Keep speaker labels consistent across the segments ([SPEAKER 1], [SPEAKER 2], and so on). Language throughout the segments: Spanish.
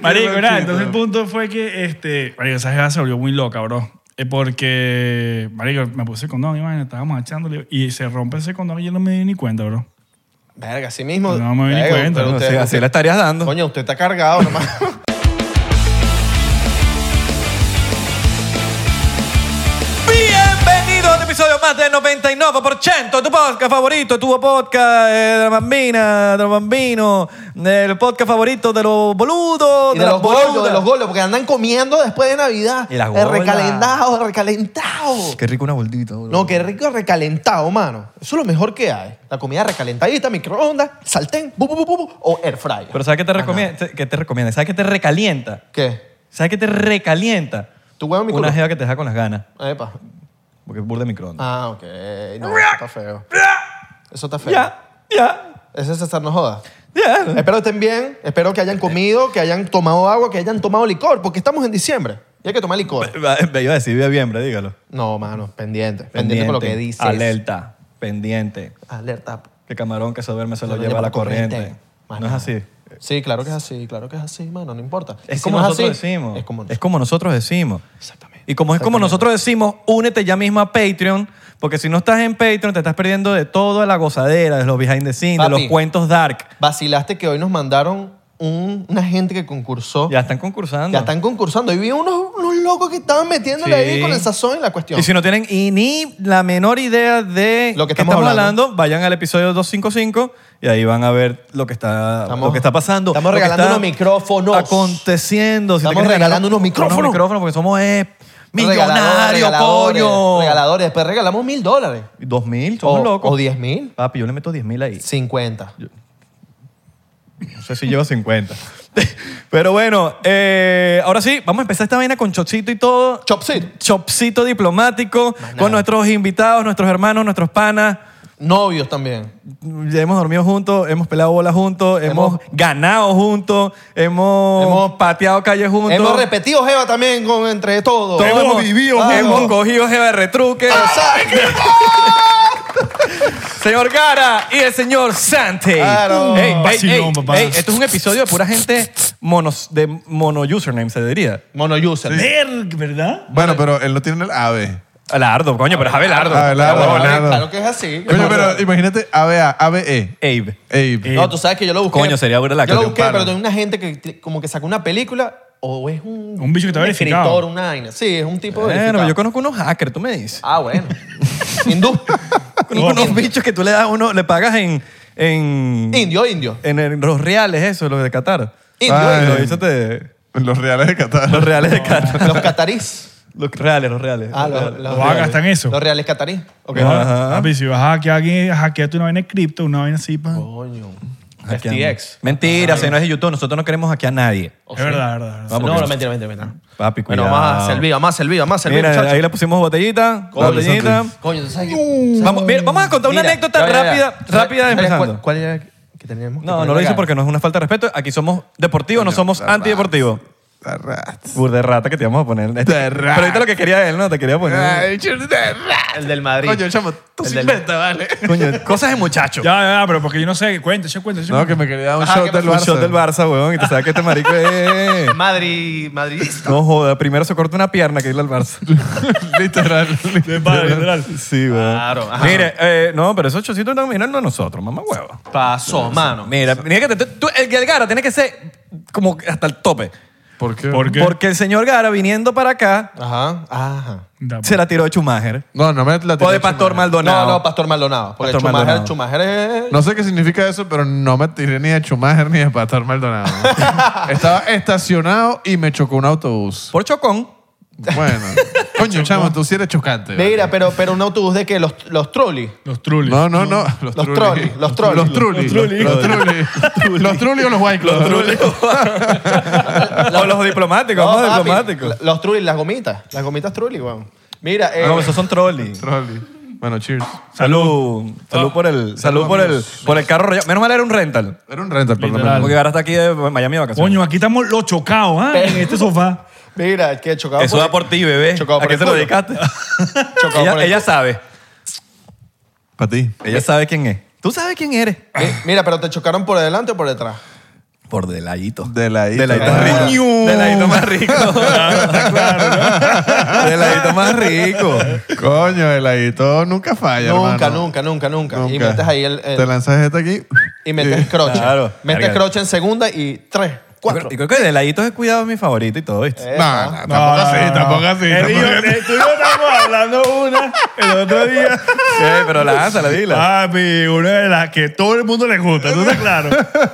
[SPEAKER 1] Marico, nada,
[SPEAKER 2] loquito.
[SPEAKER 1] entonces el punto fue que este, marico, esa jeva se volvió muy loca, bro. Eh, Porque, marico, me puse condón y vaina, estábamos echándole y se rompe ese condón y yo no me di ni cuenta, bro.
[SPEAKER 2] Verga, así mismo.
[SPEAKER 1] No me di
[SPEAKER 2] Verga,
[SPEAKER 1] cuenta,
[SPEAKER 2] pero
[SPEAKER 1] no,
[SPEAKER 2] usted-
[SPEAKER 3] Así, así la estarías dando.
[SPEAKER 2] Coño, usted está cargado nomás.
[SPEAKER 3] Bienvenido a un episodio más del 99%, tu podcast favorito, tu podcast eh, de la bambina, de los bambinos, el podcast favorito de los boludos,
[SPEAKER 2] Y
[SPEAKER 3] de,
[SPEAKER 2] de
[SPEAKER 3] las
[SPEAKER 2] los golos,
[SPEAKER 3] boludas.
[SPEAKER 2] de los golos, porque andan comiendo después de Navidad.
[SPEAKER 3] Y las
[SPEAKER 2] Eh,
[SPEAKER 3] golas.
[SPEAKER 2] Recalentado, recalentado.
[SPEAKER 3] Qué rico una boludita, boludo.
[SPEAKER 2] No, qué rico recalentado, mano. Eso es lo mejor que hay. La comida recalentadita, microondas, sartén, bu, bu, bu, bu, bu, o air fryer.
[SPEAKER 3] Pero ¿sabes qué te recomienda? ¿Qué te recomienda? ¿Sabes qué te recalienta?
[SPEAKER 2] ¿Qué?
[SPEAKER 3] ¿Sabes qué te recalienta?
[SPEAKER 2] ¿Tu huevo en
[SPEAKER 3] Una
[SPEAKER 2] microondas?
[SPEAKER 3] jeva que te deja con las ganas,
[SPEAKER 2] Epa.
[SPEAKER 3] porque es burda de microondas.
[SPEAKER 2] Ah, ok. No, eso está feo. Eso está feo.
[SPEAKER 3] Ya, ya,
[SPEAKER 2] Ese es César, no joda.
[SPEAKER 3] ya.
[SPEAKER 2] Espero estén bien, espero que hayan comido, que hayan tomado agua, que hayan tomado licor, porque estamos en diciembre y hay que tomar licor.
[SPEAKER 3] Me iba a decir noviembre, dígalo.
[SPEAKER 2] No, mano, pendiente. Pendiente con lo que dices.
[SPEAKER 3] Alerta, pendiente.
[SPEAKER 2] Alerta.
[SPEAKER 3] Que camarón que se duerme se lo lleva a la corriente.
[SPEAKER 2] Más
[SPEAKER 3] No es
[SPEAKER 2] nada.
[SPEAKER 3] así.
[SPEAKER 2] Sí, claro que es así, claro que es así, mano, no importa.
[SPEAKER 3] Es
[SPEAKER 2] como
[SPEAKER 3] como
[SPEAKER 2] es
[SPEAKER 3] nosotros
[SPEAKER 2] así,
[SPEAKER 3] decimos.
[SPEAKER 2] Es como
[SPEAKER 3] Es como nosotros decimos.
[SPEAKER 2] Exactamente.
[SPEAKER 3] Y como es como nosotros decimos, únete ya mismo a Patreon, porque si no estás en Patreon te estás perdiendo de toda la gozadera, de los behind the scenes, de
[SPEAKER 2] Papi.
[SPEAKER 3] los cuentos dark.
[SPEAKER 2] Vacilaste que hoy nos mandaron un- una gente que concursó.
[SPEAKER 3] Ya están concursando.
[SPEAKER 2] Ya están concursando. Y vi unos, unos locos que estaban metiéndole
[SPEAKER 3] Sí.
[SPEAKER 2] ahí con el sazón en la cuestión.
[SPEAKER 3] Y si no tienen y ni la menor idea de
[SPEAKER 2] Lo que
[SPEAKER 3] qué
[SPEAKER 2] estamos hablando.
[SPEAKER 3] vayan al episodio 255 y ahí van a ver lo que está,
[SPEAKER 2] Estamos-
[SPEAKER 3] lo que está pasando.
[SPEAKER 2] estamos
[SPEAKER 3] lo que
[SPEAKER 2] regalando
[SPEAKER 3] está
[SPEAKER 2] unos micrófonos.
[SPEAKER 3] Aconteciendo. te
[SPEAKER 2] Estamos
[SPEAKER 3] quieres regalar
[SPEAKER 2] regalando unos micrófonos.
[SPEAKER 3] micrófonos porque somos eh,
[SPEAKER 2] Regaladores,
[SPEAKER 3] millonarios,
[SPEAKER 2] regaladores,
[SPEAKER 3] coño.
[SPEAKER 2] Regaladores. Después regalamos mil dólares.
[SPEAKER 3] Dos mil, somos
[SPEAKER 2] O,
[SPEAKER 3] locos.
[SPEAKER 2] o diez mil.
[SPEAKER 3] Papi, yo le meto 10 mil ahí.
[SPEAKER 2] Cincuenta.
[SPEAKER 3] No sé si lleva 50. Pero bueno, eh, ahora sí, vamos a empezar esta vaina con chocito y todo.
[SPEAKER 2] Chopsit.
[SPEAKER 3] Chopcito diplomático con nuestros invitados, nuestros hermanos, nuestros panas.
[SPEAKER 2] Novios también.
[SPEAKER 3] Ya hemos dormido juntos, hemos pelado bola juntos, hemos,
[SPEAKER 2] Hemos-
[SPEAKER 3] ganado juntos, hemos,
[SPEAKER 2] Hemos-
[SPEAKER 3] pateado calles juntos.
[SPEAKER 2] Hemos repetido Jeva también con entre todos.
[SPEAKER 3] Todos
[SPEAKER 2] Hemos- Ah. Claro.
[SPEAKER 3] Hemos cogido jeva de retruque.
[SPEAKER 2] Exacto.
[SPEAKER 3] Señor Gara y el señor Sante.
[SPEAKER 2] Claro.
[SPEAKER 3] Ey, ey,
[SPEAKER 1] Vacilón,
[SPEAKER 3] ey,
[SPEAKER 1] papá.
[SPEAKER 3] ey, esto es un episodio de pura gente monos, de mono username, se diría.
[SPEAKER 2] Mono user.
[SPEAKER 1] Ver, ¿verdad?
[SPEAKER 4] Bueno, pero él no tiene el ave.
[SPEAKER 3] Abelardo, coño, pero es Abelardo.
[SPEAKER 4] Abelardo.
[SPEAKER 3] Pero bueno,
[SPEAKER 4] Abelardo.
[SPEAKER 2] Ah, Claro que es así.
[SPEAKER 4] Coño, pero eh, imagínate ABA, ABE.
[SPEAKER 3] Abe.
[SPEAKER 4] Abe.
[SPEAKER 2] No, tú sabes que yo lo busqué.
[SPEAKER 3] Coño, sería buena la
[SPEAKER 2] Yo lo
[SPEAKER 3] coño,
[SPEAKER 2] busqué,
[SPEAKER 4] palo.
[SPEAKER 2] pero tengo una gente que t- como que sacó una película o es un...
[SPEAKER 1] Un bicho que está verificado.
[SPEAKER 2] escritor, una vaina. Sí, es un tipo verificado.
[SPEAKER 3] Bueno, yo conozco unos hackers, tú me dices.
[SPEAKER 2] Ah, bueno. Hindú.
[SPEAKER 3] Conozco unos bichos que tú le das a uno, le pagas en. en
[SPEAKER 2] Indio, indio.
[SPEAKER 3] En, el- los reales, eso, los de Qatar.
[SPEAKER 2] Indio,
[SPEAKER 4] Ay.
[SPEAKER 2] indio.
[SPEAKER 3] Lo hizo te-
[SPEAKER 4] Los reales de Qatar.
[SPEAKER 3] los reales de Qatar.
[SPEAKER 2] Los catarís.
[SPEAKER 3] Los reales, los reales.
[SPEAKER 2] Ah, los,
[SPEAKER 3] reales.
[SPEAKER 2] los
[SPEAKER 1] Lo hagas,
[SPEAKER 2] reales.
[SPEAKER 1] están eso.
[SPEAKER 2] Los reales catarís. Ok.
[SPEAKER 3] Ajá.
[SPEAKER 1] Papi, si vas a hackear a alguien, hackeate una vaina de cripto, una vaina así, pa.
[SPEAKER 2] Coño.
[SPEAKER 3] Hackeando.
[SPEAKER 2] FTX.
[SPEAKER 3] Mentira, señores de YouTube, nosotros no queremos hackear a nadie.
[SPEAKER 2] ¿O
[SPEAKER 1] Es
[SPEAKER 2] sí?
[SPEAKER 1] verdad, verdad, verdad.
[SPEAKER 2] No,
[SPEAKER 3] porque-
[SPEAKER 2] no, mentira, mentira, mentira.
[SPEAKER 3] Papi,
[SPEAKER 2] Bueno,
[SPEAKER 3] cuidado.
[SPEAKER 2] vamos a servir, vamos a servir, vamos a servir,
[SPEAKER 3] Mira,
[SPEAKER 2] muchachos.
[SPEAKER 3] ahí le pusimos botellita,
[SPEAKER 4] Coño,
[SPEAKER 3] botellita.
[SPEAKER 4] Santi.
[SPEAKER 2] Coño, ¿tú ¿sabes qué?
[SPEAKER 3] Vamos, mira, Uh, vamos a contar una
[SPEAKER 2] Mira,
[SPEAKER 3] anécdota
[SPEAKER 2] ya, ya, ya.
[SPEAKER 3] rápida,
[SPEAKER 2] ¿Sabes-
[SPEAKER 3] rápida
[SPEAKER 2] sabes
[SPEAKER 3] empezando.
[SPEAKER 2] cuál- ¿Cuál era que teníamos? que
[SPEAKER 3] No, no lo
[SPEAKER 2] poner acá?
[SPEAKER 3] hice porque no es una falta de respeto. Aquí somos deportivos, no somos antideportivos.
[SPEAKER 4] De rats.
[SPEAKER 3] Burda de rata que te íbamos a poner. Este-
[SPEAKER 4] De
[SPEAKER 3] pero
[SPEAKER 4] rata.
[SPEAKER 3] ahorita lo que quería él, ¿no? Te quería poner.
[SPEAKER 4] Ay, chur- de rats.
[SPEAKER 2] El del Madrid.
[SPEAKER 4] Coño, chamo, tú
[SPEAKER 2] El
[SPEAKER 4] sí
[SPEAKER 2] del-
[SPEAKER 4] inventa, vale.
[SPEAKER 3] Coño, cosas de muchacho. Ah,
[SPEAKER 1] Ya, ya, ya, pero porque yo no sé, cuenta, yo cuento.
[SPEAKER 4] Ah. No, que me quería dar un
[SPEAKER 2] Ajá,
[SPEAKER 4] shot
[SPEAKER 2] que
[SPEAKER 4] del
[SPEAKER 2] me-
[SPEAKER 3] Un
[SPEAKER 4] Barça.
[SPEAKER 3] shot del Barça, weón. Y te sabes que este marico es...
[SPEAKER 2] Madrid, madridista.
[SPEAKER 3] No joda, primero se corta una pierna que irle al Barça.
[SPEAKER 4] literal.
[SPEAKER 1] De padre, literal.
[SPEAKER 3] Sí, weón.
[SPEAKER 2] Claro, ajá.
[SPEAKER 3] Mire, eh, no, pero esos chocitos no miran a nosotros, mamá huevo.
[SPEAKER 2] Pasó, mano.
[SPEAKER 3] Mira, mira que te- tú- tú- el, el Gara tiene que ser como hasta el tope.
[SPEAKER 4] ¿Por qué?
[SPEAKER 1] ¿Por qué?
[SPEAKER 3] Porque el señor Gara, viniendo para acá,
[SPEAKER 2] Ajá, ajá.
[SPEAKER 1] Da-
[SPEAKER 3] se la tiró de Schumacher.
[SPEAKER 4] No, no me la tiré
[SPEAKER 3] O de
[SPEAKER 4] Schumacher.
[SPEAKER 3] Pastor Maldonado.
[SPEAKER 2] No, no, Pastor Maldonado. Porque
[SPEAKER 3] Pastor
[SPEAKER 2] Schumacher,
[SPEAKER 3] Maldonado.
[SPEAKER 2] Schumacher es...
[SPEAKER 4] No sé qué significa eso, pero no me tiré ni de Schumacher ni de Pastor Maldonado. Estaba estacionado y me chocó un autobús.
[SPEAKER 3] Por chocón.
[SPEAKER 4] Bueno. Coño, chamo, tú sí eres chocante. vale.
[SPEAKER 2] Mira, pero, pero un autobús de que los, los trolis.
[SPEAKER 1] Los trulis.
[SPEAKER 4] No, no, no.
[SPEAKER 2] Los trolli, los trolli.
[SPEAKER 4] Los trulli.
[SPEAKER 1] Los trulli.
[SPEAKER 4] Los trulli. Los trulli o los white claws.
[SPEAKER 3] o los diplomáticos, vamos a
[SPEAKER 2] papi,
[SPEAKER 3] diplomáticos.
[SPEAKER 2] Los trolis, las gomitas. Las gomitas trolis, weón. Mira, eh,
[SPEAKER 3] No, esos son trolleys.
[SPEAKER 4] Trulli. Bueno, cheers.
[SPEAKER 3] Salud. Salud
[SPEAKER 2] Ah,
[SPEAKER 3] por el, salud por el, por el carro rayado. Menos mal era un rental.
[SPEAKER 4] Era un rental, por lo
[SPEAKER 1] Literal.
[SPEAKER 4] menos.
[SPEAKER 3] Porque ahora está aquí de Miami de vacaciones.
[SPEAKER 1] Coño, aquí estamos los chocados, ¿ah? En este sofá.
[SPEAKER 2] mira, que chocado
[SPEAKER 3] Eso da por ti, bebé.
[SPEAKER 2] Chocado
[SPEAKER 3] ¿A
[SPEAKER 2] por
[SPEAKER 3] qué
[SPEAKER 2] el
[SPEAKER 3] se lo
[SPEAKER 2] culo.
[SPEAKER 3] dedicaste?
[SPEAKER 2] Chocado por
[SPEAKER 3] ella,
[SPEAKER 2] el
[SPEAKER 3] ella
[SPEAKER 2] culo.
[SPEAKER 3] sabe.
[SPEAKER 4] Para ti.
[SPEAKER 3] Eh, Ella sabe quién es. Tú sabes quién eres.
[SPEAKER 2] Mi- Mira, pero te chocaron por delante o por detrás.
[SPEAKER 3] Por delayito.
[SPEAKER 4] Delayito.
[SPEAKER 3] Delayito
[SPEAKER 4] Ah.
[SPEAKER 3] más rico.
[SPEAKER 1] Coño.
[SPEAKER 3] Delayito más rico. Delayito más rico.
[SPEAKER 4] Coño, el editor nunca falla.
[SPEAKER 2] Nunca,
[SPEAKER 4] hermano.
[SPEAKER 2] nunca, nunca, nunca, Y
[SPEAKER 4] Nunca.
[SPEAKER 2] metes ahí el. el-
[SPEAKER 4] Te lanzas esta aquí
[SPEAKER 2] y metes croche.
[SPEAKER 3] Claro.
[SPEAKER 2] Metes
[SPEAKER 3] Verga.
[SPEAKER 2] croche en segunda y tres, cuatro.
[SPEAKER 3] Y creo que Delayito es cuidado es mi favorito y todo, ¿viste?
[SPEAKER 2] Eh,
[SPEAKER 4] No, no, tampoco así,
[SPEAKER 1] Ah,
[SPEAKER 4] tampoco así.
[SPEAKER 1] El
[SPEAKER 4] tampoco
[SPEAKER 1] hijo-
[SPEAKER 4] así.
[SPEAKER 1] eh, tú y yo estábamos hablando una el otro día.
[SPEAKER 3] Sí, pero lánzala, dila.
[SPEAKER 1] Papi, una de las que todo el mundo le gusta, ¿tú estás claro?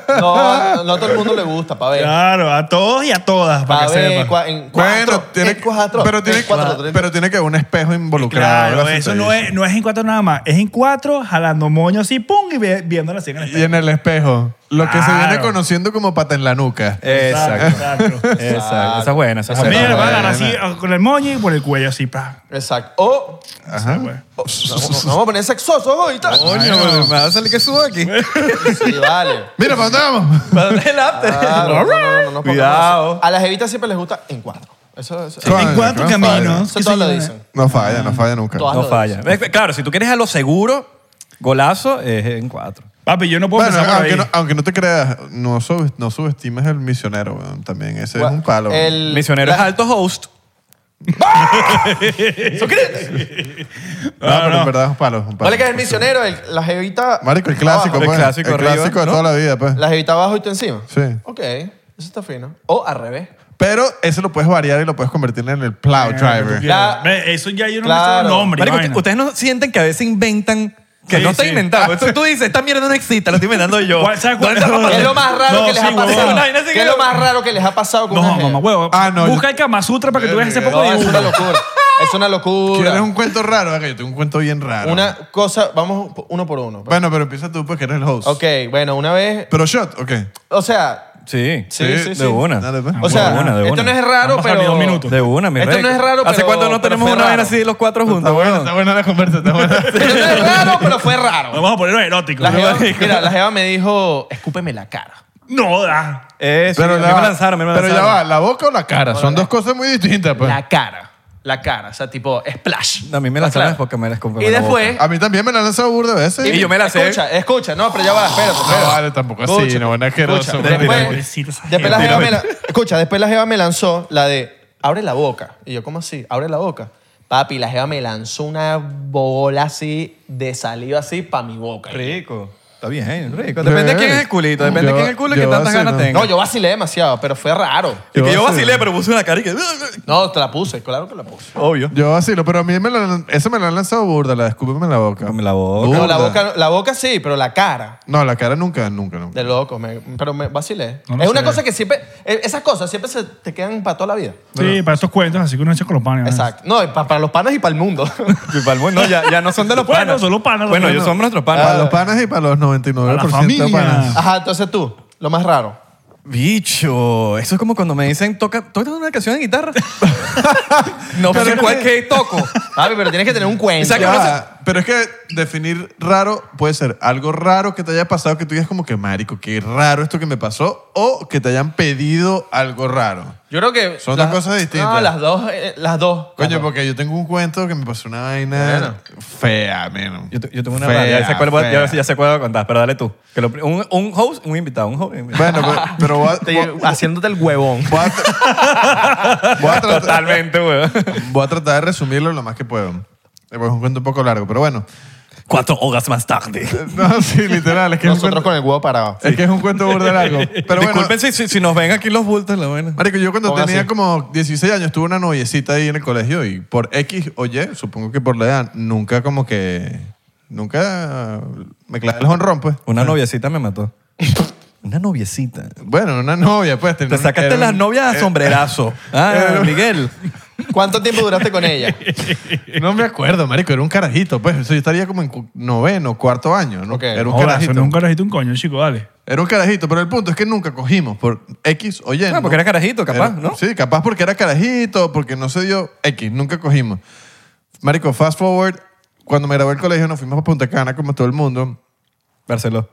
[SPEAKER 2] No, no, no a todo el mundo le gusta, pa' ver.
[SPEAKER 1] Claro, a todos y a todas, para
[SPEAKER 2] Pa'
[SPEAKER 1] que
[SPEAKER 2] ver,
[SPEAKER 1] sepan.
[SPEAKER 2] cua- en cuatro.
[SPEAKER 4] Bueno, tiene,
[SPEAKER 2] en cuatro.
[SPEAKER 4] pero, tiene,
[SPEAKER 2] en cuatro, tres.
[SPEAKER 4] pero tiene que haber un espejo involucrado.
[SPEAKER 1] Claro,
[SPEAKER 4] ¿verdad?
[SPEAKER 1] eso
[SPEAKER 4] Si te
[SPEAKER 1] no
[SPEAKER 4] dice.
[SPEAKER 1] es, no es en cuatro nada más, es en cuatro jalando moños así, pum, y ve- viendo la serie en el
[SPEAKER 4] Y en el espejo, lo que se viene
[SPEAKER 1] Claro.
[SPEAKER 4] conociendo como pata en la nuca.
[SPEAKER 2] Eh.
[SPEAKER 1] espejo.
[SPEAKER 3] Exacto.
[SPEAKER 1] Exacto.
[SPEAKER 3] Exacto. Esa es buena, esa es
[SPEAKER 2] Esa es
[SPEAKER 1] Mira, le
[SPEAKER 3] buena.
[SPEAKER 1] va a
[SPEAKER 4] buena.
[SPEAKER 1] agarrar así ah, con el moño y por el cuello así, pa. pues.
[SPEAKER 2] Exacto. Oh, O
[SPEAKER 4] Ajá.
[SPEAKER 1] güey.
[SPEAKER 2] Nos vamos a poner sexosos ahorita.
[SPEAKER 3] Coño, me va a salir que subo aquí.
[SPEAKER 2] Sí, vale.
[SPEAKER 4] Mira, ¿para dónde vamos?
[SPEAKER 3] Para el after.
[SPEAKER 2] Claro, no, no, no, no, no,
[SPEAKER 3] Cuidado.
[SPEAKER 2] A las evitas siempre les gusta en cuatro. Eso, eso,
[SPEAKER 4] Claro,
[SPEAKER 1] en cuatro
[SPEAKER 4] claro,
[SPEAKER 1] caminos.
[SPEAKER 2] eso
[SPEAKER 1] que
[SPEAKER 2] todos lo
[SPEAKER 1] se
[SPEAKER 2] dicen.
[SPEAKER 4] No falla, no falla nunca.
[SPEAKER 2] Todas.
[SPEAKER 3] No falla. Ve, ve, Claro, si tú quieres a lo seguro, golazo es en cuatro.
[SPEAKER 1] Papi, yo no puedo
[SPEAKER 4] Bueno,
[SPEAKER 1] empezar por
[SPEAKER 4] aunque
[SPEAKER 1] ahí.
[SPEAKER 4] no, aunque no te creas, no, sub- no subestimes el misionero, weón, también. Ese es un palo. weón.
[SPEAKER 2] El-
[SPEAKER 3] Misionero
[SPEAKER 2] la-
[SPEAKER 3] es alto host.
[SPEAKER 4] No,
[SPEAKER 1] No,
[SPEAKER 4] pero
[SPEAKER 1] no.
[SPEAKER 4] en verdad es un palo. es un palo.
[SPEAKER 2] ¿Cuál es que es el misionero? El- la jevita.
[SPEAKER 4] Marico, el clásico,
[SPEAKER 2] abajo.
[SPEAKER 4] pues. El
[SPEAKER 3] clásico
[SPEAKER 4] clásico,
[SPEAKER 3] arriba,
[SPEAKER 4] de
[SPEAKER 3] ¿no?
[SPEAKER 4] toda la vida, pues.
[SPEAKER 2] La jevita abajo y tú encima.
[SPEAKER 4] Sí.
[SPEAKER 2] Ok, eso está fino. O al revés.
[SPEAKER 4] Pero ese lo puedes variar y lo puedes convertir en el plow driver.
[SPEAKER 2] La-
[SPEAKER 1] Ve, Eso ya yo no
[SPEAKER 2] Claro.
[SPEAKER 1] me sé los nombres.
[SPEAKER 3] Marico,
[SPEAKER 1] y vaina.
[SPEAKER 3] usted- ustedes no sienten que a veces inventan. Que
[SPEAKER 1] Sí,
[SPEAKER 3] no está
[SPEAKER 1] sí.
[SPEAKER 3] inventado. Esto tú dices, esta mierda no existe, la estoy inventando yo.
[SPEAKER 1] ¿Cuál- sabes cuál-
[SPEAKER 3] ¿Dónde está la
[SPEAKER 2] ¿Qué es lo más raro
[SPEAKER 1] No,
[SPEAKER 2] que les
[SPEAKER 1] sí,
[SPEAKER 2] ha pasado?
[SPEAKER 1] huevón.
[SPEAKER 3] No, y no sé
[SPEAKER 2] ¿Qué
[SPEAKER 3] qué-
[SPEAKER 2] es lo más raro que les ha pasado con una
[SPEAKER 1] No,
[SPEAKER 2] jeva?
[SPEAKER 1] mamá, huevo.
[SPEAKER 4] Ah, no,
[SPEAKER 1] Busca
[SPEAKER 4] yo-
[SPEAKER 1] el Kama Sutra para que tú veas ese poco
[SPEAKER 2] No,
[SPEAKER 1] de
[SPEAKER 2] es una locura. Es una
[SPEAKER 4] ¿Quieres
[SPEAKER 2] locura.
[SPEAKER 4] un cuento raro? Venga, yo tengo un cuento bien raro.
[SPEAKER 2] Una cosa, vamos uno por uno.
[SPEAKER 4] Bueno, pero empieza tú, pues, que eres el host.
[SPEAKER 2] Ok, bueno, una vez.
[SPEAKER 4] Pero shot, ok.
[SPEAKER 2] O sea,
[SPEAKER 3] Sí,
[SPEAKER 2] Sí, sí,
[SPEAKER 3] de
[SPEAKER 2] sí.
[SPEAKER 3] una.
[SPEAKER 4] Dale, pues.
[SPEAKER 2] O sea,
[SPEAKER 3] Ah, de una, de
[SPEAKER 2] esto
[SPEAKER 3] una.
[SPEAKER 2] no es raro,
[SPEAKER 1] Han pasado
[SPEAKER 2] pero.
[SPEAKER 1] ni dos minutos.
[SPEAKER 3] De una, mi
[SPEAKER 2] Esto
[SPEAKER 3] rey.
[SPEAKER 2] no es raro,
[SPEAKER 3] ¿Hace
[SPEAKER 2] pero-
[SPEAKER 3] cuánto no
[SPEAKER 2] pero
[SPEAKER 3] tenemos
[SPEAKER 2] fue
[SPEAKER 3] una vaina
[SPEAKER 2] raro.
[SPEAKER 3] así los cuatro
[SPEAKER 4] Está
[SPEAKER 3] juntos,
[SPEAKER 4] buena,
[SPEAKER 3] weón?
[SPEAKER 4] está buena la conversa, está buena.
[SPEAKER 2] Esto no es raro, pero fue raro.
[SPEAKER 1] Vamos a ponerlo erótico.
[SPEAKER 2] La jeva- mira, la Jeva me dijo, escúpeme la cara.
[SPEAKER 1] No da.
[SPEAKER 3] Eh, sí, a mí
[SPEAKER 4] la-
[SPEAKER 3] me lanzaron, a mí me
[SPEAKER 4] pero ya
[SPEAKER 3] lanzaron.
[SPEAKER 4] va, ¿la boca o la cara? Son dos cosas muy distintas, pues.
[SPEAKER 2] La cara. La cara. O sea, tipo, splash.
[SPEAKER 3] A mí me
[SPEAKER 2] La
[SPEAKER 3] lanzaron
[SPEAKER 2] cara.
[SPEAKER 3] es porque me la escupieron
[SPEAKER 2] Y
[SPEAKER 3] la
[SPEAKER 2] después.
[SPEAKER 4] A mí también me la han lanzado burda de veces.
[SPEAKER 3] Y yo me la sé.
[SPEAKER 2] Escucha, escucha. No, pero ya va, espérate.
[SPEAKER 4] No,
[SPEAKER 2] espérate.
[SPEAKER 4] Ah, vale, tampoco
[SPEAKER 1] Pues
[SPEAKER 4] así,
[SPEAKER 2] Escucha,
[SPEAKER 4] no, bueno, asqueroso,
[SPEAKER 2] escucha,
[SPEAKER 4] bueno,
[SPEAKER 2] después-
[SPEAKER 1] mira, pobrecito esa
[SPEAKER 2] después la
[SPEAKER 1] jeva.
[SPEAKER 2] jeva me la- Escucha, después la Jeva me lanzó la de, abre la boca. Y yo, ¿cómo así? Abre la boca. Papi, la Jeva me lanzó una bola así de saliva así para mi boca.
[SPEAKER 3] Rico. Está bien, rico. Depende de quién es el culito. Depende de
[SPEAKER 4] Yo-
[SPEAKER 3] quién es el culo y
[SPEAKER 4] yo
[SPEAKER 3] que tantas
[SPEAKER 4] así,
[SPEAKER 3] ganas
[SPEAKER 4] ¿no?
[SPEAKER 3] tenga.
[SPEAKER 2] No, yo vacilé demasiado, pero fue raro.
[SPEAKER 3] Y que yo
[SPEAKER 4] Yo así.
[SPEAKER 3] vacilé, pero puse una cara y que...
[SPEAKER 2] No, te la puse, claro que la puse.
[SPEAKER 3] Obvio.
[SPEAKER 4] Yo vacilo, pero a mí me la, esa me la han lanzado burda, la de escúpeme la boca.
[SPEAKER 3] Escúpeme la boca.
[SPEAKER 4] Burda.
[SPEAKER 2] No, la boca, la boca sí, pero la cara.
[SPEAKER 4] No, la cara nunca, nunca, nunca.
[SPEAKER 2] De loco, me- pero me vacilé.
[SPEAKER 1] No lo
[SPEAKER 2] es una
[SPEAKER 1] sé.
[SPEAKER 2] cosa que siempre, eh, esas cosas siempre se te quedan para toda la vida.
[SPEAKER 1] Sí, para estos cuentos, así que uno echa con los panes. ¿verdad?
[SPEAKER 2] Exacto. No, y pa- para los panas y para el mundo.
[SPEAKER 3] Y pa'l buen- No, ya, ya no son de los
[SPEAKER 1] Bueno,
[SPEAKER 3] panas.
[SPEAKER 1] son los panas, los
[SPEAKER 3] Bueno,
[SPEAKER 1] panas.
[SPEAKER 3] ellos son nuestros
[SPEAKER 4] Para
[SPEAKER 3] panas.
[SPEAKER 4] los panas y para los 99%
[SPEAKER 1] A la familia.
[SPEAKER 4] de panas.
[SPEAKER 2] Ajá, entonces tú, lo más raro.
[SPEAKER 3] Bicho, eso es como cuando me dicen, toca, toca una canción de guitarra. no
[SPEAKER 4] Pero
[SPEAKER 3] sé
[SPEAKER 4] es
[SPEAKER 3] cuál
[SPEAKER 4] que-
[SPEAKER 3] que toco.
[SPEAKER 2] Papi, pero tienes que tener un cuento.
[SPEAKER 3] Exacto.
[SPEAKER 4] Ya
[SPEAKER 3] no
[SPEAKER 4] va, Pero es que definir raro puede ser algo raro que te haya pasado que tú digas como que, marico, qué raro esto que me pasó o que te hayan pedido algo raro.
[SPEAKER 2] Yo creo que...
[SPEAKER 4] Son dos cosas distintas.
[SPEAKER 2] No, las dos, eh, las dos. Las
[SPEAKER 4] Coño,
[SPEAKER 2] dos.
[SPEAKER 4] porque yo tengo un cuento que me pasó una vaina fea, mano.
[SPEAKER 3] Yo, te- yo tengo una
[SPEAKER 4] Fea,
[SPEAKER 3] rabia, ya sé cuál voy a- ya,
[SPEAKER 4] fea.
[SPEAKER 3] ya sé cuál voy a contar, pero dale tú. Que lo- un, un host, un invitado, un host. un invitado.
[SPEAKER 4] Bueno, pero, pero voy, a,
[SPEAKER 2] Te-
[SPEAKER 4] voy a-
[SPEAKER 2] haciéndote el huevón.
[SPEAKER 4] voy a tra- voy a tratar-
[SPEAKER 3] Totalmente, weón.
[SPEAKER 4] voy a tratar de resumirlo lo más que puedo. Eh, Es un cuento un poco largo, pero bueno.
[SPEAKER 3] Cuatro horas más tarde.
[SPEAKER 4] No, sí, literal. Es que, es un
[SPEAKER 2] Nosotros
[SPEAKER 4] cuento,
[SPEAKER 2] con el huevo parado.
[SPEAKER 4] es, que es un cuento burda largo. Pero bueno,
[SPEAKER 3] Disculpen si, si- si nos ven aquí los bultos, la buena.
[SPEAKER 4] Marico, yo cuando
[SPEAKER 2] Ponga
[SPEAKER 4] tenía
[SPEAKER 2] así.
[SPEAKER 4] como 16 años tuve una noviecita ahí en el colegio y por X o Y, supongo que por la edad, nunca como que... Nunca me clavé el honrón, pues.
[SPEAKER 3] Una noviecita me mató. Una noviecita.
[SPEAKER 4] Bueno, una novia, pues.
[SPEAKER 3] Te sacaste las novias a sombrerazo. Ah, Miguel.
[SPEAKER 2] ¿Cuánto tiempo duraste con ella?
[SPEAKER 4] No me acuerdo, marico, era un carajito, pues. Eso yo estaría como en cu- noveno, cuarto año, ¿no?
[SPEAKER 2] Ok.
[SPEAKER 4] Era un
[SPEAKER 1] Joda,
[SPEAKER 4] carajito.
[SPEAKER 1] sonó un carajito, un coño, chico, dale.
[SPEAKER 4] Era un carajito, pero el punto es que nunca cogimos por X o Y.
[SPEAKER 3] Ah, porque era carajito, capaz, ¿no?
[SPEAKER 4] Sí, capaz porque era carajito, porque no se dio X, nunca cogimos. Marico, fast forward, cuando me gradué del colegio nos fuimos a Punta Cana como todo el mundo. Eh,
[SPEAKER 3] Barceló.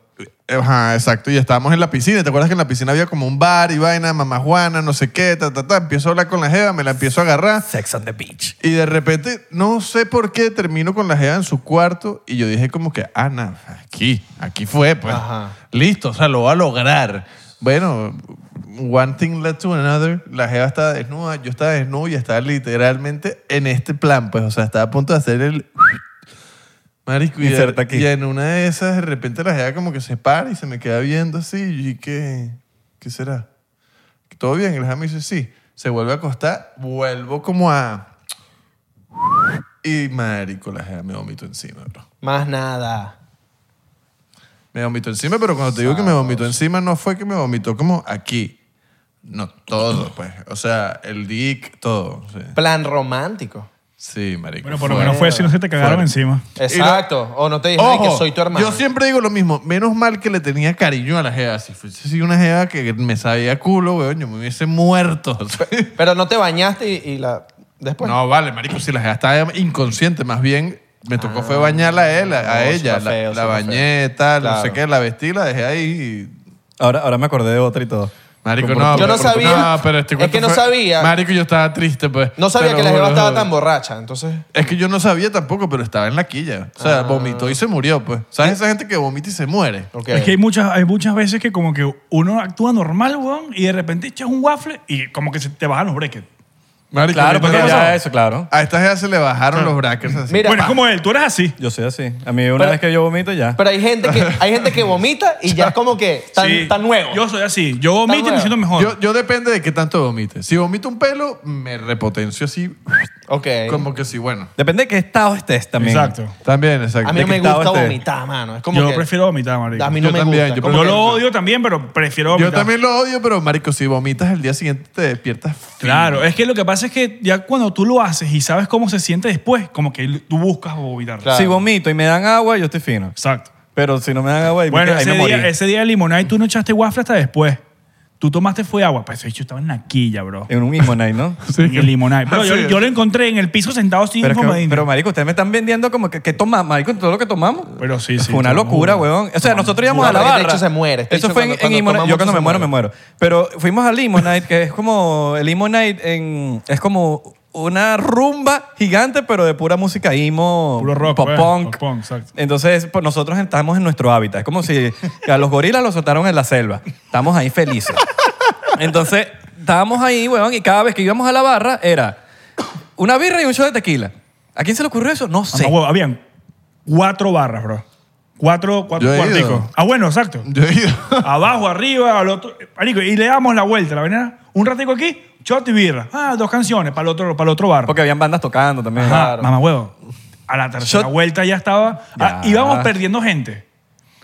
[SPEAKER 4] Ajá, exacto. Y estábamos en la piscina. ¿Te acuerdas que en la piscina había como un bar y vaina, mamá Juana, no sé qué, ta, ta, ta? Empiezo a hablar con la jeva, me la empiezo a agarrar.
[SPEAKER 3] Sex on the beach.
[SPEAKER 4] Y de repente, no sé por qué, termino con la jeva en su cuarto y yo dije como que, Ana, aquí, aquí fue, pues.
[SPEAKER 2] Ajá.
[SPEAKER 4] Listo, o sea, lo va a lograr. Bueno, one thing led to another. La jeva estaba desnuda, yo estaba desnudo y estaba literalmente en este plan, pues, o sea, estaba a punto de hacer el... Marico, y,
[SPEAKER 3] Inserta aquí.
[SPEAKER 4] y en una de esas, de repente la jeva como que se para y se me queda viendo así. Y ¿qué, qué será? ¿Todo bien? Y la jeva me dice, sí. Se vuelve a acostar, vuelvo como a... Y marico, la jeva me vomito encima, bro.
[SPEAKER 2] Más nada.
[SPEAKER 4] Me vomitó encima, pero cuando te digo que me vomitó encima, no fue que me vomitó como aquí. No, todo, pues. O sea, el dick, todo. Sí,
[SPEAKER 2] Plan romántico.
[SPEAKER 4] sí marico.
[SPEAKER 1] Bueno, por lo menos fue si no se te cagaron
[SPEAKER 4] Fuerte.
[SPEAKER 1] encima.
[SPEAKER 2] Exacto. o no te dijeron
[SPEAKER 4] Ojo,
[SPEAKER 2] que soy tu hermano.
[SPEAKER 4] yo siempre digo lo mismo. Menos mal que le tenía cariño a la jeva. Si fuese así una jeva que me sabía culo, weón, yo me hubiese muerto.
[SPEAKER 2] Pero no te bañaste y, y la... Después.
[SPEAKER 4] no, vale, marico, si la jeva estaba inconsciente, más bien me tocó fue bañarla a él, a, a
[SPEAKER 2] Ah, no,
[SPEAKER 4] ella.
[SPEAKER 2] súper
[SPEAKER 4] La-
[SPEAKER 2] feo,
[SPEAKER 4] la,
[SPEAKER 2] súper
[SPEAKER 4] bañé, tal, no sé
[SPEAKER 2] Claro.
[SPEAKER 4] qué, la vestí, la dejé ahí y
[SPEAKER 3] Ahora, ahora me acordé de otra y todo.
[SPEAKER 4] Marico,
[SPEAKER 3] Por-
[SPEAKER 4] no.
[SPEAKER 2] Yo no
[SPEAKER 4] pero-
[SPEAKER 2] sabía.
[SPEAKER 4] No, pero este
[SPEAKER 2] Es
[SPEAKER 4] cuento
[SPEAKER 2] que no
[SPEAKER 4] fue-
[SPEAKER 2] sabía.
[SPEAKER 4] Marico, yo estaba triste, pues.
[SPEAKER 2] No sabía
[SPEAKER 4] Te lo
[SPEAKER 2] que la
[SPEAKER 4] juro,
[SPEAKER 2] jeva estaba
[SPEAKER 4] joder.
[SPEAKER 2] tan borracha, entonces...
[SPEAKER 4] Es que yo no sabía tampoco, pero estaba en la quilla. O
[SPEAKER 2] Ah.
[SPEAKER 4] sea, vomitó y se murió, pues.
[SPEAKER 2] Eh.
[SPEAKER 4] ¿Sabes esa gente que vomita y se muere?
[SPEAKER 2] Ok.
[SPEAKER 1] Es que hay muchas, hay muchas veces que como que uno actúa normal, weón, y de repente echas un waffle y como que se te bajan los brackets.
[SPEAKER 4] Marico,
[SPEAKER 3] Claro, porque
[SPEAKER 4] ahorita-
[SPEAKER 3] ya eso, claro.
[SPEAKER 4] A estas jevas se le bajaron los brackets así.
[SPEAKER 2] Mira,
[SPEAKER 1] bueno,
[SPEAKER 2] pa-
[SPEAKER 1] es como él, tú eres así.
[SPEAKER 3] Yo soy así. A mí una
[SPEAKER 2] Pero-
[SPEAKER 3] vez que yo vomito ya.
[SPEAKER 2] Pero hay gente que, hay gente que vomita y ya es como que tan,
[SPEAKER 1] Sí.
[SPEAKER 2] tan nuevo.
[SPEAKER 1] Yo soy así. Yo vomito y
[SPEAKER 2] nuevo.
[SPEAKER 1] me siento mejor.
[SPEAKER 4] Yo, yo depende de qué tanto vomite. Si vomito un pelo, me repotencio así.
[SPEAKER 2] Ok.
[SPEAKER 4] Como que sí, bueno.
[SPEAKER 3] Depende de qué estado estés también.
[SPEAKER 1] Exacto.
[SPEAKER 4] También, exacto.
[SPEAKER 2] A mí no
[SPEAKER 3] qué
[SPEAKER 2] me
[SPEAKER 3] estaba
[SPEAKER 2] gusta
[SPEAKER 3] este?
[SPEAKER 2] vomitar, mano. Es como
[SPEAKER 1] Yo
[SPEAKER 2] que
[SPEAKER 1] prefiero vomitar, marico.
[SPEAKER 2] A mí no
[SPEAKER 4] Yo
[SPEAKER 2] me
[SPEAKER 4] también,
[SPEAKER 2] gusta.
[SPEAKER 4] yo
[SPEAKER 2] Como
[SPEAKER 1] Yo
[SPEAKER 2] que-
[SPEAKER 1] lo odio también, pero prefiero
[SPEAKER 4] Yo
[SPEAKER 1] vomitar.
[SPEAKER 4] también lo odio, pero marico, si vomitas el día siguiente te despiertas. fino.
[SPEAKER 1] Claro, es que lo que pasa es que ya cuando tú lo haces y sabes cómo se siente después, como que tú buscas vomitar.
[SPEAKER 2] Claro.
[SPEAKER 3] Si vomito y me dan agua, yo estoy fino.
[SPEAKER 1] Exacto.
[SPEAKER 3] Pero si no me dan agua, ahí me-
[SPEAKER 1] Bueno,
[SPEAKER 3] ahí
[SPEAKER 1] ese
[SPEAKER 3] me morí.
[SPEAKER 1] día, ese día de limonada y tú no echaste waffle hasta después. Tú tomaste fue agua. Pues yo estaba en la quilla, bro.
[SPEAKER 3] En un limonade, ¿no?
[SPEAKER 1] En el limonada. Pero yo,
[SPEAKER 4] Sí.
[SPEAKER 1] yo lo encontré en el piso sentado sin
[SPEAKER 3] Pero, es que-
[SPEAKER 1] formadina.
[SPEAKER 3] pero, marico, ustedes me están vendiendo como que, que toma, marico, todo lo que tomamos.
[SPEAKER 1] Pero sí, sí,
[SPEAKER 3] Fue una
[SPEAKER 1] tomamos
[SPEAKER 3] locura,
[SPEAKER 1] jugo.
[SPEAKER 3] weón. O sea, nosotros íbamos
[SPEAKER 2] jugo.
[SPEAKER 3] a la
[SPEAKER 2] No, pero
[SPEAKER 3] barra.
[SPEAKER 2] este bicho se muere, este
[SPEAKER 3] Eso
[SPEAKER 2] bicho
[SPEAKER 3] fue en,
[SPEAKER 2] cuando-
[SPEAKER 3] en
[SPEAKER 2] cuando
[SPEAKER 3] Limonade.
[SPEAKER 2] toma
[SPEAKER 3] Yo cuando
[SPEAKER 2] mucho
[SPEAKER 3] me
[SPEAKER 2] se
[SPEAKER 3] muero, me muero. Pero fuimos a Limonade, que es como... El Limonade en, es como una rumba gigante, pero de pura música emo,
[SPEAKER 1] Puro rock,
[SPEAKER 3] pop
[SPEAKER 1] pues,
[SPEAKER 3] punk.
[SPEAKER 1] pop punk, exacto.
[SPEAKER 3] Entonces, pues, nosotros estamos en nuestro hábitat. Es como si a los gorilas los soltaron en la selva. Estamos ahí felices. Entonces, estábamos ahí, weón, y cada vez que íbamos a la barra era una birra y un shot de tequila. ¿A quién se le ocurrió eso? No
[SPEAKER 1] Ah,
[SPEAKER 3] sé.
[SPEAKER 1] no, huevo, habían cuatro barras, bro. Cuatro, cuatro
[SPEAKER 4] Yo he ido.
[SPEAKER 1] cuarticos. Ah, bueno, exacto.
[SPEAKER 4] Yo he ido.
[SPEAKER 1] Abajo, arriba, al otro. marico, y le damos la vuelta, la venera. Un ratico aquí, shot y birra. Ah, dos canciones para el otro, para el otro barra.
[SPEAKER 3] Porque habían bandas tocando también.
[SPEAKER 1] Ajá,
[SPEAKER 2] Claro.
[SPEAKER 1] mamá huevo. A la tercera
[SPEAKER 3] Shot.
[SPEAKER 1] vuelta ya estaba. Ah,
[SPEAKER 3] Ya.
[SPEAKER 1] íbamos perdiendo gente.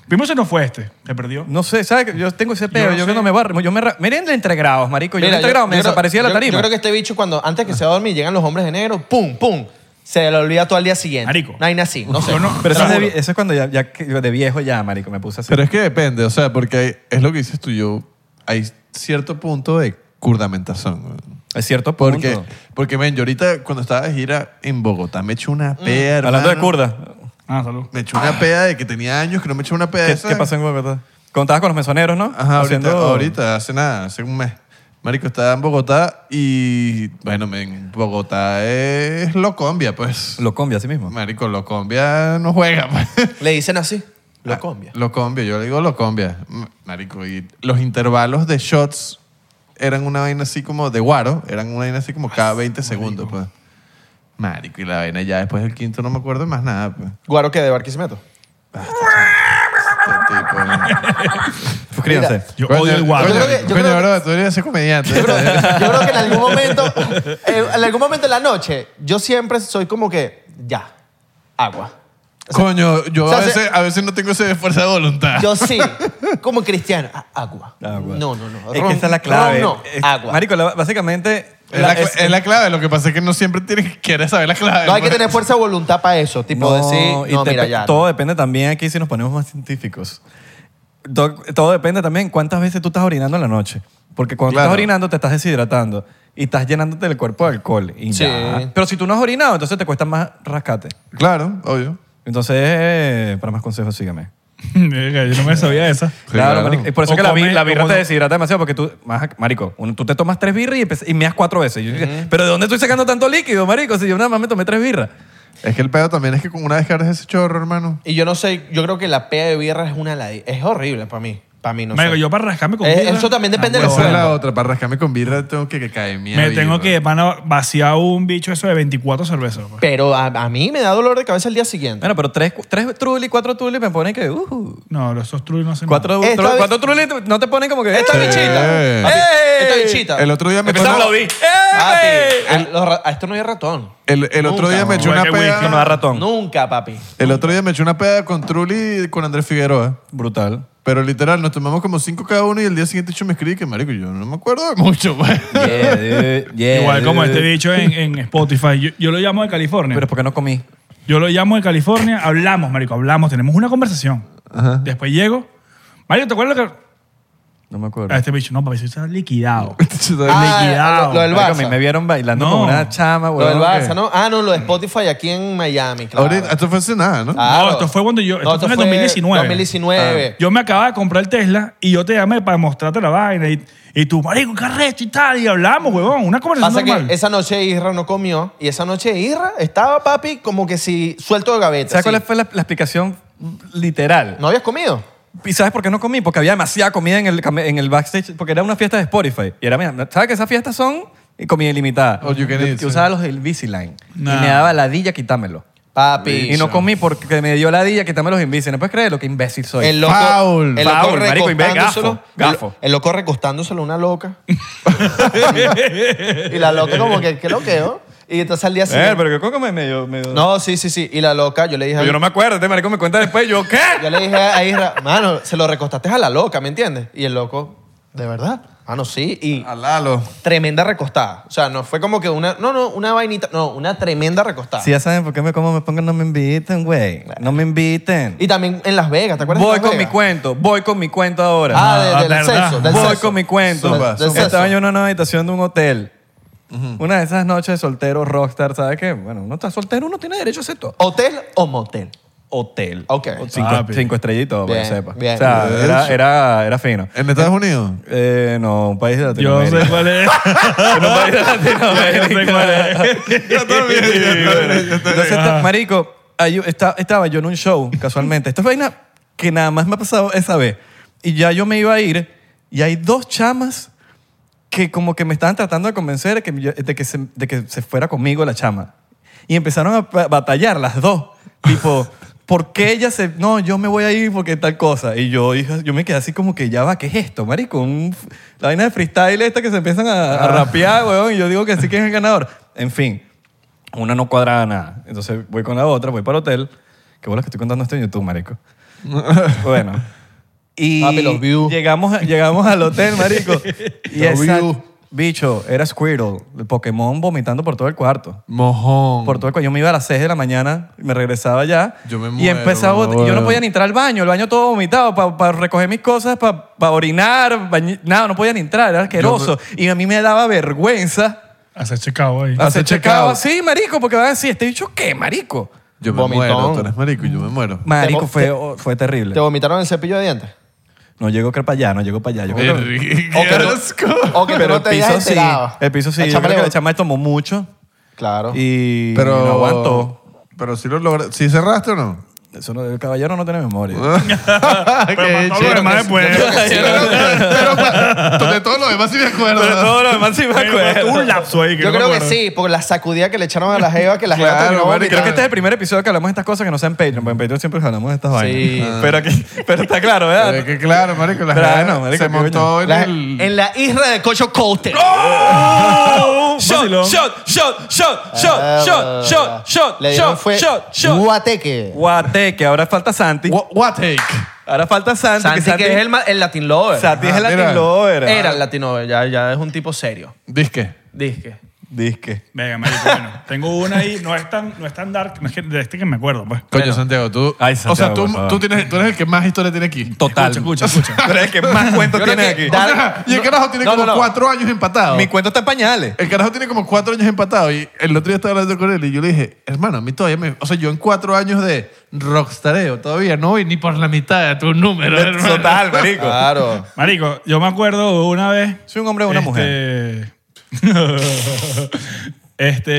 [SPEAKER 1] Primero se nos fue este. Se perdió.
[SPEAKER 3] No sé, ¿sabes? que Yo tengo ese pedo.
[SPEAKER 1] Yo
[SPEAKER 3] Yo,
[SPEAKER 1] no
[SPEAKER 3] que
[SPEAKER 1] sé.
[SPEAKER 3] no me barro. Yo me ra- Miren el entregrados, marico. Yo
[SPEAKER 2] Mira,
[SPEAKER 3] en entregrados me
[SPEAKER 2] creo-
[SPEAKER 3] desaparecía de la
[SPEAKER 2] yo-
[SPEAKER 3] tarima.
[SPEAKER 2] Yo creo que este bicho, cuando antes que se va a dormir, llegan los hombres de negro, pum, pum. Se le olvida todo al día siguiente.
[SPEAKER 1] Marico.
[SPEAKER 2] No hay nada así, no sé.
[SPEAKER 1] Yo no-
[SPEAKER 3] Pero eso es, de,
[SPEAKER 1] Seguro.
[SPEAKER 3] vie- eso es cuando ya, ya que- de viejo ya, marico, me puse así.
[SPEAKER 4] Pero es que depende, o sea, porque hay- es lo que dices tú, yo, hay cierto punto de curdamentación. weón.
[SPEAKER 3] es cierto punto.
[SPEAKER 4] Porque, porque men, yo ahorita cuando estaba de gira en Bogotá me eché una pea,
[SPEAKER 3] Mm. Hablando de
[SPEAKER 4] hermano.
[SPEAKER 3] kurda.
[SPEAKER 1] Ah, salud.
[SPEAKER 4] Me eché una pea de que tenía años que no me eché una pea de
[SPEAKER 3] ¿Qué,
[SPEAKER 4] esa.
[SPEAKER 3] qué pasó en Bogotá? Contabas con los mesoneros, ¿no?
[SPEAKER 4] Ajá, ahorita,
[SPEAKER 3] Haciendo-
[SPEAKER 4] ahorita, hace nada, hace un mes. Marico, estaba en Bogotá y, bueno, men, Bogotá es Locombia, pues.
[SPEAKER 3] Lo combi así mismo.
[SPEAKER 4] Marico, Locombia no juega, pues.
[SPEAKER 2] Le dicen así.
[SPEAKER 4] Ah.
[SPEAKER 2] Lo combia.
[SPEAKER 4] Lo combia, yo le digo lo combia. Mm, Marico, y los intervalos de shots eran una vaina así como de guaro, eran una vaina así como
[SPEAKER 1] Ah,
[SPEAKER 4] cada 20 segundos, pues. Marico, y la vaina ya después del quinto no me acuerdo más nada, pues.
[SPEAKER 2] Guaro que de Barquisimeto.
[SPEAKER 4] Este tipo, ¿no?
[SPEAKER 3] Suscríbanse.
[SPEAKER 2] Mira,
[SPEAKER 1] Yo
[SPEAKER 4] Coño,
[SPEAKER 1] odio el guaro.
[SPEAKER 4] coño,
[SPEAKER 2] Yo creo que- yo
[SPEAKER 4] coño,
[SPEAKER 2] creo que-
[SPEAKER 4] bro, tú deberías ser comediante.
[SPEAKER 2] Yo creo, yo creo que en algún momento, eh, en algún momento de la noche, yo siempre soy como que, ya, agua.
[SPEAKER 4] Coño, yo
[SPEAKER 2] O sea,
[SPEAKER 4] a,
[SPEAKER 2] se-
[SPEAKER 4] veces, a veces no tengo esa fuerza de voluntad.
[SPEAKER 2] Yo sí, como cristiano, ah, agua.
[SPEAKER 3] Agua.
[SPEAKER 2] No, no, no.
[SPEAKER 3] Es
[SPEAKER 2] Ron-
[SPEAKER 3] que esa es la clave.
[SPEAKER 2] ron no,
[SPEAKER 3] Es-
[SPEAKER 2] agua.
[SPEAKER 3] Marico, la- básicamente...
[SPEAKER 4] es, la,
[SPEAKER 3] la-
[SPEAKER 4] cla-
[SPEAKER 3] es-
[SPEAKER 4] es la clave, lo que pasa es que no siempre tienes, quieres saber la clave.
[SPEAKER 2] no hay que
[SPEAKER 4] pues.
[SPEAKER 2] tener fuerza de voluntad para eso. Tipo, decir,
[SPEAKER 3] y
[SPEAKER 2] no,
[SPEAKER 3] te-
[SPEAKER 2] mira, ya.
[SPEAKER 3] Todo depende también aquí si nos ponemos más científicos. To- todo depende también cuántas veces tú estás orinando en la noche. Porque cuando tú
[SPEAKER 4] Claro.
[SPEAKER 3] estás orinando te estás deshidratando y estás llenándote el cuerpo de alcohol. Y
[SPEAKER 2] Sí.
[SPEAKER 3] ya. Pero si tú no has orinado, entonces te cuesta más rascate.
[SPEAKER 4] Claro, obvio.
[SPEAKER 3] Entonces, eh, para más consejos, sígueme.
[SPEAKER 1] Verga, yo no me sabía esa.
[SPEAKER 4] Sí,
[SPEAKER 3] claro, eh.
[SPEAKER 4] claro.
[SPEAKER 3] marico. Y por eso
[SPEAKER 1] O
[SPEAKER 3] es que la, bi-
[SPEAKER 1] come-
[SPEAKER 3] la birra
[SPEAKER 1] o
[SPEAKER 3] te
[SPEAKER 1] come-
[SPEAKER 3] deshidrata demasiado porque tú, más- marico, uno- tú te tomas tres birras y, empiezas- y meas cuatro veces. Y yo dije, Pero ¿de dónde estoy sacando tanto líquido, marico? Si yo nada más me tomé tres birras.
[SPEAKER 4] Es que el pedo también es que con una vez que abres ese chorro, hermano,
[SPEAKER 2] Y yo no sé, yo creo que la pea de birra es una ladi- es horrible para mí. Para mí no
[SPEAKER 1] Marico,
[SPEAKER 2] sé.
[SPEAKER 1] yo para rascarme con
[SPEAKER 2] Eh,
[SPEAKER 1] birra,
[SPEAKER 2] eso también depende de
[SPEAKER 1] abuelo,
[SPEAKER 2] los
[SPEAKER 4] Esa es la
[SPEAKER 2] sueldos.
[SPEAKER 4] otra. Para rascarme con birra tengo que, que caer mierda.
[SPEAKER 1] Me tengo que de pana, vaciar un bicho eso de 24 cervezas. pues.
[SPEAKER 2] Pero a, a mí me da dolor de cabeza el día siguiente.
[SPEAKER 3] Bueno, pero tres, tres trulis, cuatro trulis me ponen que. Uh,
[SPEAKER 1] No, esos trucos no hacen
[SPEAKER 3] cuatro,
[SPEAKER 2] Esta
[SPEAKER 3] tru-
[SPEAKER 2] vez-
[SPEAKER 3] cuatro trulis no te ponen como que.
[SPEAKER 2] Esta
[SPEAKER 3] "Eh".
[SPEAKER 2] bichita.
[SPEAKER 4] Eh.
[SPEAKER 2] Papi, Esta
[SPEAKER 3] ¡Ey!
[SPEAKER 2] bichita.
[SPEAKER 4] El otro día me
[SPEAKER 3] Empezamos a
[SPEAKER 4] tocó-
[SPEAKER 3] aplaudir.
[SPEAKER 2] Papi,
[SPEAKER 3] ¡Eh!
[SPEAKER 2] a, los ra- a esto no hay ratón.
[SPEAKER 4] El, el otro
[SPEAKER 2] Nunca,
[SPEAKER 4] día me
[SPEAKER 2] no.
[SPEAKER 4] echó
[SPEAKER 1] Igual
[SPEAKER 4] una
[SPEAKER 1] que whisky,
[SPEAKER 4] peda.
[SPEAKER 3] No da ratón.
[SPEAKER 2] Nunca, papi.
[SPEAKER 4] El otro día me echó una peda con Trulli y con Andrés Figueroa.
[SPEAKER 3] Brutal.
[SPEAKER 4] Pero literal, nos tomamos como cinco cada uno y el día siguiente yo me escribí que, marico, yo no me acuerdo de mucho, pues. güey.
[SPEAKER 3] Yeah, dude. Yeah,
[SPEAKER 1] Igual como
[SPEAKER 3] dude.
[SPEAKER 1] este bicho en, en Spotify. Yo, yo lo llamo de California.
[SPEAKER 3] Pero ¿por qué no comí?
[SPEAKER 1] Yo lo llamo de California. Hablamos, marico, hablamos. Tenemos una conversación. Después llego. Marico, ¿te acuerdas lo que...?
[SPEAKER 3] No me acuerdo.
[SPEAKER 1] A este bicho, no, papi, eso está liquidado.
[SPEAKER 2] Ah,
[SPEAKER 1] liquidado.
[SPEAKER 2] lo, lo del
[SPEAKER 3] Marico, a mí me
[SPEAKER 2] Barça.
[SPEAKER 3] vieron bailando
[SPEAKER 1] No.
[SPEAKER 3] con una chama,
[SPEAKER 2] Lo del
[SPEAKER 3] weón. que-
[SPEAKER 2] Barça, ¿no? Ah, no, lo de Spotify aquí en Miami, claro. Ah,
[SPEAKER 4] Ahorita, esto fue hace nada, ¿no?
[SPEAKER 2] Claro.
[SPEAKER 1] No, esto fue cuando yo- esto fue en el 2019.
[SPEAKER 2] 2019.
[SPEAKER 1] Ah. Yo me acababa de comprar el Tesla y yo te llamé para mostrarte la vaina. Y, y tú, marico, ¿qué arrecho y tal? Y hablamos, huevón. Una conversación
[SPEAKER 2] Pasa
[SPEAKER 1] normal.
[SPEAKER 2] que esa noche Isra no comió y esa noche Isra estaba, papi, como que si suelto de gaveta.
[SPEAKER 3] ¿Sabes
[SPEAKER 2] así.
[SPEAKER 3] cuál fue la, la explicación literal?
[SPEAKER 2] ¿No habías comido?
[SPEAKER 3] ¿Y sabes por qué no comí? Porque había demasiada comida en el, cam- en el backstage, porque era una fiesta de Spotify. Y era, mira, ¿sabes que esas fiestas son comida ilimitada?
[SPEAKER 4] All you can
[SPEAKER 3] Yo-
[SPEAKER 4] eat,
[SPEAKER 3] yo
[SPEAKER 4] sí.
[SPEAKER 3] usaba los del Invisalign.
[SPEAKER 1] Nah.
[SPEAKER 3] Y me daba ladilla quitármelo.
[SPEAKER 2] Papi.
[SPEAKER 3] Y no comí porque me dio ladilla quitarme los Invisalign. ¿No puedes creer lo que imbécil soy?
[SPEAKER 2] El loco,
[SPEAKER 4] Foul.
[SPEAKER 2] el loco
[SPEAKER 3] Foul, marico, y ve,
[SPEAKER 2] recostándoselo.
[SPEAKER 3] gafo, gafo.
[SPEAKER 2] El, el loco recostándoselo a una loca. y la loca como que, ¿qué loqueo? Y entonces al día
[SPEAKER 3] Eh,
[SPEAKER 2] siguiente...
[SPEAKER 3] pero que coco me, me dio- me dio-
[SPEAKER 2] No, sí, sí, sí. Y la loca, yo le dije... a-
[SPEAKER 3] Yo no me acuerdo, este marico me cuenta después. Yo, ¿qué?
[SPEAKER 2] Yo le dije a Isra, mano, se lo recostaste a la loca, ¿me entiendes? Y el loco, ¿de verdad? Mano, sí. Y
[SPEAKER 4] A Lalo.
[SPEAKER 2] tremenda recostada. O sea, no fue como que una... No, no, una vainita. No, una tremenda recostada.
[SPEAKER 3] Si ya saben por qué me como me pongan, no me inviten, güey. No me inviten.
[SPEAKER 2] Y también en Las Vegas, ¿te acuerdas
[SPEAKER 3] Voy
[SPEAKER 2] de Las
[SPEAKER 3] con mi
[SPEAKER 2] Vegas?
[SPEAKER 3] cuento, voy con mi cuento ahora.
[SPEAKER 2] Ah,
[SPEAKER 1] Ah,
[SPEAKER 2] de- del
[SPEAKER 1] verdad.
[SPEAKER 2] sexo, del
[SPEAKER 3] Voy
[SPEAKER 2] sexo.
[SPEAKER 3] con mi cuento.
[SPEAKER 4] Zumba,
[SPEAKER 2] Del
[SPEAKER 4] zumba.
[SPEAKER 2] sexo.
[SPEAKER 3] Estaba yo en una nueva habitación de un hotel. Una de esas noches de soltero rockstar, ¿sabes qué? Bueno, uno está soltero, uno tiene derecho a hacer todo.
[SPEAKER 2] ¿Hotel o motel?
[SPEAKER 3] Hotel.
[SPEAKER 2] Ok.
[SPEAKER 3] O Cinco,
[SPEAKER 1] Papi.
[SPEAKER 3] cinco estrellitas, para que
[SPEAKER 2] Bien,
[SPEAKER 3] sepa.
[SPEAKER 2] bien.
[SPEAKER 3] O sea,
[SPEAKER 4] Bien.
[SPEAKER 3] era, era, era fino.
[SPEAKER 4] ¿En Estados Unidos?
[SPEAKER 3] Eh, no, un país de
[SPEAKER 1] yo
[SPEAKER 3] Latinoamérica.
[SPEAKER 1] sé cuál es.
[SPEAKER 3] En un país de
[SPEAKER 1] yo sé cuál
[SPEAKER 3] Latinoamérica.
[SPEAKER 1] es.
[SPEAKER 4] Yo también.
[SPEAKER 3] Entonces, esta- marico, ahí yo esta- estaba yo en un show, casualmente. Esta es vaina que nada más me ha pasado esa vez. Y ya yo me iba a ir y hay dos chamas que como que me estaban tratando de convencer de que, yo- de que, se, de que se fuera conmigo la chama. Y empezaron a pa- batallar las dos. Tipo, ¿por qué ella se...? No, yo me voy a ir porque tal cosa. Y yo, hija, yo me quedé así como que ya va, ¿qué es esto, marico? Un f- la vaina de freestyle esta que se empiezan a, a rapear, weón. Y yo digo que sí que es el ganador. En fin, una no cuadraba nada. Entonces voy con la otra, voy para el hotel. Qué bolas que estoy contando esto en YouTube, marico. bueno. Y
[SPEAKER 2] Papi, los views.
[SPEAKER 3] llegamos, llegamos al hotel, marico. y
[SPEAKER 4] Los
[SPEAKER 3] esa,
[SPEAKER 4] views.
[SPEAKER 3] bicho, era Squirtle, el Pokémon vomitando por todo el cuarto.
[SPEAKER 4] Mojón.
[SPEAKER 3] Por todo el cuarto. Yo me iba a las 6 de la mañana, me regresaba ya.
[SPEAKER 4] Yo me
[SPEAKER 3] Y
[SPEAKER 4] muero,
[SPEAKER 3] empezaba a vomitar. Yo no
[SPEAKER 4] weón.
[SPEAKER 3] podía ni entrar al baño, el baño todo vomitado, para recoger mis cosas, para orinar, bañ- nada, no podía ni entrar, era asqueroso. Y a mí me daba vergüenza
[SPEAKER 1] Hacer checado ahí.
[SPEAKER 4] Ah,
[SPEAKER 3] hacer
[SPEAKER 4] Hacer
[SPEAKER 3] checado
[SPEAKER 4] checkout.
[SPEAKER 3] así, marico, porque van a decir, este bicho, ¿qué, marico?
[SPEAKER 4] Yo me
[SPEAKER 2] Vomitón.
[SPEAKER 4] muero. Tú eres marico y yo me muero.
[SPEAKER 3] Marico,
[SPEAKER 2] Te-
[SPEAKER 3] fue, oh, fue terrible.
[SPEAKER 2] ¿Te vomitaron el cepillo de dientes?
[SPEAKER 3] No llegó que para allá, no llegó para allá. Yo creo que-
[SPEAKER 4] Qué
[SPEAKER 2] O que no- O que tú
[SPEAKER 3] pero
[SPEAKER 2] no
[SPEAKER 3] el
[SPEAKER 2] te
[SPEAKER 3] piso
[SPEAKER 2] hayas
[SPEAKER 3] sí,
[SPEAKER 2] enterado.
[SPEAKER 3] el piso sí.
[SPEAKER 2] La
[SPEAKER 3] Yo
[SPEAKER 2] chama
[SPEAKER 3] creo que
[SPEAKER 2] le-
[SPEAKER 3] la chama tomó mucho
[SPEAKER 2] Claro.
[SPEAKER 3] y
[SPEAKER 4] Pero
[SPEAKER 3] no aguantó.
[SPEAKER 4] Pero si lo lograste. ¿Si cerraste o no?
[SPEAKER 3] Eso no- el caballero no tiene memoria.
[SPEAKER 1] Pero
[SPEAKER 4] Qué
[SPEAKER 1] más todo lo
[SPEAKER 4] chévere.
[SPEAKER 1] demás después.
[SPEAKER 4] Pero pero, de todo lo demás sí me acuerdo.
[SPEAKER 3] lo demás sí me
[SPEAKER 1] Tuvo un lapso ahí. no
[SPEAKER 2] Yo
[SPEAKER 1] me
[SPEAKER 2] creo que
[SPEAKER 1] acuerdo.
[SPEAKER 2] sí, por la sacudida que le echaron a la jeva, que la jeva
[SPEAKER 4] Claro,
[SPEAKER 2] terminó
[SPEAKER 4] marico,
[SPEAKER 3] Creo que
[SPEAKER 2] vomitando.
[SPEAKER 3] este es el primer episodio que hablamos de estas cosas que no sea en Patreon, porque en Patreon siempre hablamos de estas
[SPEAKER 2] Sí.
[SPEAKER 3] vainas. Pero, aquí- pero está claro, ¿verdad?
[SPEAKER 4] Pero es que claro, marico, la
[SPEAKER 3] Pero,
[SPEAKER 4] jeva
[SPEAKER 3] no, marico,
[SPEAKER 4] se
[SPEAKER 3] qué coño.
[SPEAKER 4] montó en
[SPEAKER 2] La-
[SPEAKER 4] el...
[SPEAKER 2] En la isla de Cocho Cote.
[SPEAKER 3] Shot,
[SPEAKER 1] Vacilón.
[SPEAKER 3] shot, shot, shot,
[SPEAKER 2] Ah,
[SPEAKER 3] shot, shot, shot, shot,
[SPEAKER 2] Le dieron
[SPEAKER 3] shot,
[SPEAKER 2] fue
[SPEAKER 3] shot, shot.
[SPEAKER 2] guateque.
[SPEAKER 3] Guate, que ahora falta Santi.
[SPEAKER 4] What, what take?
[SPEAKER 3] Ahora falta Santi.
[SPEAKER 2] Santi, que es el, ma- el Latin Lover.
[SPEAKER 3] Santi es
[SPEAKER 4] Ajá,
[SPEAKER 3] el
[SPEAKER 4] mira.
[SPEAKER 3] Latin Lover. ah.
[SPEAKER 2] Era el Latin Lover, ya, ya es un tipo serio.
[SPEAKER 4] Disque.
[SPEAKER 2] Disque.
[SPEAKER 3] Disque.
[SPEAKER 1] Venga, marico, bueno. Tengo una ahí. No es tan, no es tan dark. No es que, de este que me acuerdo, pues.
[SPEAKER 4] Coño, Santiago, tú...
[SPEAKER 3] Ay,
[SPEAKER 4] o sea,
[SPEAKER 3] Santiago,
[SPEAKER 4] tú,
[SPEAKER 3] por favor.
[SPEAKER 4] tú, tienes, tú eres el que más historia tiene aquí.
[SPEAKER 3] Total.
[SPEAKER 1] Escucha, escucha, escucha.
[SPEAKER 3] Pero es que más cuentos
[SPEAKER 2] Yo creo
[SPEAKER 3] tienes
[SPEAKER 2] que
[SPEAKER 3] aquí.
[SPEAKER 2] da-
[SPEAKER 4] O sea, y el
[SPEAKER 2] No,
[SPEAKER 4] carajo tiene
[SPEAKER 2] no,
[SPEAKER 4] como
[SPEAKER 2] no, no.
[SPEAKER 4] cuatro años empatado.
[SPEAKER 3] Mi cuento está en pañales.
[SPEAKER 4] El carajo tiene como cuatro años empatado y el otro día estaba hablando con él y yo le dije, hermano, a mí todavía me... O sea, yo en cuatro años de rockstareo todavía no voy ni por la mitad de tu número, hermano.
[SPEAKER 3] Total, marico.
[SPEAKER 2] Claro.
[SPEAKER 1] Marico, yo me acuerdo una vez.
[SPEAKER 3] Soy un hombre o una mujer.
[SPEAKER 1] este,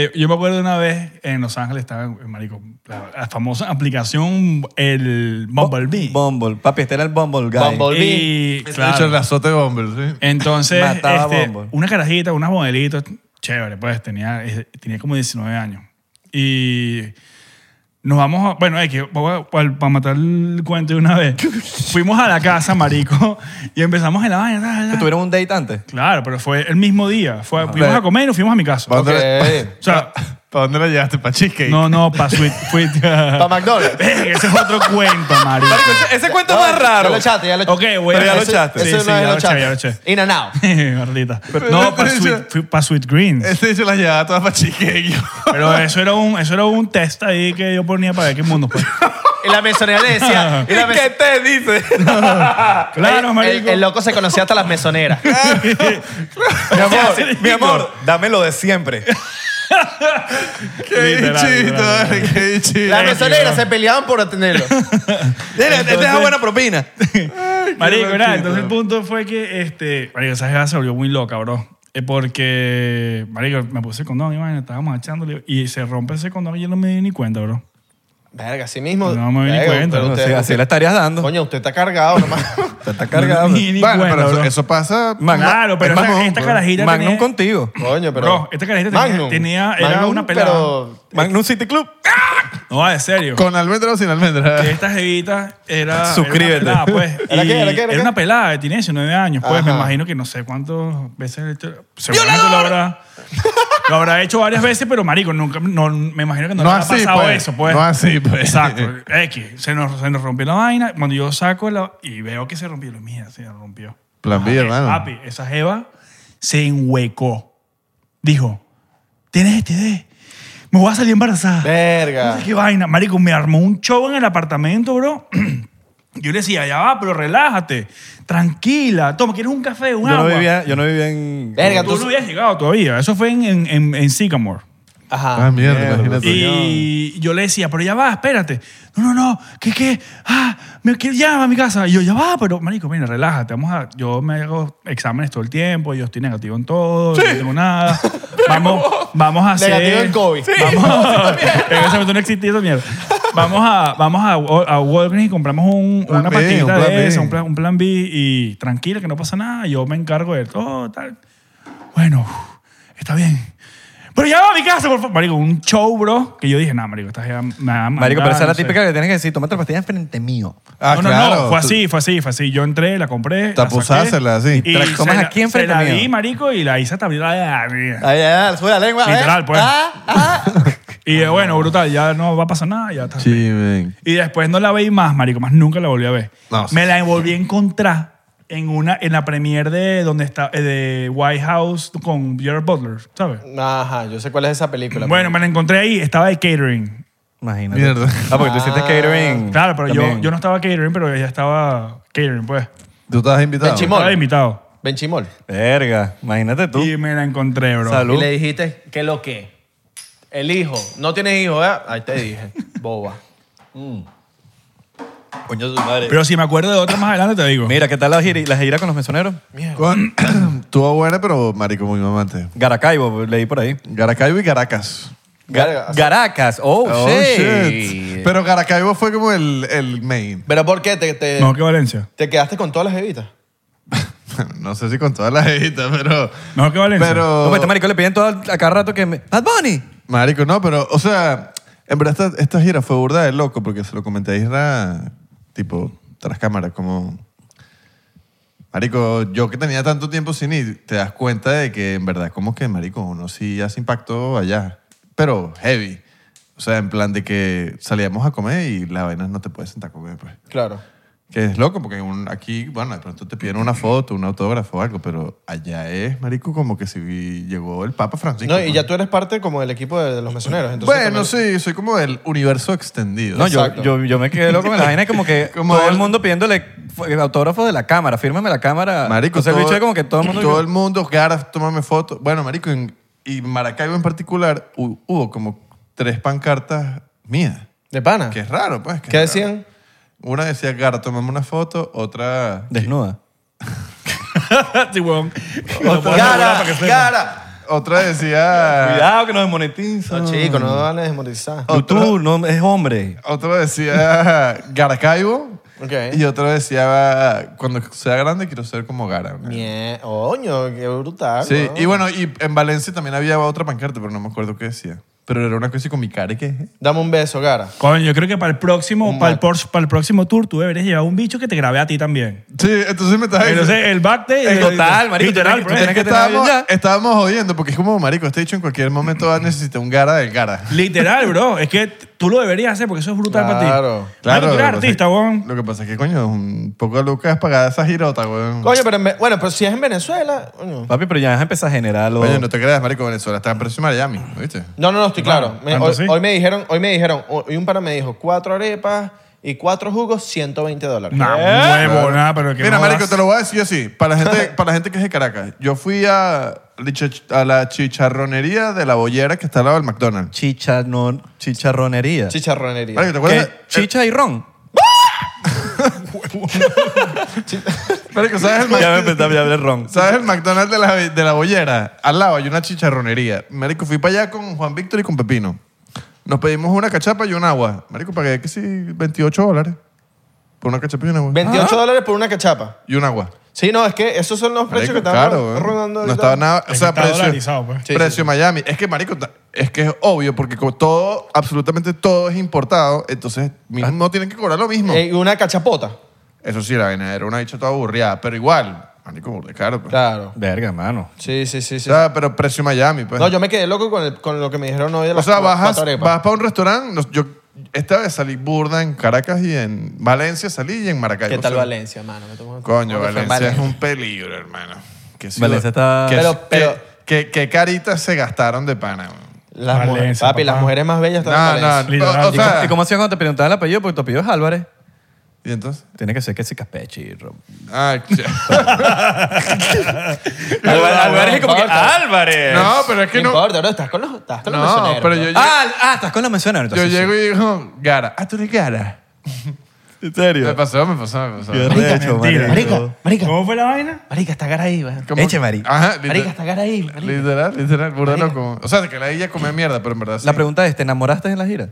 [SPEAKER 1] Este, yo me acuerdo una vez en Los Ángeles estaba, en- marico, la, la famosa aplicación, el Bumblebee.
[SPEAKER 3] Bumble. Papi, este era el Bumble guy.
[SPEAKER 2] Bumble.
[SPEAKER 1] y,
[SPEAKER 4] De hecho, el
[SPEAKER 1] claro,
[SPEAKER 4] azote de Bumble, sí.
[SPEAKER 1] entonces,
[SPEAKER 3] Mataba
[SPEAKER 1] este,
[SPEAKER 3] Bumble.
[SPEAKER 1] una carajita, unas modelitos, chévere, pues tenía, eh, tenía como 19 años. Y nos vamos, a, bueno, para matar el cuento de una vez, fuimos a la casa, marico, y empezamos en la baña. ta, ta, ta.
[SPEAKER 3] Que tuvieron un date antes.
[SPEAKER 1] Claro, pero fue el mismo día. Fue, fuimos
[SPEAKER 4] Pero-
[SPEAKER 1] a comer y nos fuimos a mi casa.
[SPEAKER 4] ¿Para Ah,
[SPEAKER 2] Ok.
[SPEAKER 4] dónde,
[SPEAKER 1] O sea,
[SPEAKER 4] Eh, para dónde la llevaste? ¿Para Cheesecake?
[SPEAKER 1] no, no, para Sweet. Sweet
[SPEAKER 2] Para McDonald's.
[SPEAKER 1] Verga, ese es otro cuento, marico.
[SPEAKER 3] Ese, ese cuento es
[SPEAKER 2] No,
[SPEAKER 3] más raro.
[SPEAKER 2] Ya lo echaste, ya lo
[SPEAKER 1] Ok, voy a-
[SPEAKER 2] Pero
[SPEAKER 3] ya lo
[SPEAKER 2] ese-
[SPEAKER 3] echaste.
[SPEAKER 2] ese
[SPEAKER 1] Sí, sí,
[SPEAKER 2] no es
[SPEAKER 1] ya
[SPEAKER 2] lo
[SPEAKER 1] lo eché,
[SPEAKER 2] echaste.
[SPEAKER 1] ya lo eché.
[SPEAKER 2] In and out.
[SPEAKER 1] Gordita. No, para Sweet, fui pa' Sweet Greens.
[SPEAKER 4] Este dicho la llevaba toda para Cheesecake.
[SPEAKER 1] Pero eso era, un, eso era un test ahí que yo ponía para ver qué mundo pues. fue.
[SPEAKER 2] Y la mesonera le decía... y la mes-
[SPEAKER 3] ¿Qué te dice?
[SPEAKER 1] Claro,
[SPEAKER 2] el-
[SPEAKER 1] marico.
[SPEAKER 2] el, loco se conocía hasta las mesoneras.
[SPEAKER 3] mi amor,
[SPEAKER 1] Sí, sí,
[SPEAKER 3] mi amor, dame lo de siempre.
[SPEAKER 4] Qué
[SPEAKER 1] Literal,
[SPEAKER 4] chito,
[SPEAKER 1] literal.
[SPEAKER 4] vale, qué chito.
[SPEAKER 2] Las mesoneras se peleaban por atenderlo.
[SPEAKER 3] Mira, te deja buena propina.
[SPEAKER 1] Marico,
[SPEAKER 4] Qué
[SPEAKER 1] nada,
[SPEAKER 4] loquito.
[SPEAKER 1] entonces el punto fue que este, marico, esa jeva se volvió muy loca, bro. Eh, Porque, marico, me puse el condón y vaina, estábamos echándole y se rompe ese condón y yo no me di ni cuenta, bro.
[SPEAKER 2] Verga, así mismo.
[SPEAKER 1] No me di
[SPEAKER 2] Verga,
[SPEAKER 1] cuenta,
[SPEAKER 2] pero
[SPEAKER 1] no,
[SPEAKER 2] usted-
[SPEAKER 3] Así, así la estarías dando.
[SPEAKER 2] Coño, usted está cargado, nomás.
[SPEAKER 3] está cargado.
[SPEAKER 1] Ni, ni
[SPEAKER 4] Bueno,
[SPEAKER 1] cuenta,
[SPEAKER 4] pero eso,
[SPEAKER 1] bro.
[SPEAKER 4] eso pasa...
[SPEAKER 3] Magna-
[SPEAKER 1] Claro, pero
[SPEAKER 3] es
[SPEAKER 1] esa- esta carajita
[SPEAKER 3] Magnum
[SPEAKER 1] tenía-
[SPEAKER 3] contigo.
[SPEAKER 2] Coño, pero...
[SPEAKER 1] Bro, esta carajita tenía- tenía- era una pelada.
[SPEAKER 2] pero-
[SPEAKER 3] Magnum City Club.
[SPEAKER 1] No, en serio.
[SPEAKER 4] ¿Con almendra o sin almendra?
[SPEAKER 1] Que esta jevita era.
[SPEAKER 3] Suscríbete.
[SPEAKER 1] Era una pelada, pues.
[SPEAKER 2] ¿Era
[SPEAKER 1] Y
[SPEAKER 2] qué, era qué, era qué?
[SPEAKER 1] una pelada, tenía 19 años, pues. Me
[SPEAKER 2] Ajá.
[SPEAKER 1] imagino que no sé cuántas veces. Seguramente lo habrá. Lo habrá hecho varias veces, pero marico, nunca. No, me imagino que no,
[SPEAKER 4] No
[SPEAKER 1] le ha
[SPEAKER 4] así,
[SPEAKER 1] pasado
[SPEAKER 4] pues.
[SPEAKER 1] eso, pues.
[SPEAKER 4] No así, pues.
[SPEAKER 1] Exacto. X. Se nos, se nos rompió la vaina. Cuando yo saco la. Y veo que se rompió. Lo mía, se rompió.
[SPEAKER 4] Plan B,
[SPEAKER 1] Eh,
[SPEAKER 4] hermano.
[SPEAKER 1] Papi, esa jeva se enhuecó. Dijo: Tienes este de. Me voy a salir embarazada.
[SPEAKER 2] Verga.
[SPEAKER 1] No sé qué vaina. Marico, me armó un show en el apartamento, bro. Yo le decía, ya va, pero relájate. Tranquila. Toma, ¿quieres un café, un
[SPEAKER 3] Yo no,
[SPEAKER 1] agua?
[SPEAKER 3] vivía, yo no vivía en...
[SPEAKER 2] Verga,
[SPEAKER 1] Tú
[SPEAKER 2] tú...
[SPEAKER 1] no habías llegado todavía. Eso fue en, en, en, en Sycamore.
[SPEAKER 2] Ajá.
[SPEAKER 4] Ah, mierda,
[SPEAKER 3] Mierda,
[SPEAKER 4] imagínate.
[SPEAKER 1] Y yo le decía, pero ya va, espérate. No, no, no. ¿Qué, qué? Ah, me quiero ya a mi casa. Y yo, ya va, pero, marico, mira, relájate. Vamos a... Yo me hago exámenes todo el tiempo. Yo estoy negativo en todo. No tengo nada. Vamos, vamos a hacer...
[SPEAKER 2] Negativo en COVID.
[SPEAKER 1] Vamos a, en ese momento no existía esa mierda. Vamos a, vamos a, Wa- a Walgreens y compramos un-
[SPEAKER 4] Plan
[SPEAKER 1] una
[SPEAKER 4] B,
[SPEAKER 1] pastillita
[SPEAKER 4] un plan
[SPEAKER 1] de
[SPEAKER 4] B.
[SPEAKER 1] esa, un plan, un plan B y tranquila, que no pasa nada. Yo me encargo de todo, tal. Bueno, uf, está bien. Pero ya va a mi casa, por favor. Marico, un show, bro, que yo dije, nah, marico, estás ya...
[SPEAKER 3] Marico, pero esa es la típica que tienes que decir, tómate la pastilla enfrente mío.
[SPEAKER 4] Ah,
[SPEAKER 1] no, no,
[SPEAKER 4] claro.
[SPEAKER 1] no, fue así, fue así, fue así. Yo entré, la compré. la saqué,
[SPEAKER 4] Tapuzársela, así.
[SPEAKER 1] Y
[SPEAKER 3] Te la comes
[SPEAKER 1] se la-
[SPEAKER 3] aquí enfrente
[SPEAKER 1] Se la
[SPEAKER 3] mío.
[SPEAKER 1] di, marico, y la hice también.
[SPEAKER 2] Ahí, ahí, sube la lengua. ¿eh?
[SPEAKER 1] Literal, pues.
[SPEAKER 2] Ah, ah.
[SPEAKER 1] Y eh, bueno, brutal, ya no va a pasar nada, ya está.
[SPEAKER 4] Sí, ven.
[SPEAKER 1] Y después no la veí más, marico, más nunca la volví a ver.
[SPEAKER 4] No,
[SPEAKER 1] me la volví a encontrar en una en la premiere de donde está eh, de White House con Gerard Butler, ¿sabes?
[SPEAKER 2] Ajá, yo sé cuál es esa película.
[SPEAKER 1] Bueno, me la encontré ahí, estaba de catering.
[SPEAKER 3] Imagínate.
[SPEAKER 4] Mierda.
[SPEAKER 3] Ah, porque tú hiciste catering.
[SPEAKER 1] Claro, pero yo,
[SPEAKER 3] también.
[SPEAKER 1] yo no estaba catering, pero ella estaba catering, pues.
[SPEAKER 4] ¿Tú estabas invitado?
[SPEAKER 2] El chimón.
[SPEAKER 1] Estaba de invitado.
[SPEAKER 2] Benchimol.
[SPEAKER 3] Verga, imagínate tú.
[SPEAKER 1] Y me la encontré, bro.
[SPEAKER 3] Salud.
[SPEAKER 2] Y le dijiste, ¿qué lo que? El hijo. No tienes hijo, ¿verdad? Ahí te dije. Boba.
[SPEAKER 3] Coño de su madre.
[SPEAKER 1] Pero si me acuerdo de otra más adelante, te digo.
[SPEAKER 3] Mira, ¿qué tal la gira, la gira con los mesoneros?
[SPEAKER 4] Con- Estuvo buena, pero marico, muy mamante.
[SPEAKER 3] Garacaibo, leí por ahí.
[SPEAKER 4] Garacaibo y Caracas.
[SPEAKER 3] Ga-
[SPEAKER 2] Verga.
[SPEAKER 3] Garacas, oh,
[SPEAKER 4] Oh,
[SPEAKER 3] shit.
[SPEAKER 4] shit. Pero Garacaibo fue como el, el main.
[SPEAKER 2] ¿Pero por qué? ¿Te, te,
[SPEAKER 1] No, que Valencia.
[SPEAKER 2] te quedaste con todas las evitas?
[SPEAKER 4] No sé si con todas las editas, pero...
[SPEAKER 1] No, que Valencia.
[SPEAKER 3] No,
[SPEAKER 4] Pero...
[SPEAKER 3] pues este marico le piden todo a cada rato que me... ¡Bad Bunny!
[SPEAKER 4] Marico, no, pero, o sea, en verdad esta, esta gira fue burda de loco porque se lo comenté a Isra, tipo, tras cámara, como... Marico, yo que tenía tanto tiempo sin ir, te das cuenta de que en verdad como que, marico, uno sí hace impacto allá, pero heavy. O sea, en plan de que salíamos a comer y la vaina no te puedes sentar a comer, pues.
[SPEAKER 2] Claro.
[SPEAKER 4] Que es loco, porque un- aquí, bueno, de pronto te piden una foto, un autógrafo o algo, pero allá es, marico, como que si llegó el Papa Francisco.
[SPEAKER 2] No, y
[SPEAKER 4] ¿no?
[SPEAKER 2] ya tú eres parte como del equipo de, de los mesoneros. Entonces
[SPEAKER 4] Bueno,
[SPEAKER 2] también-
[SPEAKER 4] sí, soy como del universo extendido.
[SPEAKER 3] No, yo,
[SPEAKER 2] Exacto.
[SPEAKER 3] yo, yo me quedé loco con la vaina como que
[SPEAKER 4] Como
[SPEAKER 3] todo el
[SPEAKER 4] el-
[SPEAKER 3] mundo pidiéndole fu- el autógrafo de la cámara, fírmame la cámara.
[SPEAKER 4] Marico,
[SPEAKER 3] Ah, o sea, el
[SPEAKER 4] todo-
[SPEAKER 3] bicho es como que todo el mundo...
[SPEAKER 4] Todo el mundo, Gareth, tómame fotos. Bueno, Marico, en- y Maracaibo en particular, hu- hubo como tres pancartas mías.
[SPEAKER 2] ¿De pana?
[SPEAKER 4] Que es raro, pues. que
[SPEAKER 2] ¿Qué
[SPEAKER 4] es raro.
[SPEAKER 2] decían?
[SPEAKER 4] Una decía, Gara, tómame una foto. Otra,
[SPEAKER 3] Desnuda.
[SPEAKER 1] Sí, weón.
[SPEAKER 2] Gara, Gara,
[SPEAKER 4] otra decía.
[SPEAKER 3] Cuidado que nos desmonetiza.
[SPEAKER 2] No, chico, no van a desmonetizar.
[SPEAKER 3] Tú, no, es hombre.
[SPEAKER 4] Otro decía Garacaibo.
[SPEAKER 2] Ok.
[SPEAKER 4] Y otro decía, cuando sea grande quiero ser como Gara. ¿no?
[SPEAKER 2] Mie- Oño, qué brutal.
[SPEAKER 4] Sí,
[SPEAKER 2] weón.
[SPEAKER 4] y bueno, y en Valencia también había otra pancarta, pero no me acuerdo qué decía. Pero era una cosa así con mi cara y qué.
[SPEAKER 2] Dame un beso, cara.
[SPEAKER 1] Coño, yo creo que para el próximo,
[SPEAKER 2] Un
[SPEAKER 1] para el,
[SPEAKER 2] mal.
[SPEAKER 1] por- para el próximo tour, tú deberías llevar un bicho que te grabe a ti también.
[SPEAKER 4] Sí, entonces me estás
[SPEAKER 1] Entonces, el back day.
[SPEAKER 3] Eh,
[SPEAKER 1] el-
[SPEAKER 3] total, marico,
[SPEAKER 1] literal, pues.
[SPEAKER 3] tú
[SPEAKER 1] bro.
[SPEAKER 3] tienes- tú tienes
[SPEAKER 4] Es que
[SPEAKER 3] que tener
[SPEAKER 4] estábamos,
[SPEAKER 3] bien ya.
[SPEAKER 4] estábamos jodiendo porque es como, marico, este dicho en cualquier momento va a necesitar un gara del gara.
[SPEAKER 1] Literal, bro. Es que tú lo deberías hacer porque eso es brutal para ti.
[SPEAKER 2] Claro,
[SPEAKER 1] Claro, tú eres
[SPEAKER 4] lo que pasa
[SPEAKER 1] artista,
[SPEAKER 4] es-
[SPEAKER 1] weón.
[SPEAKER 4] Lo que pasa es que, coño, un poco de lucas para esa girota, weón.
[SPEAKER 2] Coño, pero, en Ve- bueno, pero si es en Venezuela. coño.
[SPEAKER 3] Papi, pero ya empieza a generar los...
[SPEAKER 4] Coño, no te creas, marico, Venezuela está en precio de Miami, ¿no ¿viste?
[SPEAKER 2] No, no, no, estoy claro. Me-
[SPEAKER 1] tanto
[SPEAKER 2] hoy,
[SPEAKER 1] sí.
[SPEAKER 2] hoy me dijeron, hoy me dijeron, hoy un pana me dijo, cuatro arepas y cuatro jugos, 120 dólares. Eh,
[SPEAKER 1] Nah, huevo, nada, pero que
[SPEAKER 4] Mira,
[SPEAKER 1] no
[SPEAKER 4] marico,
[SPEAKER 1] das.
[SPEAKER 4] te lo voy a decir así. Para la gente, para la gente que es de Caracas, yo fui a, a la chicharronería de la bollera que está al lado del McDonald's.
[SPEAKER 3] Chicha, no, chicharronería.
[SPEAKER 2] Chicharronería.
[SPEAKER 4] Marico, ¿te
[SPEAKER 3] ¿Qué?
[SPEAKER 4] acuerdas?
[SPEAKER 3] Chicha y ron.
[SPEAKER 4] Marico, ¿sabes el
[SPEAKER 3] Ya me
[SPEAKER 4] Mc-
[SPEAKER 3] empezó a hablar ron.
[SPEAKER 4] ¿Sabes el McDonald's de la, de la bollera? Al lado hay una chicharronería. Marico, fui para allá con Juan Víctor y con Pepino. Nos pedimos una cachapa y un agua. Marico, pagué que sí 28 dólares por una cachapa y un agua.
[SPEAKER 2] 28 dólares por una cachapa.
[SPEAKER 4] Y un agua.
[SPEAKER 2] Sí, no, es que esos son los precios
[SPEAKER 4] Marico,
[SPEAKER 2] que estaban
[SPEAKER 4] claro,
[SPEAKER 2] rondando
[SPEAKER 4] weón. No
[SPEAKER 2] ahorita.
[SPEAKER 4] estaba nada... O
[SPEAKER 1] que
[SPEAKER 4] sea,
[SPEAKER 1] está dolarizado,
[SPEAKER 4] precio,
[SPEAKER 1] pues.
[SPEAKER 2] Sí,
[SPEAKER 4] precio
[SPEAKER 2] sí, sí.
[SPEAKER 4] Miami. Es que, marico, ta- es que es obvio porque como todo, absolutamente todo es importado, entonces
[SPEAKER 2] Ah.
[SPEAKER 4] no tienen que cobrar lo mismo.
[SPEAKER 2] Eh, una cachapota.
[SPEAKER 4] Eso sí, la vaina era una bicha toda aburrida, pero igual, marico, burda de caro. pues.
[SPEAKER 2] Claro.
[SPEAKER 3] Verga, mano.
[SPEAKER 2] Sí, sí, sí, sí.
[SPEAKER 4] O sea, pero precio Miami, pues.
[SPEAKER 2] no, yo me quedé loco con, el- con lo que me dijeron hoy de
[SPEAKER 4] O
[SPEAKER 2] las
[SPEAKER 4] sea,
[SPEAKER 2] cuatro
[SPEAKER 4] bajas,
[SPEAKER 2] arepas.
[SPEAKER 4] vas para un restaurante. nos- Yo esta vez salí burda en Caracas y en Valencia salí y en Maracaibo.
[SPEAKER 2] ¿Qué tal
[SPEAKER 4] salí.
[SPEAKER 2] Valencia, mano? Me tomo-
[SPEAKER 4] Coño,
[SPEAKER 2] ¿Cómo te fue
[SPEAKER 4] Valencia,
[SPEAKER 2] en
[SPEAKER 4] es un peligro, hermano. Qué ciudad-
[SPEAKER 3] Valencia está-
[SPEAKER 4] qué-
[SPEAKER 2] Pero- pero-
[SPEAKER 4] qué- qué- qué caritas se gastaron de pana. man.
[SPEAKER 2] Las
[SPEAKER 1] Valencia,
[SPEAKER 2] mujeres,
[SPEAKER 1] papá.
[SPEAKER 2] papi, las mujeres más bellas están en
[SPEAKER 4] No,
[SPEAKER 2] Valencia.
[SPEAKER 4] no.
[SPEAKER 1] Literal.
[SPEAKER 4] O
[SPEAKER 3] ¿Y,
[SPEAKER 4] sea,
[SPEAKER 3] cómo, y cómo hacías cuando te preguntaban el apellido? Porque tu apellido es Álvarez.
[SPEAKER 4] ¿Y entonces?
[SPEAKER 3] Tiene que ser que si Caspechi. Ro-
[SPEAKER 4] Ah,
[SPEAKER 3] Álvarez, Álvarez es como que
[SPEAKER 2] importa.
[SPEAKER 3] Álvarez.
[SPEAKER 4] no, pero es
[SPEAKER 2] No
[SPEAKER 4] que no.
[SPEAKER 2] importa, bro, estás con los, estás con los
[SPEAKER 4] No,
[SPEAKER 2] mesoneros,
[SPEAKER 4] pero
[SPEAKER 2] bro.
[SPEAKER 4] yo, yo,
[SPEAKER 3] Ah, ah, estás con la mesona. entonces, sí.
[SPEAKER 4] llego y digo, Gara. Ah, tú eres Gara.
[SPEAKER 3] ¿En
[SPEAKER 4] Me
[SPEAKER 3] serio?
[SPEAKER 4] pasó, me pasó, me pasó.
[SPEAKER 3] Qué
[SPEAKER 1] Marica,
[SPEAKER 3] recho,
[SPEAKER 1] mentira.
[SPEAKER 3] marico.
[SPEAKER 2] marica.
[SPEAKER 1] ¿Cómo fue la vaina?
[SPEAKER 2] Marica, está cara ahí, weón.
[SPEAKER 4] Como-
[SPEAKER 3] Eche, marica.
[SPEAKER 4] Ajá, literal-
[SPEAKER 2] Marica, está cara ahí, marica.
[SPEAKER 4] Literal, literal, burda loco. O sea, que la ella come mierda, pero en verdad sí.
[SPEAKER 3] La pregunta es, ¿te enamoraste en la gira?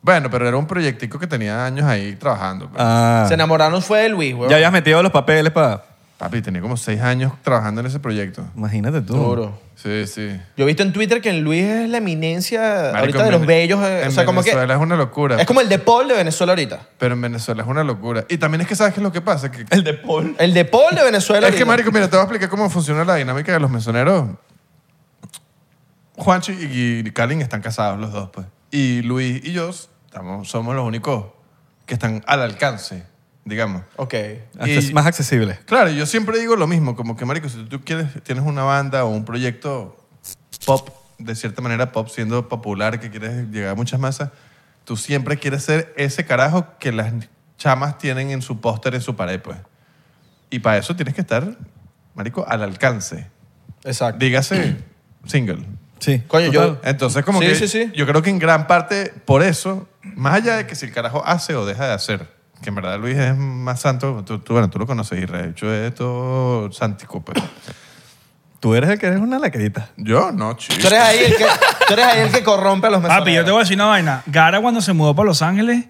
[SPEAKER 4] Bueno, pero era un proyectico que tenía años ahí trabajando. pues.
[SPEAKER 3] Ah.
[SPEAKER 2] Se enamoraron fue de Luis, weón.
[SPEAKER 3] Ya habías metido los papeles para...
[SPEAKER 4] Papi, tenía como seis años trabajando en ese proyecto.
[SPEAKER 3] Imagínate tú.
[SPEAKER 2] Duro.
[SPEAKER 4] Sí, sí.
[SPEAKER 2] Yo he visto en Twitter que en Luis es la eminencia
[SPEAKER 4] Marico,
[SPEAKER 2] ahorita
[SPEAKER 4] en
[SPEAKER 2] de los
[SPEAKER 4] Vene-
[SPEAKER 2] bellos. eh, o
[SPEAKER 4] en
[SPEAKER 2] sea, como que.
[SPEAKER 4] Venezuela es una locura.
[SPEAKER 2] Es como el de Paul de Venezuela ahorita.
[SPEAKER 4] Pero en Venezuela es una locura. Y también es que, ¿sabes qué es lo que pasa? Que,
[SPEAKER 3] El de Paul.
[SPEAKER 2] El de Paul de Venezuela.
[SPEAKER 4] es que,
[SPEAKER 2] ahorita.
[SPEAKER 4] marico, mira, te voy a explicar cómo funciona la dinámica de los mesoneros. Juancho y y Kalin están casados los dos, pues. Y Luis y yo estamos, somos los únicos que están al alcance, digamos.
[SPEAKER 2] Ok.
[SPEAKER 3] Acces-
[SPEAKER 4] Y-
[SPEAKER 3] Más accesible.
[SPEAKER 4] Claro, yo siempre digo lo mismo, como que, marico, si tú quieres, tienes una banda o un proyecto pop, de cierta manera pop, siendo popular, que quieres llegar a muchas masas, tú siempre quieres ser ese carajo que las chamas tienen en su póster, en su pared, pues. Y para eso tienes que estar, marico, al alcance.
[SPEAKER 2] Exacto.
[SPEAKER 4] Dígase single.
[SPEAKER 3] Sí.
[SPEAKER 2] Coño, yo-
[SPEAKER 3] total.
[SPEAKER 4] Entonces, como
[SPEAKER 2] Sí,
[SPEAKER 4] que
[SPEAKER 2] sí, sí.
[SPEAKER 4] yo creo que en gran parte por eso, más allá de que si el carajo hace o deja de hacer, que en verdad Luis es más santo, tú, tú- bueno, tú lo conoces y de hecho es todo sántico, pero
[SPEAKER 3] Tú eres el que eres una lacrita.
[SPEAKER 4] yo no, chico.
[SPEAKER 2] Tú eres, ahí el que, tú eres ahí el que corrompe a los mesoneros.
[SPEAKER 1] Papi, yo te voy a decir una vaina. Gara cuando se mudó para Los Ángeles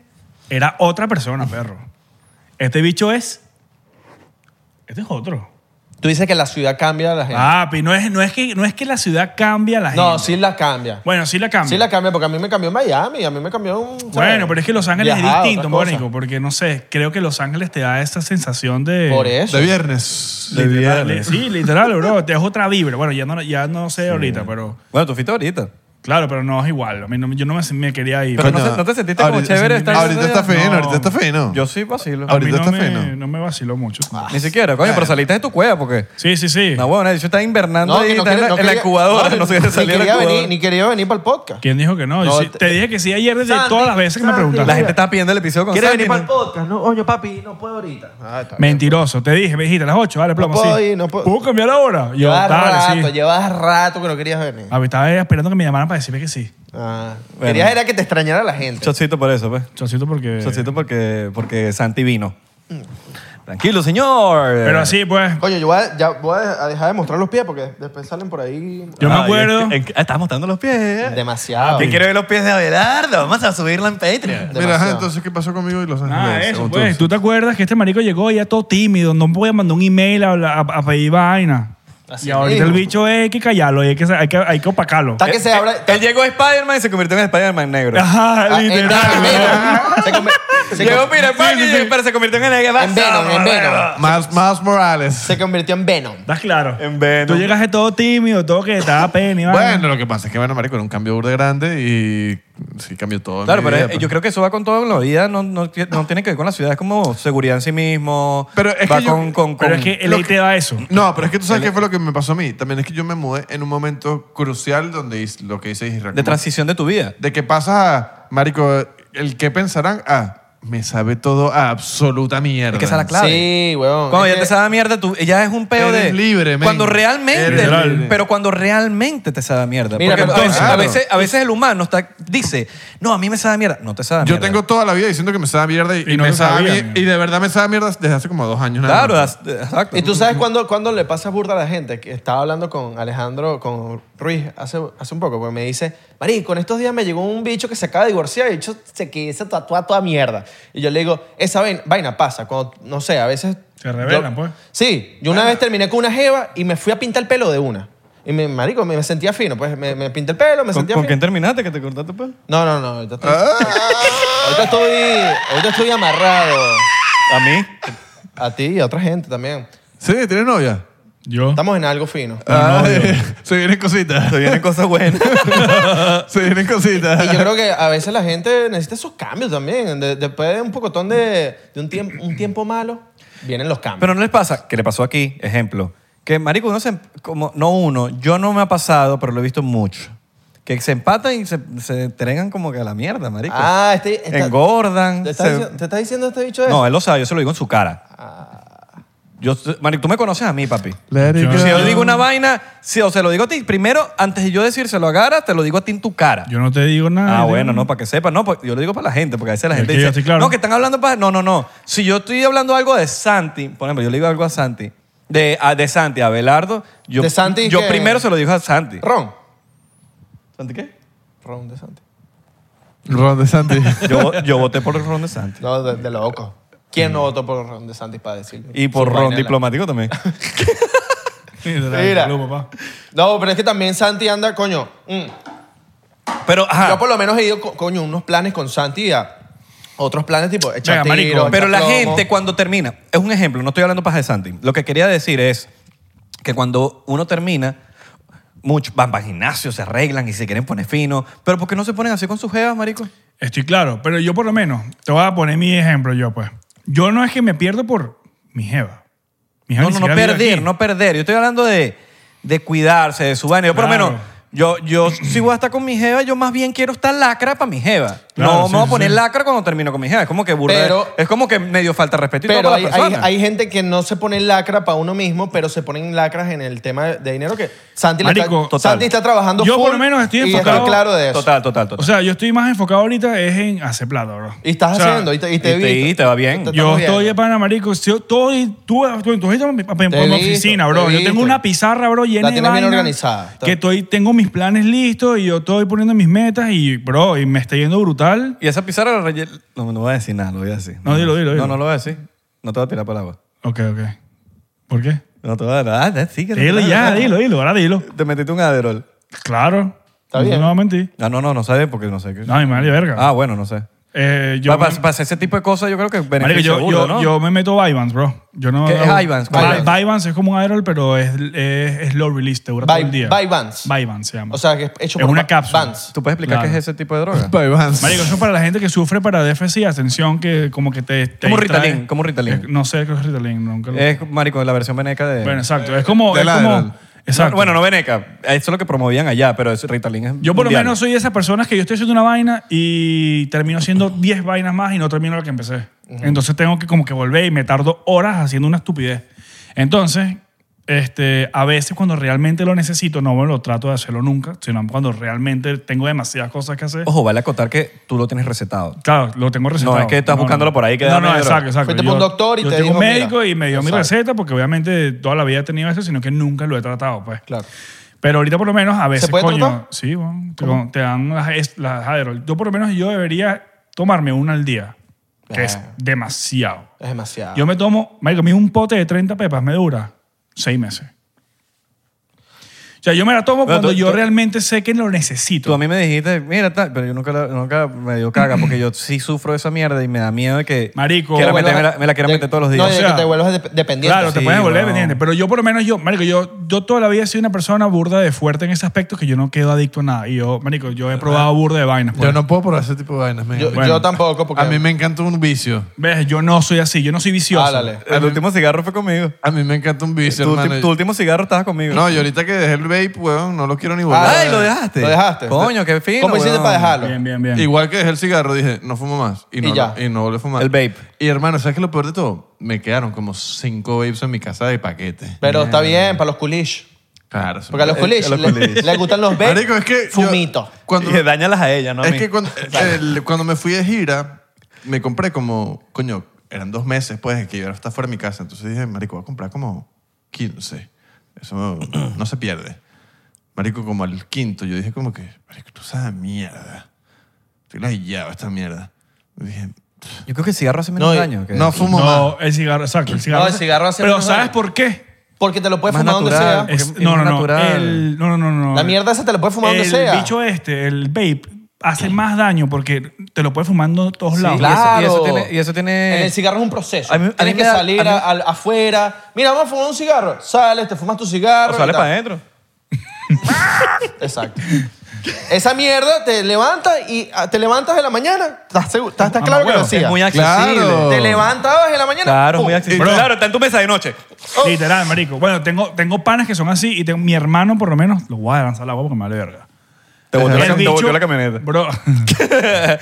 [SPEAKER 1] era otra persona, perro. Este bicho es... Este es otro.
[SPEAKER 2] Tú dices que la ciudad cambia a la gente.
[SPEAKER 1] Papi, no es, no es, que, no es que la ciudad cambia a la gente.
[SPEAKER 2] no, sí la cambia.
[SPEAKER 1] Bueno, sí la cambia.
[SPEAKER 2] Sí la cambia porque a mí me cambió Miami, a mí me cambió un...
[SPEAKER 1] Bueno, pero es que Los Ángeles
[SPEAKER 2] Viajado,
[SPEAKER 1] es distinto,
[SPEAKER 2] otra cosa.
[SPEAKER 1] Mónico, porque no sé, creo que Los Ángeles te da esa sensación de...
[SPEAKER 2] Por eso.
[SPEAKER 4] De viernes.
[SPEAKER 3] De
[SPEAKER 1] Literal, eh,
[SPEAKER 3] viernes.
[SPEAKER 1] Sí, literal, bro. Te es otra vibra. Bueno, ya no, ya no sé ahorita, pero...
[SPEAKER 3] Bueno, tú fuiste ahorita.
[SPEAKER 1] Claro, pero no es igual. A mí no- yo no me, me quería ir.
[SPEAKER 3] Pero no
[SPEAKER 1] Coño,
[SPEAKER 3] se- te sentiste como
[SPEAKER 4] ahorita-
[SPEAKER 3] chévere estar
[SPEAKER 4] Ahorita
[SPEAKER 3] ese
[SPEAKER 4] está
[SPEAKER 3] día?
[SPEAKER 4] fino,
[SPEAKER 1] No.
[SPEAKER 4] ahorita está fino.
[SPEAKER 3] Yo sí vacilo.
[SPEAKER 1] a mí
[SPEAKER 4] ahorita
[SPEAKER 1] no
[SPEAKER 4] está
[SPEAKER 1] me,
[SPEAKER 4] fino.
[SPEAKER 1] no me vaciló mucho.
[SPEAKER 3] Ni siquiera, coño, pero saliste de tu cueva porque...
[SPEAKER 1] Sí, sí, sí.
[SPEAKER 3] Ah. No, bueno, yo estaba invernando ahí,
[SPEAKER 2] que
[SPEAKER 3] está en
[SPEAKER 2] quiere-
[SPEAKER 3] la, en la
[SPEAKER 2] quería-
[SPEAKER 3] incubadora, no, se quería
[SPEAKER 2] ni
[SPEAKER 3] salir de la
[SPEAKER 2] quería
[SPEAKER 3] incubadora.
[SPEAKER 2] venir, Ni quería venir para el podcast.
[SPEAKER 1] ¿Quién dijo que no? Yo
[SPEAKER 2] No,
[SPEAKER 1] sí-
[SPEAKER 2] te-
[SPEAKER 1] te, dije que sí ayer desde
[SPEAKER 2] Santi,
[SPEAKER 1] todas las veces que me
[SPEAKER 2] Santi,
[SPEAKER 3] La
[SPEAKER 1] preguntaste.
[SPEAKER 3] gente estaba pidiendo el episodio con
[SPEAKER 2] ¿Quieres
[SPEAKER 3] Santi,
[SPEAKER 2] venir para el
[SPEAKER 3] ¿no?
[SPEAKER 2] podcast? No, oño, papi, no puedo ahorita. Ah, está bien.
[SPEAKER 1] Mentiroso, te dije, me dijiste a las 8, vale, plomo,
[SPEAKER 2] puedo
[SPEAKER 1] sí.
[SPEAKER 2] ir, no puedo-
[SPEAKER 1] cambiar la hora? Yo,
[SPEAKER 2] Llevas
[SPEAKER 1] dale,
[SPEAKER 2] rato,
[SPEAKER 1] sí.
[SPEAKER 2] llevas rato que no querías venir.
[SPEAKER 1] A mí estaba esperando que me llamaran para decirme que sí.
[SPEAKER 2] Ah,
[SPEAKER 3] Bueno.
[SPEAKER 2] Querías era que te extrañara la gente.
[SPEAKER 3] Chocito por eso, pues.
[SPEAKER 1] Chocito porque...
[SPEAKER 3] Chocito porque, porque Santi vino. Tranquilo, señor.
[SPEAKER 1] Pero así, pues.
[SPEAKER 2] Coño, yo voy a, ya voy a dejar de mostrar los pies porque después salen por ahí
[SPEAKER 1] Yo me
[SPEAKER 3] Ay,
[SPEAKER 1] acuerdo.
[SPEAKER 3] es que- es- estás mostrando los pies.
[SPEAKER 2] demasiado.
[SPEAKER 3] Yo quiero ver los pies de Abelardo. Vamos a subirlo en Patreon.
[SPEAKER 4] Mira, ajá,
[SPEAKER 2] Demasiado.
[SPEAKER 4] entonces, ¿qué pasó conmigo y Los Ángeles?
[SPEAKER 1] Ah, eso,
[SPEAKER 4] Entonces,
[SPEAKER 1] pues. ¿Tú te acuerdas que este marico llegó ya todo tímido? No podía mandar un email a, a- a pedir vaina.
[SPEAKER 2] Así
[SPEAKER 1] y ahorita
[SPEAKER 2] mismo.
[SPEAKER 1] el bicho es, hay que callarlo, y hay que, hay que, hay que opacarlo.
[SPEAKER 2] Está que se abra.
[SPEAKER 3] Él llegó a Spider-Man y se convirtió en Spider-Man negro.
[SPEAKER 1] Ajá,
[SPEAKER 2] Ah, en-
[SPEAKER 1] literal.
[SPEAKER 2] en Venom. Se come- se
[SPEAKER 3] Llegó
[SPEAKER 2] com-
[SPEAKER 3] Peter Parker, pero se convirtió en el
[SPEAKER 2] En Venom, en Venom.
[SPEAKER 4] Miles, Miles Morales.
[SPEAKER 2] Se convirtió en Venom.
[SPEAKER 1] ¿Estás claro?
[SPEAKER 3] En Venom.
[SPEAKER 1] Tú llegaste todo tímido, todo que estaba pena y vaina.
[SPEAKER 4] Bueno, lo que pasa es que, bueno, marico, era un cambio burde grande y sí cambió todo. en
[SPEAKER 3] Claro,
[SPEAKER 4] mi
[SPEAKER 3] pero
[SPEAKER 4] vida, pues.
[SPEAKER 3] eh, yo creo que eso va con todo en la vida. No, no, no tiene que ver con la ciudad. Es como seguridad en sí mismo.
[SPEAKER 4] Pero es
[SPEAKER 3] va
[SPEAKER 4] que yo-
[SPEAKER 3] con, con-
[SPEAKER 1] Pero
[SPEAKER 3] con-
[SPEAKER 1] es que el ley te da eso.
[SPEAKER 4] No, pero es que tú sabes qué fue lo que me pasó a mí. También es que yo me mudé en un momento crucial donde hice- lo que dice Israel.
[SPEAKER 3] De transición de tu vida.
[SPEAKER 4] De que pasas a, marico, el que pensarán, ah, me sabe todo a absoluta mierda.
[SPEAKER 3] Es que esa es la clave.
[SPEAKER 2] Sí, weón.
[SPEAKER 3] Cuando
[SPEAKER 2] Es
[SPEAKER 3] ya te
[SPEAKER 2] que-
[SPEAKER 3] sabe a mierda, tú, ya es un peo
[SPEAKER 4] Eres
[SPEAKER 3] de.
[SPEAKER 4] libre, men.
[SPEAKER 3] Cuando realmente.
[SPEAKER 4] Eres libre.
[SPEAKER 3] Pero cuando realmente te sabe a mierda.
[SPEAKER 2] Mira,
[SPEAKER 3] Porque
[SPEAKER 2] pero
[SPEAKER 3] a, veces,
[SPEAKER 4] claro.
[SPEAKER 3] a, veces, a veces el humano está, dice, no, a mí me sabe a mierda. No te sabe a
[SPEAKER 4] Yo
[SPEAKER 3] mierda.
[SPEAKER 4] tengo toda la vida diciendo que me sabe a mierda y,
[SPEAKER 1] Y
[SPEAKER 4] y
[SPEAKER 1] no
[SPEAKER 4] me
[SPEAKER 1] lo
[SPEAKER 4] sabe a
[SPEAKER 1] sabía,
[SPEAKER 4] mier-
[SPEAKER 1] mierda.
[SPEAKER 4] y de verdad me sabe a mierda desde hace como dos años. nada
[SPEAKER 3] Claro,
[SPEAKER 4] más.
[SPEAKER 3] as- exacto.
[SPEAKER 2] ¿Y tú sabes cuándo, cuándo le pasas burda a la gente? Que estaba hablando con Alejandro, con Ruiz, hace, hace un poco, porque me dice, marico, en estos días me llegó un bicho que se acaba de divorciar y el bicho se que se tatúa toda mierda. Y yo le digo, esa vain- vaina pasa, cuando, no sé, a veces...
[SPEAKER 1] Se rebelan,
[SPEAKER 2] yo-
[SPEAKER 1] pues.
[SPEAKER 2] Sí, yo una vez terminé con una jeva y me fui a pintar el pelo de una. Y me, marico, me, me sentía fino, pues me, me pinté el pelo, me
[SPEAKER 3] ¿Con,
[SPEAKER 2] sentía
[SPEAKER 3] con
[SPEAKER 2] fino.
[SPEAKER 3] quién Ah. terminaste que te cortaste pues? pelo?
[SPEAKER 2] No, no, no, ahorita estoy... ahorita estoy, ahorita estoy amarrado.
[SPEAKER 3] A mí.
[SPEAKER 2] A ti y a otra gente también.
[SPEAKER 4] Sí, tiene novia.
[SPEAKER 1] Yo.
[SPEAKER 2] Estamos en algo fino.
[SPEAKER 4] Ah, se vienen cositas.
[SPEAKER 3] Te vienen cosas buenas.
[SPEAKER 4] Se vienen
[SPEAKER 2] Y yo
[SPEAKER 4] cositas.
[SPEAKER 2] creo que a veces la gente necesita esos cambios también. De- después de un pocotón de, de un, tiempo, un tiempo malo, vienen los cambios.
[SPEAKER 3] Pero no les pasa, que le pasó aquí, ejemplo, que marico, uno se, em, como, no uno, yo no me ha pasado, pero lo he visto mucho, que se empatan y se, se entregan como que a la mierda, marico.
[SPEAKER 2] ah, este, está-
[SPEAKER 3] Engordan.
[SPEAKER 2] ¿te está,
[SPEAKER 3] se-
[SPEAKER 2] dici- te está diciendo este bicho eso?
[SPEAKER 3] no, él lo sabe, yo se lo digo en su cara.
[SPEAKER 2] Ah.
[SPEAKER 3] Yo, marico, tú me conoces a mí, papi.
[SPEAKER 4] Let it
[SPEAKER 1] Yo-
[SPEAKER 4] go.
[SPEAKER 3] Si yo digo una vaina, si o se lo digo a ti, primero, antes de yo decírselo a Gara, te lo digo a ti en tu cara.
[SPEAKER 1] Yo no te digo nada.
[SPEAKER 3] Ah,
[SPEAKER 1] yo-
[SPEAKER 3] bueno, no, para que sepa. No, porque yo lo digo para la gente, porque a veces la
[SPEAKER 1] Es
[SPEAKER 3] gente
[SPEAKER 1] que yo
[SPEAKER 3] dice,
[SPEAKER 1] estoy claro.
[SPEAKER 3] no, que están hablando para... No, no, no. Si yo estoy hablando algo de Santi, por ejemplo, yo le digo algo a Santi, de, a- de Santi, a Belardo, yo,
[SPEAKER 2] ¿De Santi
[SPEAKER 3] yo
[SPEAKER 2] qué?
[SPEAKER 3] primero se lo digo a Santi.
[SPEAKER 2] Ron.
[SPEAKER 3] eh. ¿Santi qué?
[SPEAKER 2] Ron de Santi.
[SPEAKER 4] Ron de Santi.
[SPEAKER 3] Yo, yo voté por el Ron de Santi.
[SPEAKER 2] No, de, de loco. ¿Quién no votó por Ron de Santi para decirlo?
[SPEAKER 3] Y por
[SPEAKER 2] Su
[SPEAKER 3] Ron
[SPEAKER 2] vaina de la-
[SPEAKER 3] diplomático también.
[SPEAKER 1] Literal,
[SPEAKER 2] Mira.
[SPEAKER 1] salud, papá.
[SPEAKER 2] No, pero es que también Santi anda, coño. mm.
[SPEAKER 3] Pero, ajá.
[SPEAKER 2] Yo por lo menos he ido, co- coño, unos planes con Santi a otros planes tipo echar
[SPEAKER 1] Venga, marico,
[SPEAKER 2] tiros,
[SPEAKER 3] Pero
[SPEAKER 2] echar
[SPEAKER 3] la
[SPEAKER 2] plomo.
[SPEAKER 3] gente cuando termina, es un ejemplo, no estoy hablando paja de Santi. Lo que quería decir es que cuando uno termina, muchos van para gimnasio, se arreglan y se quieren poner fino. Pero ¿por qué no se ponen así con sus jevas, marico?
[SPEAKER 1] Estoy claro, pero yo por lo menos, te voy a poner mi ejemplo yo, pues. Yo no es que me pierdo por mi jeva. Mi jeva
[SPEAKER 3] No,
[SPEAKER 1] ni
[SPEAKER 3] no, no
[SPEAKER 1] siquiera vive
[SPEAKER 3] perder,
[SPEAKER 1] aquí.
[SPEAKER 3] no perder. Yo estoy hablando de, de cuidarse, de su vaina. Yo por lo
[SPEAKER 1] Claro.
[SPEAKER 3] menos, yo, yo si voy a estar con mi jeva, yo más bien quiero estar lacra para mi jeva.
[SPEAKER 1] Claro,
[SPEAKER 3] no
[SPEAKER 1] sí,
[SPEAKER 3] me voy a
[SPEAKER 1] sí,
[SPEAKER 3] poner
[SPEAKER 1] sí.
[SPEAKER 3] lacra cuando termino con mi jeva. Es como que burda.
[SPEAKER 2] Pero-
[SPEAKER 3] es como que medio falta de respeto y todo
[SPEAKER 2] Pero
[SPEAKER 3] para
[SPEAKER 2] hay,
[SPEAKER 3] la
[SPEAKER 2] hay,
[SPEAKER 3] persona.
[SPEAKER 2] hay gente que no se pone lacra para uno mismo, pero se ponen lacras en el tema de dinero que Santi, le
[SPEAKER 1] Marico,
[SPEAKER 2] está,
[SPEAKER 1] total.
[SPEAKER 2] Santi está trabajando
[SPEAKER 1] Yo por lo
[SPEAKER 2] full
[SPEAKER 1] menos estoy
[SPEAKER 2] y
[SPEAKER 1] enfocado-
[SPEAKER 2] estoy claro de eso.
[SPEAKER 3] Total, total, total.
[SPEAKER 1] O sea, yo estoy más enfocado ahorita es en hacer plata, bro.
[SPEAKER 2] Y estás
[SPEAKER 1] O sea,
[SPEAKER 2] haciendo, y te, y te,
[SPEAKER 3] y te-
[SPEAKER 2] vi-
[SPEAKER 3] y te va bien.
[SPEAKER 2] te
[SPEAKER 1] Yo
[SPEAKER 2] estamos
[SPEAKER 1] estoy de
[SPEAKER 2] viendo.
[SPEAKER 1] pana, marico. Si yo- todo, y- tú, tú, tú has ido a mi, a mi-
[SPEAKER 2] Te
[SPEAKER 1] a mi
[SPEAKER 2] he visto,
[SPEAKER 1] oficina,
[SPEAKER 2] te
[SPEAKER 1] bro.
[SPEAKER 2] he
[SPEAKER 1] Yo
[SPEAKER 2] visto.
[SPEAKER 1] tengo una pizarra, bro, llena
[SPEAKER 2] La
[SPEAKER 1] de
[SPEAKER 2] tienes bien
[SPEAKER 1] vainas
[SPEAKER 2] organizada.
[SPEAKER 1] Que estoy, tengo mis planes listos y yo estoy poniendo mis metas y, bro, y me está yendo brutal.
[SPEAKER 3] Y esa pizarra la relle- No, no voy a decir nada, lo voy a decir.
[SPEAKER 1] No, dilo, dilo, dilo.
[SPEAKER 3] No, no lo voy a decir. No te voy a tirar palabras.
[SPEAKER 1] Ok, ok. ¿Por qué?
[SPEAKER 3] No te voy a dar. Ah, sí, que no te
[SPEAKER 1] Dilo
[SPEAKER 3] voy a
[SPEAKER 1] ya,
[SPEAKER 3] dar.
[SPEAKER 1] dilo, dilo, ahora dilo.
[SPEAKER 3] Te metiste un aderol.
[SPEAKER 1] Claro.
[SPEAKER 2] Está
[SPEAKER 1] no,
[SPEAKER 2] bien.
[SPEAKER 1] No voy a mentir.
[SPEAKER 3] Ah, no, no, no sabes porque no sé qué.
[SPEAKER 1] No, mi madre, verga.
[SPEAKER 3] Ah, bueno, no sé.
[SPEAKER 1] Eh, yo,
[SPEAKER 3] para, hacer ese tipo de cosas, yo creo que
[SPEAKER 1] Marico,
[SPEAKER 3] beneficio
[SPEAKER 1] yo,
[SPEAKER 3] burda,
[SPEAKER 1] yo-
[SPEAKER 3] ¿no?
[SPEAKER 1] yo me meto Vibans, bro. Yo no,
[SPEAKER 3] ¿Qué es Vyvanse? ¿Cuál
[SPEAKER 1] Vy-
[SPEAKER 2] es?
[SPEAKER 1] Vyvanse es como un Adderall, pero es, es, es low release, te dura todo el
[SPEAKER 2] Vi-
[SPEAKER 1] día.
[SPEAKER 2] Vyvanse.
[SPEAKER 1] Vyvanse se llama.
[SPEAKER 2] O sea, que es hecho
[SPEAKER 1] Es
[SPEAKER 2] por
[SPEAKER 1] una
[SPEAKER 2] Va-
[SPEAKER 1] cápsula.
[SPEAKER 2] Vans.
[SPEAKER 3] ¿Tú puedes explicar
[SPEAKER 1] Claro.
[SPEAKER 3] qué es ese tipo de droga?
[SPEAKER 4] Bye, Vance.
[SPEAKER 1] Marico, eso es para la gente que sufre para déficit de atención, que como que te... te
[SPEAKER 3] Como
[SPEAKER 1] distrae.
[SPEAKER 3] Ritalin, como Ritalin. Eh,
[SPEAKER 1] Es- no sé qué es Ritalin, nunca lo...
[SPEAKER 3] Es, marico, la versión veneca de...
[SPEAKER 1] bueno, exacto. Es como...
[SPEAKER 4] de
[SPEAKER 1] es
[SPEAKER 4] la
[SPEAKER 1] como-
[SPEAKER 4] Adderall.
[SPEAKER 1] exacto.
[SPEAKER 3] No, bueno, no veneca. Eso es lo que promovían allá, pero es, Ritalin es
[SPEAKER 1] Yo por lo
[SPEAKER 3] mundial.
[SPEAKER 1] menos soy de esas personas que yo estoy haciendo una vaina y termino haciendo 10 vainas más y no termino la que empecé. Entonces tengo que como que volver y me tardo horas haciendo una estupidez. Entonces, Este, a veces cuando realmente lo necesito, no me lo trato de hacerlo nunca, sino cuando realmente tengo demasiadas cosas que hacer.
[SPEAKER 3] Ojo, vale acotar que tú lo tienes recetado.
[SPEAKER 1] Claro, lo tengo recetado.
[SPEAKER 3] No, es que estás buscándolo por ahí que
[SPEAKER 1] No,
[SPEAKER 3] dame,
[SPEAKER 1] no,
[SPEAKER 3] pero-
[SPEAKER 1] exacto, exacto.
[SPEAKER 2] Fuiste por un doctor y
[SPEAKER 1] yo
[SPEAKER 2] te
[SPEAKER 1] tengo
[SPEAKER 2] dijo,
[SPEAKER 1] un médico
[SPEAKER 2] mira.
[SPEAKER 1] y me dio mi
[SPEAKER 2] Exacto.
[SPEAKER 1] receta porque obviamente toda la vida he tenido eso, sino que nunca lo he tratado, pues.
[SPEAKER 2] Claro.
[SPEAKER 1] Pero ahorita por lo menos a veces,
[SPEAKER 2] puede
[SPEAKER 1] coño,
[SPEAKER 2] tratar?
[SPEAKER 1] sí, bueno, te, te dan las, es- las Adderall. Yo por lo menos yo debería tomarme una al día, que es
[SPEAKER 2] Claro.
[SPEAKER 1] demasiado.
[SPEAKER 2] Es demasiado.
[SPEAKER 1] Yo me tomo, marico, a mí un pote de 30 pepas me dura seis meses. O sea, yo me la tomo
[SPEAKER 3] Pero
[SPEAKER 1] cuando
[SPEAKER 3] tú-
[SPEAKER 1] yo
[SPEAKER 3] tú-
[SPEAKER 1] realmente sé que lo necesito.
[SPEAKER 3] Tú a mí me dijiste, mira, tal, pero yo nunca, la- nunca me dio caga porque yo sí sufro esa mierda y me da miedo de que
[SPEAKER 1] Marico.
[SPEAKER 3] quiera
[SPEAKER 1] Te
[SPEAKER 3] meter-
[SPEAKER 1] vuelvas
[SPEAKER 3] me, la, me la quiera
[SPEAKER 2] de-
[SPEAKER 3] meter todos los
[SPEAKER 2] No,
[SPEAKER 3] días.
[SPEAKER 2] de
[SPEAKER 1] O sea,
[SPEAKER 2] que te vuelvas dep- dependiente.
[SPEAKER 1] Claro, te
[SPEAKER 3] Sí,
[SPEAKER 1] puedes volver
[SPEAKER 3] weón.
[SPEAKER 1] dependiente. Pero yo, por lo menos, yo, Marico, yo, yo toda la vida he sido una persona burda de fuerte en ese aspecto que yo no quedo adicto a nada. Y yo, Marico, yo he probado burda de vainas.
[SPEAKER 4] Yo
[SPEAKER 1] pues.
[SPEAKER 4] no puedo probar ese tipo de vainas. men.
[SPEAKER 2] Yo,
[SPEAKER 1] Bueno.
[SPEAKER 2] yo tampoco, porque.
[SPEAKER 4] a mí me encanta un vicio.
[SPEAKER 1] ¿Ves? Yo no soy así. Yo no soy vicioso.
[SPEAKER 2] Ah, dale.
[SPEAKER 3] El último cigarro fue conmigo.
[SPEAKER 4] A mí me encanta un vicio,
[SPEAKER 3] Tu,
[SPEAKER 4] hermano.
[SPEAKER 3] ulti- tu último cigarro estabas conmigo.
[SPEAKER 4] No, yo ahorita que dejé el vape, weón, no lo quiero ni volver.
[SPEAKER 3] Ay, lo dejaste.
[SPEAKER 2] Ah, Lo dejaste.
[SPEAKER 3] Coño, qué fino.
[SPEAKER 2] ¿Cómo hiciste
[SPEAKER 3] weón.
[SPEAKER 2] para dejarlo?
[SPEAKER 1] Bien, bien, bien.
[SPEAKER 4] Igual que dejé el cigarro, dije, no fumo más. Y, no,
[SPEAKER 2] Y ya.
[SPEAKER 4] y no volví a fumar.
[SPEAKER 3] El vape.
[SPEAKER 4] Y hermano, ¿sabes qué es lo peor de todo? Me quedaron como cinco vapes en mi casa de paquete.
[SPEAKER 2] Pero está bien, para los coolish.
[SPEAKER 4] Claro. eso
[SPEAKER 2] Porque a los
[SPEAKER 4] me-
[SPEAKER 2] coolish
[SPEAKER 3] a los
[SPEAKER 2] le,
[SPEAKER 3] coolish.
[SPEAKER 2] le gustan los vapes.
[SPEAKER 4] Marico, es que yo-
[SPEAKER 2] Fumito.
[SPEAKER 4] cuando,
[SPEAKER 3] Y dañalas a ella, ¿no? a
[SPEAKER 4] es
[SPEAKER 3] mí.
[SPEAKER 4] que cuando, el- cuando me fui de gira, me compré como, coño, eran dos meses pues que yo era hasta fuera de mi casa. Entonces dije, marico, voy a comprar como 15. Eso no, no se pierde. Marico, como al quinto, yo dije como que, marico, tú sabes mierda. Estoy ladillado esta mierda. Y dije,
[SPEAKER 3] Yo creo que el cigarro hace menos
[SPEAKER 2] No, y-
[SPEAKER 3] daño. que-
[SPEAKER 4] no fumo más.
[SPEAKER 1] No, el cigarro, exacto. El cigarro.
[SPEAKER 2] No, el cigarro hace
[SPEAKER 1] Pero
[SPEAKER 2] menos
[SPEAKER 1] ¿sabes
[SPEAKER 2] daño.
[SPEAKER 1] por qué?
[SPEAKER 2] Porque te lo puedes
[SPEAKER 3] Más
[SPEAKER 2] fumar donde
[SPEAKER 3] natural.
[SPEAKER 2] sea.
[SPEAKER 3] Porque
[SPEAKER 1] Es-
[SPEAKER 3] es
[SPEAKER 1] no, no, no,
[SPEAKER 3] natural.
[SPEAKER 1] El- no, no, no, no.
[SPEAKER 2] La mierda esa te la puedes fumar donde
[SPEAKER 1] el
[SPEAKER 2] sea.
[SPEAKER 1] bicho este, el vape, hace más daño porque te lo puedes fumando en todos
[SPEAKER 3] Sí,
[SPEAKER 1] lados.
[SPEAKER 3] y claro. eso- y eso
[SPEAKER 2] Claro.
[SPEAKER 3] tiene- y eso tiene-
[SPEAKER 2] En el cigarro es un proceso.
[SPEAKER 3] A mí- a mí
[SPEAKER 2] Tienes
[SPEAKER 3] me
[SPEAKER 2] que
[SPEAKER 3] da-
[SPEAKER 2] salir
[SPEAKER 3] a mí-
[SPEAKER 2] a- al- afuera. Mira, vamos a fumar un cigarro. Sales, te fumas tu cigarro.
[SPEAKER 3] O
[SPEAKER 2] y
[SPEAKER 3] sale
[SPEAKER 2] tal.
[SPEAKER 3] para adentro.
[SPEAKER 2] Exacto. Esa mierda te levanta y ah, te levantas en la mañana. ¿Estás, seguro? ¿Estás, estás claro que lo
[SPEAKER 1] Mamahuevo,
[SPEAKER 2] hacías?
[SPEAKER 3] Ah, Es muy accesible.
[SPEAKER 4] Claro.
[SPEAKER 2] Te levantabas en la mañana.
[SPEAKER 3] Claro, es muy
[SPEAKER 2] ¡pum!
[SPEAKER 3] accesible.
[SPEAKER 1] Bro.
[SPEAKER 3] Claro, está en tu mesa de noche.
[SPEAKER 1] Oh. Literal, marico. Bueno, tengo, tengo panas que son así y tengo, mi hermano, por lo menos, lo voy a lanzar al agua porque me vale verga.
[SPEAKER 3] Te
[SPEAKER 1] El
[SPEAKER 3] volteó la, te
[SPEAKER 1] bicho-
[SPEAKER 3] volteó la camioneta.
[SPEAKER 1] Bro.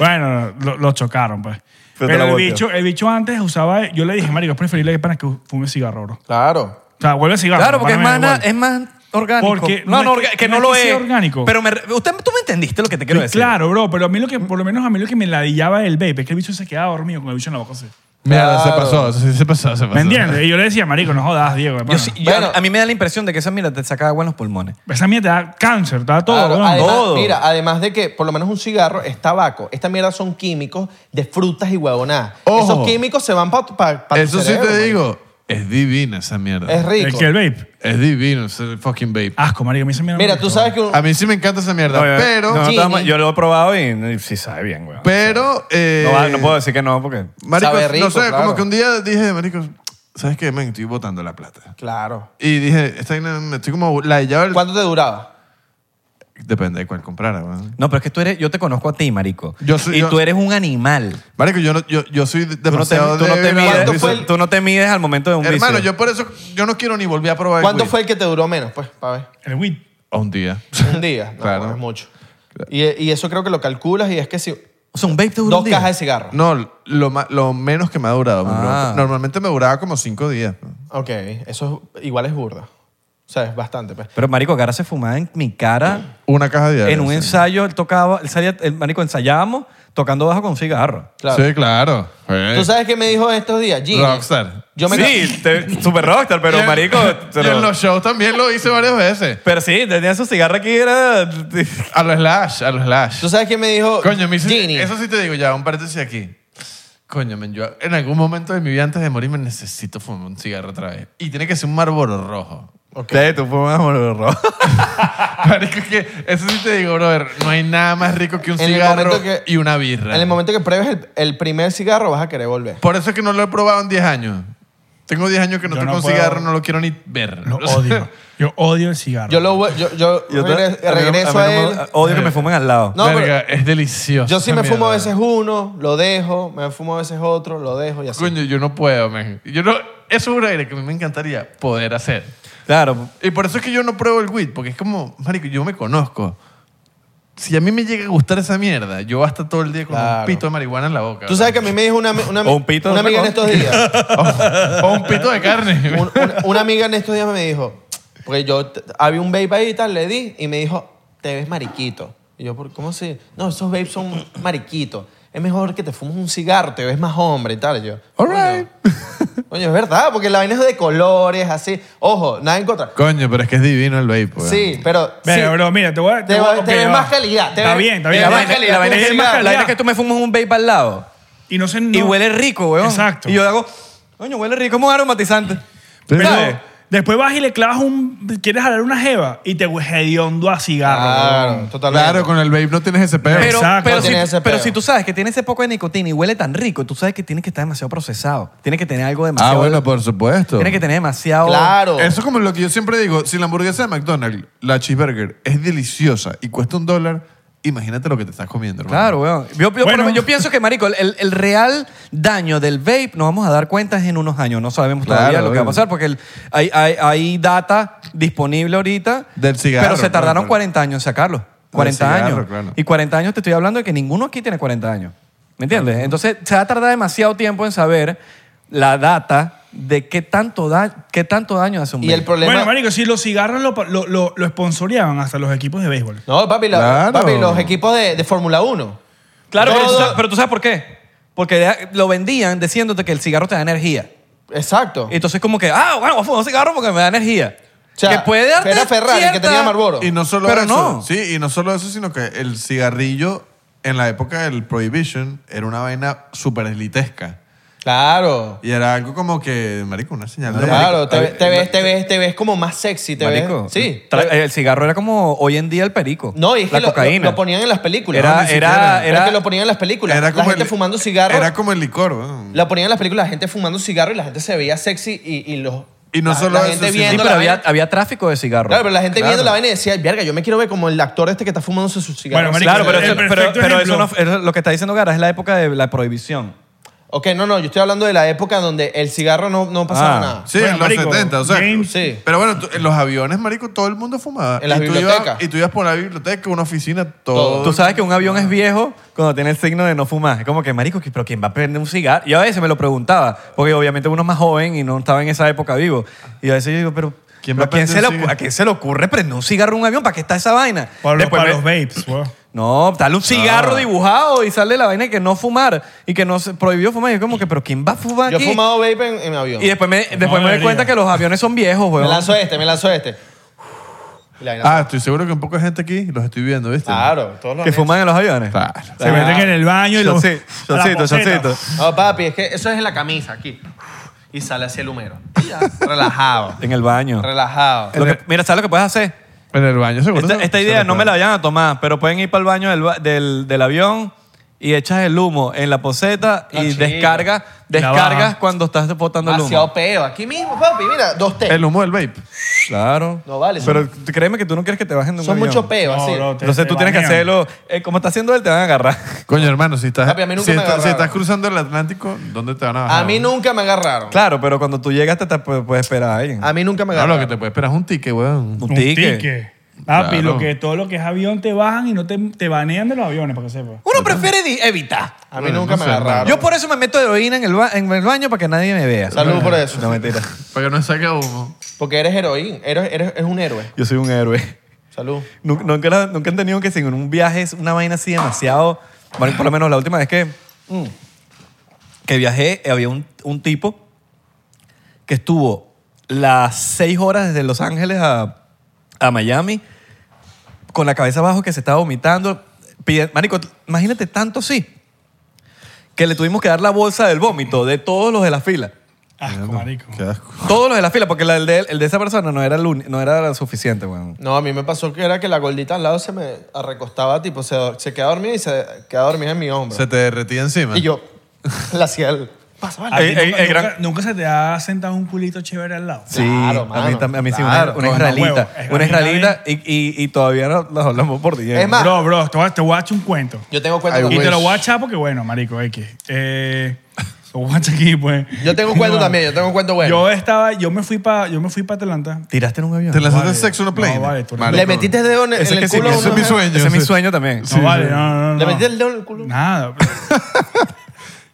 [SPEAKER 1] bueno, lo, lo chocaron, pues.
[SPEAKER 3] Pero te
[SPEAKER 1] Pero,
[SPEAKER 3] la
[SPEAKER 1] el,
[SPEAKER 3] volteó.
[SPEAKER 1] bicho, el bicho antes usaba. Yo le dije, marico, es preferible que para que fume cigarro, bro. O
[SPEAKER 2] Claro.
[SPEAKER 1] sea, vuelve cigarro.
[SPEAKER 3] Claro, porque es
[SPEAKER 1] pana,
[SPEAKER 3] más,
[SPEAKER 1] me
[SPEAKER 3] na-
[SPEAKER 1] da
[SPEAKER 3] es
[SPEAKER 1] igual.
[SPEAKER 3] más orgánico.
[SPEAKER 1] Porque no
[SPEAKER 3] no, no,
[SPEAKER 1] es
[SPEAKER 3] orga-
[SPEAKER 1] que-
[SPEAKER 3] que,
[SPEAKER 1] no
[SPEAKER 3] no,
[SPEAKER 1] es
[SPEAKER 3] lo
[SPEAKER 1] que sea
[SPEAKER 3] es.
[SPEAKER 1] orgánico.
[SPEAKER 3] Pero me re- usted, tú me entendiste lo que te quiero decir.
[SPEAKER 1] Claro, bro, pero a mí lo que, por lo menos a mí lo que me ladillaba el vape es que el bicho se quedaba dormido con el bicho en la boca así.
[SPEAKER 4] Mierda, se
[SPEAKER 2] Claro.
[SPEAKER 4] pasó, se, se pasó, se pasó.
[SPEAKER 1] ¿Me entiendes? Y yo le decía, marico, no jodas, Diego.
[SPEAKER 3] Yo
[SPEAKER 1] hermano.
[SPEAKER 3] sí- yo-
[SPEAKER 2] Bueno.
[SPEAKER 3] a mí me da la impresión de que esa mira te saca agua en los pulmones.
[SPEAKER 1] Esa mierda te da cáncer, te da todo,
[SPEAKER 2] Claro,
[SPEAKER 1] bro.
[SPEAKER 2] además,
[SPEAKER 3] todo.
[SPEAKER 2] Mira, además de que por lo menos un cigarro es tabaco. Esta mierda son químicos de frutas y huevonadas.
[SPEAKER 4] Ojo.
[SPEAKER 2] Esos químicos se van para pa, pa tu
[SPEAKER 4] Eso sí
[SPEAKER 2] cerebro,
[SPEAKER 4] te
[SPEAKER 2] marico.
[SPEAKER 4] digo, es divina esa mierda.
[SPEAKER 2] Es rico.
[SPEAKER 1] El que el vape.
[SPEAKER 4] Es divino ese fucking vape.
[SPEAKER 1] Asco, marico, me hizo mierda.
[SPEAKER 2] Mira, tú sabes que un-
[SPEAKER 4] A mí sí me encanta esa mierda,
[SPEAKER 3] No, yo-
[SPEAKER 4] pero...
[SPEAKER 3] no, no,
[SPEAKER 2] Sí,
[SPEAKER 3] toma-
[SPEAKER 2] ni-
[SPEAKER 3] yo lo he probado y, y sí sabe bien, güey.
[SPEAKER 4] Pero... eh,
[SPEAKER 3] no, va- no puedo decir que no porque...
[SPEAKER 4] Marico,
[SPEAKER 2] Sabe rico,
[SPEAKER 4] no sé,
[SPEAKER 2] claro.
[SPEAKER 4] como que un día dije, marico, ¿sabes qué? Men, estoy botando la plata.
[SPEAKER 2] Claro.
[SPEAKER 4] Y dije, esta vaina me estoy como la llave.
[SPEAKER 2] ¿Cuánto te duraba?
[SPEAKER 4] Depende de cuál comprara, weón.
[SPEAKER 3] No, pero es que tú eres, yo te conozco a ti, marico.
[SPEAKER 4] Yo soy-
[SPEAKER 3] y
[SPEAKER 4] yo-
[SPEAKER 3] tú eres un animal.
[SPEAKER 4] Marico, yo, no, yo, yo soy
[SPEAKER 3] Tú no, te,
[SPEAKER 4] demasiado
[SPEAKER 3] tú no te
[SPEAKER 4] débil a los
[SPEAKER 3] mides,
[SPEAKER 2] ¿Cuánto
[SPEAKER 4] vicios.
[SPEAKER 2] fue el-
[SPEAKER 3] tú no te mides al momento de un
[SPEAKER 4] Hermano,
[SPEAKER 3] vicio.
[SPEAKER 4] yo por eso, yo no quiero ni volver a probar el
[SPEAKER 2] ¿Cuánto
[SPEAKER 4] weed.
[SPEAKER 2] fue el que te duró menos? Pues, para ver.
[SPEAKER 1] El weed.
[SPEAKER 4] A un día.
[SPEAKER 2] Un día. No,
[SPEAKER 4] Claro.
[SPEAKER 2] no es mucho. Y, y eso creo que lo calculas y es que si...
[SPEAKER 3] O sea, un vape te dura un
[SPEAKER 2] Dos
[SPEAKER 3] día.
[SPEAKER 2] cajas de cigarro.
[SPEAKER 4] No, lo, ma- lo menos que me ha durado. me
[SPEAKER 3] Ah.
[SPEAKER 4] pregunto. Normalmente me duraba como cinco días.
[SPEAKER 2] Ok, eso es- igual es burda. O sea, es bastante. Pues.
[SPEAKER 3] Pero, marico, Gara se fumaba en mi cara
[SPEAKER 4] Una caja diaria.
[SPEAKER 3] en un
[SPEAKER 4] sí.
[SPEAKER 3] ensayo. Él tocaba, él salía, el marico, ensayábamos tocando bajo con cigarro.
[SPEAKER 2] Claro.
[SPEAKER 4] Sí, claro. Eh.
[SPEAKER 2] ¿Tú sabes qué me dijo estos días? Gini,
[SPEAKER 4] Rockstar.
[SPEAKER 2] Yo me
[SPEAKER 3] sí, te- super rockstar, pero,
[SPEAKER 4] Y en-
[SPEAKER 3] marico...
[SPEAKER 4] Y en
[SPEAKER 3] pero-
[SPEAKER 4] los shows también lo hice varias veces.
[SPEAKER 3] Pero sí, tenía su cigarro aquí, era...
[SPEAKER 4] A los Slash, a los Slash.
[SPEAKER 2] ¿Tú sabes qué me dijo
[SPEAKER 4] Coño, me hice-
[SPEAKER 2] Gini?
[SPEAKER 4] eso sí te digo ya, un paréntesis aquí. Coño, men, yo en algún momento de mi vida antes de morir me necesito fumar un cigarro otra vez. Y tiene que ser un Marlboro rojo.
[SPEAKER 2] Ok.
[SPEAKER 3] Sí, tú fumas morro.
[SPEAKER 4] Marico, es que eso sí te digo, brother, no hay nada más rico que un
[SPEAKER 2] En el
[SPEAKER 4] cigarro
[SPEAKER 2] momento que-
[SPEAKER 4] y una birra.
[SPEAKER 2] En el momento que pruebes el, el primer cigarro vas a querer volver.
[SPEAKER 4] Por eso es que no lo he probado en 10 años. Tengo 10 años que no
[SPEAKER 1] Yo
[SPEAKER 4] toco
[SPEAKER 1] no
[SPEAKER 4] un
[SPEAKER 1] puedo-
[SPEAKER 4] cigarro, no lo quiero ni ver.
[SPEAKER 1] Lo
[SPEAKER 4] O sea,
[SPEAKER 1] odio. Yo odio el cigarro.
[SPEAKER 2] Yo, lo, vu- yo, yo regre- regreso a, él.
[SPEAKER 3] Odio que me fumen al lado.
[SPEAKER 2] No,
[SPEAKER 4] verga, es delicioso.
[SPEAKER 2] yo sí
[SPEAKER 4] Oh, esa
[SPEAKER 2] me fumo a
[SPEAKER 4] mierda.
[SPEAKER 2] veces uno, lo dejo, me fumo a veces otro, lo dejo y así.
[SPEAKER 4] Coño, yo no puedo, men. Yo no, eso es un aire que a mí me encantaría poder hacer.
[SPEAKER 3] Claro.
[SPEAKER 4] Y por eso es que yo no pruebo el weed, porque es como, marico, yo me conozco. si a mí me llega a gustar esa mierda, yo hasta todo el día con
[SPEAKER 2] Claro.
[SPEAKER 4] un pito de marihuana en la boca.
[SPEAKER 2] Tú sabes que a mí me dijo una, ami- una, ami-
[SPEAKER 3] O un pito,
[SPEAKER 2] una
[SPEAKER 3] ¿no?
[SPEAKER 2] amiga en estos días.
[SPEAKER 4] o, o un pito de carne.
[SPEAKER 2] Un- una, una amiga en estos días me dijo, porque yo t- había un vape ahí y tal, le di y me dijo, te ves mariquito. Y yo, "¿Por- ¿cómo así? No, esos vapes son mariquitos. Es mejor que te fumes un cigarro, te ves más hombre y tal. Y yo,
[SPEAKER 4] All right.
[SPEAKER 2] "Coño". Coño, es verdad, porque la vaina es de colores, así. Ojo, nada en contra.
[SPEAKER 4] Coño, pero es que es divino el vape. weón.
[SPEAKER 2] Sí, pero...
[SPEAKER 1] Venga,
[SPEAKER 2] sí.
[SPEAKER 1] bro, mira, te voy a...
[SPEAKER 2] Te va-
[SPEAKER 1] voy a-
[SPEAKER 2] te
[SPEAKER 1] ok,
[SPEAKER 2] ves
[SPEAKER 1] va.
[SPEAKER 2] más calidad, te
[SPEAKER 1] Está
[SPEAKER 2] ves-
[SPEAKER 1] bien, está
[SPEAKER 2] te
[SPEAKER 1] bien.
[SPEAKER 3] La
[SPEAKER 2] ves
[SPEAKER 1] Te ves
[SPEAKER 3] vaina,
[SPEAKER 2] más calidad,
[SPEAKER 3] la vaina
[SPEAKER 2] tú
[SPEAKER 3] es que,
[SPEAKER 2] sí,
[SPEAKER 1] más
[SPEAKER 2] ya.
[SPEAKER 3] la vaina es
[SPEAKER 1] calidad.
[SPEAKER 3] que tú me fumas un vape al lado
[SPEAKER 1] Y no sé...
[SPEAKER 3] y
[SPEAKER 1] no-
[SPEAKER 3] huele rico, weón.
[SPEAKER 1] Exacto.
[SPEAKER 3] Y yo hago, coño, huele rico, como un aromatizante.
[SPEAKER 4] Pero-
[SPEAKER 3] ¿Sabes?
[SPEAKER 1] Después vas y le clavas un... Quieres jalar una jeva y te hueles hediondo a cigarro.
[SPEAKER 2] Claro,
[SPEAKER 1] weón.
[SPEAKER 2] totalmente.
[SPEAKER 4] Claro, con el vape no tienes ese pedo.
[SPEAKER 3] Pero,
[SPEAKER 1] Exacto.
[SPEAKER 3] pero
[SPEAKER 1] No
[SPEAKER 3] si,
[SPEAKER 2] tiene ese
[SPEAKER 3] pero
[SPEAKER 2] peo.
[SPEAKER 3] si tú sabes que tiene ese poco de nicotina y huele tan rico, tú sabes que tiene que estar demasiado procesado. Tiene que tener algo demasiado.
[SPEAKER 4] ah, bueno, por supuesto.
[SPEAKER 3] Tiene que tener demasiado.
[SPEAKER 2] Claro.
[SPEAKER 4] Eso es como lo que yo siempre digo. Si la hamburguesa de McDonald's, la cheeseburger, es deliciosa y cuesta un dólar, imagínate lo que te estás comiendo, hermano.
[SPEAKER 3] Claro, weón. Yo, yo-
[SPEAKER 1] Bueno.
[SPEAKER 3] yo pienso que, marico, el, el real daño del vape nos vamos a dar cuenta es en unos años. No sabemos
[SPEAKER 4] Claro,
[SPEAKER 3] todavía lo que va a
[SPEAKER 4] obvio.
[SPEAKER 3] pasar porque el- hay, hay- hay data disponible ahorita.
[SPEAKER 4] Del cigarro,
[SPEAKER 3] Pero se
[SPEAKER 4] claro,
[SPEAKER 3] tardaron
[SPEAKER 4] claro.
[SPEAKER 3] 40 años en sacarlo. 40
[SPEAKER 4] cigarro,
[SPEAKER 3] años.
[SPEAKER 4] claro.
[SPEAKER 3] Y 40 años te estoy hablando de que ninguno aquí tiene 40 años. ¿Me entiendes? Entonces se va a tardar demasiado tiempo en saber la data de qué tanto, da, qué tanto daño hace un
[SPEAKER 2] Y el
[SPEAKER 3] vape.
[SPEAKER 2] problema...
[SPEAKER 1] Bueno, marico, si los cigarros lo, lo, lo, lo sponsoreaban hasta los equipos de béisbol.
[SPEAKER 2] No, papi, la-
[SPEAKER 4] Claro.
[SPEAKER 2] papi, los equipos de, de Fórmula 1.
[SPEAKER 3] Claro, pero tú,
[SPEAKER 2] Todo-
[SPEAKER 3] sabes, pero tú sabes por qué. Porque de- lo vendían diciéndote que el cigarro te da energía.
[SPEAKER 2] Exacto.
[SPEAKER 3] Y Entonces como que, ah, bueno, voy a fumar un cigarro porque me da energía.
[SPEAKER 2] O sea,
[SPEAKER 3] que puede darte
[SPEAKER 2] era Ferrari que
[SPEAKER 3] cierta-
[SPEAKER 2] tenía Marlboro.
[SPEAKER 4] Y no solo
[SPEAKER 3] Pero
[SPEAKER 4] eso.
[SPEAKER 3] no.
[SPEAKER 4] Sí, y no solo eso, sino que el cigarrillo en la época del Prohibition era una vaina súper elitesca.
[SPEAKER 2] Claro.
[SPEAKER 4] Y era algo como que, marico, una señal de
[SPEAKER 2] Claro,
[SPEAKER 4] marico.
[SPEAKER 2] te, ve- te ves, te ves, te ves como más sexy, te
[SPEAKER 3] Marico,
[SPEAKER 2] ves. Sí.
[SPEAKER 3] tra-
[SPEAKER 2] te-
[SPEAKER 3] el cigarro era como hoy en día el perico.
[SPEAKER 2] no, y es
[SPEAKER 3] la
[SPEAKER 2] que lo-
[SPEAKER 3] cocaína.
[SPEAKER 2] Lo, lo ponían en las películas.
[SPEAKER 3] Era-
[SPEAKER 2] No, ni
[SPEAKER 3] era-
[SPEAKER 2] siquiera.
[SPEAKER 3] era-
[SPEAKER 2] es que lo ponían en las películas.
[SPEAKER 4] Era
[SPEAKER 2] la
[SPEAKER 4] como
[SPEAKER 2] gente
[SPEAKER 4] el-
[SPEAKER 2] fumando cigarro.
[SPEAKER 4] Era como el licor. weón.
[SPEAKER 2] Lo ponían en las películas, la gente fumando cigarro y la gente se veía sexy y, y los.
[SPEAKER 4] Y no
[SPEAKER 2] la,
[SPEAKER 4] solo
[SPEAKER 2] la
[SPEAKER 4] eso,
[SPEAKER 2] gente
[SPEAKER 4] sino-
[SPEAKER 3] sí,
[SPEAKER 2] viendo
[SPEAKER 3] pero
[SPEAKER 2] la
[SPEAKER 3] había,
[SPEAKER 2] vaina-
[SPEAKER 3] había tráfico de cigarros.
[SPEAKER 2] Claro, pero la gente
[SPEAKER 4] Claro.
[SPEAKER 2] viendo la vaina decía, verga, yo me quiero ver como el actor este que está fumándose su cigarro.
[SPEAKER 1] Bueno, marico, eh,
[SPEAKER 3] Claro, pero,
[SPEAKER 1] El
[SPEAKER 3] eso, pero-
[SPEAKER 1] perfecto
[SPEAKER 3] pero eso
[SPEAKER 1] ejemplo.
[SPEAKER 3] no, es lo que está diciendo Gara es la época de la prohibición.
[SPEAKER 2] Ok, no, no, yo estoy hablando de la época donde el cigarro no, no pasaba
[SPEAKER 3] Ah.
[SPEAKER 2] nada.
[SPEAKER 4] Sí,
[SPEAKER 1] Bueno,
[SPEAKER 4] en los
[SPEAKER 1] marico,
[SPEAKER 4] 70, o sea.
[SPEAKER 1] James-
[SPEAKER 2] Sí.
[SPEAKER 4] Pero bueno, tú- en los aviones, marico, todo el mundo fumaba.
[SPEAKER 2] En las
[SPEAKER 4] y tú
[SPEAKER 2] bibliotecas.
[SPEAKER 4] Ibas, y tú ibas por la biblioteca, una oficina,
[SPEAKER 2] Todo.
[SPEAKER 4] todo.
[SPEAKER 3] Tú sabes que un avión es viejo cuando tiene el signo de no fumar. Es como que, marico, ¿pero quién va a prender un cigarro? Yo a veces me lo preguntaba, porque obviamente uno es más joven y no estaba en esa época vivo. Y a veces yo digo, pero...
[SPEAKER 4] ¿Quién
[SPEAKER 3] pero
[SPEAKER 4] va a
[SPEAKER 3] quién
[SPEAKER 4] prender
[SPEAKER 3] se
[SPEAKER 4] un
[SPEAKER 3] le
[SPEAKER 4] cigarro?
[SPEAKER 3] ocurre- ¿A quién se le ocurre prender un cigarro en un avión? ¿Para qué está esa vaina?
[SPEAKER 1] Para, los-
[SPEAKER 3] Después
[SPEAKER 1] para
[SPEAKER 3] me-
[SPEAKER 1] los vapes, weón.
[SPEAKER 3] No, dale un cigarro
[SPEAKER 4] No.
[SPEAKER 3] dibujado y sale la vaina de que no fumar y que no se prohibió fumar. Y es como que, pero ¿quién va a fumar
[SPEAKER 2] Yo he
[SPEAKER 3] aquí?
[SPEAKER 2] fumado vape en, en avión.
[SPEAKER 3] Y después me, después me doy
[SPEAKER 1] debería.
[SPEAKER 3] cuenta que los aviones son viejos,
[SPEAKER 2] Me
[SPEAKER 3] weón.
[SPEAKER 2] lanzo este, me lanzo este. Y la vaina-
[SPEAKER 4] Ah, estoy seguro que un poco de gente aquí los estoy viendo, ¿viste?
[SPEAKER 2] Claro, todos los
[SPEAKER 3] Que
[SPEAKER 2] meses.
[SPEAKER 3] fuman en los aviones.
[SPEAKER 4] Claro.
[SPEAKER 1] Se
[SPEAKER 3] Ah.
[SPEAKER 1] meten en el baño y los...
[SPEAKER 3] Shotcito,
[SPEAKER 1] a la
[SPEAKER 3] shotcito,
[SPEAKER 1] poseta.
[SPEAKER 3] shotcito.
[SPEAKER 2] No, Oh, papi, es que eso es en la camisa, aquí. Y sale así el humero. Ya, Relajado.
[SPEAKER 3] En el baño.
[SPEAKER 2] Relajado.
[SPEAKER 3] Lo que- mira, ¿sabes lo que puedes hacer?
[SPEAKER 4] En el baño, seguro.
[SPEAKER 3] Esta,
[SPEAKER 4] se-
[SPEAKER 3] esta
[SPEAKER 4] se
[SPEAKER 3] idea
[SPEAKER 4] lo
[SPEAKER 3] no me la
[SPEAKER 4] pueden.
[SPEAKER 3] vayan a tomar, pero pueden ir para el baño del, ba- del, del avión y echas el humo en la poseta
[SPEAKER 2] No,
[SPEAKER 3] y
[SPEAKER 2] chico.
[SPEAKER 3] descargas
[SPEAKER 1] La
[SPEAKER 3] descargas
[SPEAKER 1] baja.
[SPEAKER 3] cuando estás botando el
[SPEAKER 2] Demasiado
[SPEAKER 3] humo.
[SPEAKER 2] peo. Aquí mismo, papi, mira, dos T.
[SPEAKER 4] El humo del vape.
[SPEAKER 3] Claro.
[SPEAKER 2] No vale, son-
[SPEAKER 3] Pero créeme que tú no quieres que te bajen de un
[SPEAKER 2] Son
[SPEAKER 3] avión.
[SPEAKER 2] muchos peos,
[SPEAKER 1] No,
[SPEAKER 2] así.
[SPEAKER 1] bro, te-
[SPEAKER 3] Entonces
[SPEAKER 1] te
[SPEAKER 3] tú tienes que
[SPEAKER 1] banean.
[SPEAKER 3] hacerlo. eh, como está haciendo él, te van a agarrar.
[SPEAKER 4] Coño, hermano, si estás,
[SPEAKER 2] Papi, a mí nunca
[SPEAKER 4] si,
[SPEAKER 2] me
[SPEAKER 4] estás- si
[SPEAKER 2] agarraron.
[SPEAKER 4] estás cruzando el Atlántico, ¿dónde te van a bajar?
[SPEAKER 2] A mí nunca me agarraron.
[SPEAKER 3] Claro, pero cuando tú llegas te, te pu- puedes esperar a alguien.
[SPEAKER 2] A mí nunca me
[SPEAKER 4] No,
[SPEAKER 2] agarraron.
[SPEAKER 4] lo que te puede esperar es un ticket, weón.
[SPEAKER 3] Un
[SPEAKER 1] Un
[SPEAKER 3] tique.
[SPEAKER 1] tique. Papi,
[SPEAKER 4] Claro.
[SPEAKER 1] lo que, todo lo que es avión te bajan y no te, te banean de los aviones, para que sepas.
[SPEAKER 3] Uno prefiere di- evitar.
[SPEAKER 2] A mí
[SPEAKER 4] Bueno,
[SPEAKER 2] nunca
[SPEAKER 4] no
[SPEAKER 2] me
[SPEAKER 4] sé,
[SPEAKER 2] agarraron.
[SPEAKER 3] Yo por eso me meto heroína en el, ba- en el baño para que nadie me vea.
[SPEAKER 2] Salud por eso.
[SPEAKER 3] No, mentira.
[SPEAKER 4] Para que no saque humo.
[SPEAKER 2] Porque eres heroín. Eres, eres, eres un héroe.
[SPEAKER 3] Yo soy un héroe.
[SPEAKER 2] Salud.
[SPEAKER 3] Nunca, nunca, la- nunca han tenido que sin un viaje es una vaina así demasiado. Bueno, por lo menos la última vez que, mm, que viajé, eh, había un, un tipo que estuvo las seis horas desde Los Ángeles a, a Miami con la cabeza abajo que se estaba vomitando. Pide- Marico, imagínate tanto sí que le tuvimos que dar la bolsa del vómito de todos los de la fila.
[SPEAKER 1] Asco, marico.
[SPEAKER 4] Qué asco.
[SPEAKER 3] Todos los de la fila, porque la- el, de, el de esa persona no era, el uni- no era suficiente, weón.
[SPEAKER 2] No, a mí me pasó que era que la gordita al lado se me recostaba, tipo, se, se queda dormida y se queda dormida en mi hombro.
[SPEAKER 4] Se te derretía encima.
[SPEAKER 2] Y yo la hacía el... Pasa, vale.
[SPEAKER 1] A ti
[SPEAKER 3] Ey, ey,
[SPEAKER 1] nunca,
[SPEAKER 3] ey, gran-
[SPEAKER 1] nunca- nunca se te ha sentado un culito chévere al lado.
[SPEAKER 3] Sí,
[SPEAKER 2] Claro,
[SPEAKER 3] a mí,
[SPEAKER 2] mano,
[SPEAKER 3] tam- a mí sí, una,
[SPEAKER 2] claro.
[SPEAKER 3] una
[SPEAKER 1] Con los
[SPEAKER 3] israelita.
[SPEAKER 1] huevos. Es que a
[SPEAKER 3] Una
[SPEAKER 1] mí una
[SPEAKER 3] israelita y, y, y todavía no- nos hablamos por día.
[SPEAKER 2] Es más-
[SPEAKER 1] Bro, bro, te voy, a- te voy a echar un cuento.
[SPEAKER 2] Yo tengo cuenta
[SPEAKER 4] Ay,
[SPEAKER 2] con
[SPEAKER 1] Y
[SPEAKER 4] güey.
[SPEAKER 1] te
[SPEAKER 2] eso.
[SPEAKER 1] lo voy a echar porque, bueno, marico, X. Eh, So, guacha aquí, pues.
[SPEAKER 2] Yo tengo un cuento también, yo tengo un cuento bueno.
[SPEAKER 1] Yo estaba, yo me fui para, yo me fui para Atlanta.
[SPEAKER 3] ¿Tiraste en un avión?
[SPEAKER 4] ¿Te lanzaste
[SPEAKER 1] vale.
[SPEAKER 4] sexo en una
[SPEAKER 1] No,
[SPEAKER 4] plane?
[SPEAKER 1] vale, tú-
[SPEAKER 2] Le metiste el dedo en, en
[SPEAKER 3] Ah, Ese,
[SPEAKER 2] el
[SPEAKER 3] que sí,
[SPEAKER 2] culo. a
[SPEAKER 4] ese
[SPEAKER 2] una
[SPEAKER 4] es mi
[SPEAKER 2] mujer?
[SPEAKER 4] sueño.
[SPEAKER 3] Ese es mi
[SPEAKER 4] sí.
[SPEAKER 3] sueño también.
[SPEAKER 1] No vale, no, no, no.
[SPEAKER 2] ¿Le
[SPEAKER 1] no.
[SPEAKER 2] metiste el dedo en el culo?
[SPEAKER 1] Nada,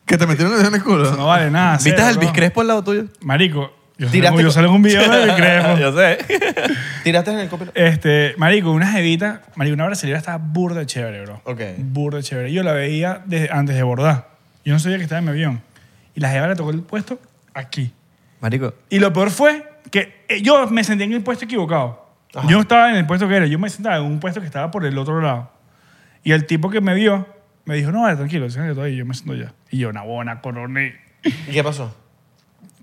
[SPEAKER 4] Que te metieron en el culo.
[SPEAKER 1] no vale nada.
[SPEAKER 3] ¿Viste
[SPEAKER 1] cero,
[SPEAKER 3] al
[SPEAKER 1] bro.
[SPEAKER 3] Biscrespo al lado tuyo?
[SPEAKER 1] Marico, yo
[SPEAKER 2] Tiraste
[SPEAKER 1] salgo, yo
[SPEAKER 2] con-
[SPEAKER 1] salgo un video de Elvis Crespo.
[SPEAKER 3] Yo sé.
[SPEAKER 2] ¿Tiraste en el copiloto?
[SPEAKER 1] Este, marico, una jevita, marico, una brasileña estaba burda de chévere, bro.
[SPEAKER 2] Ok.
[SPEAKER 1] Burda de chévere. Yo la veía desde- antes de bordar. Yo no sabía que estaba en mi avión. Y la jeva le tocó el puesto aquí.
[SPEAKER 3] Marico,
[SPEAKER 1] Y lo peor fue que eh, yo me sentía en el puesto equivocado. Yo no estaba en el puesto que era. Yo me sentaba en un puesto que estaba por el otro lado. Y el tipo que me vio me dijo, no, vale, tranquilo, siéntate tú ahí, yo me siento ya. Y yo, una buena, coroné.
[SPEAKER 2] ¿Y qué pasó?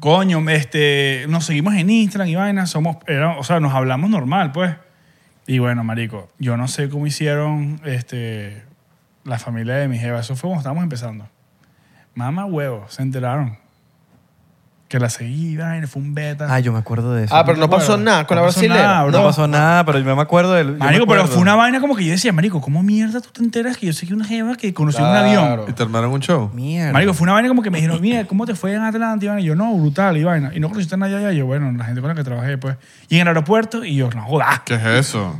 [SPEAKER 1] Coño, este, nos seguimos en Instagram y vainas, somos, era- o sea, nos hablamos normal, pues. Y bueno, marico, yo no sé cómo hicieron este, la familia de mi jeva. Eso fue cuando estábamos empezando. Mamá huevo, se enteraron. Que la seguí, vaina, fue un beta.
[SPEAKER 3] ah, yo me acuerdo de eso.
[SPEAKER 2] Ah, pero no pasó
[SPEAKER 1] acuerdo.
[SPEAKER 2] nada con
[SPEAKER 1] No
[SPEAKER 2] la
[SPEAKER 1] pasó
[SPEAKER 2] brasileña.
[SPEAKER 1] nada,
[SPEAKER 3] no
[SPEAKER 1] bro.
[SPEAKER 3] pasó nada, pero yo me acuerdo del. yo me
[SPEAKER 1] Marico, pero
[SPEAKER 3] acuerdo.
[SPEAKER 1] fue una vaina como que yo decía, marico, ¿cómo mierda tú te enteras que yo seguí una jeva que conocí
[SPEAKER 2] Claro.
[SPEAKER 1] en un avión?
[SPEAKER 4] Y te armaron un show.
[SPEAKER 3] Mierda.
[SPEAKER 1] Marico, fue una vaina como que me dijeron, mira, ¿cómo te fue en Atlanta? Y vaina? Y yo, no, brutal, y vaina. Y no conociste a nadie allá. Y yo, bueno, la gente con la que trabajé, pues. Y en el aeropuerto, y yo, no jodas.
[SPEAKER 4] ¿Qué es eso?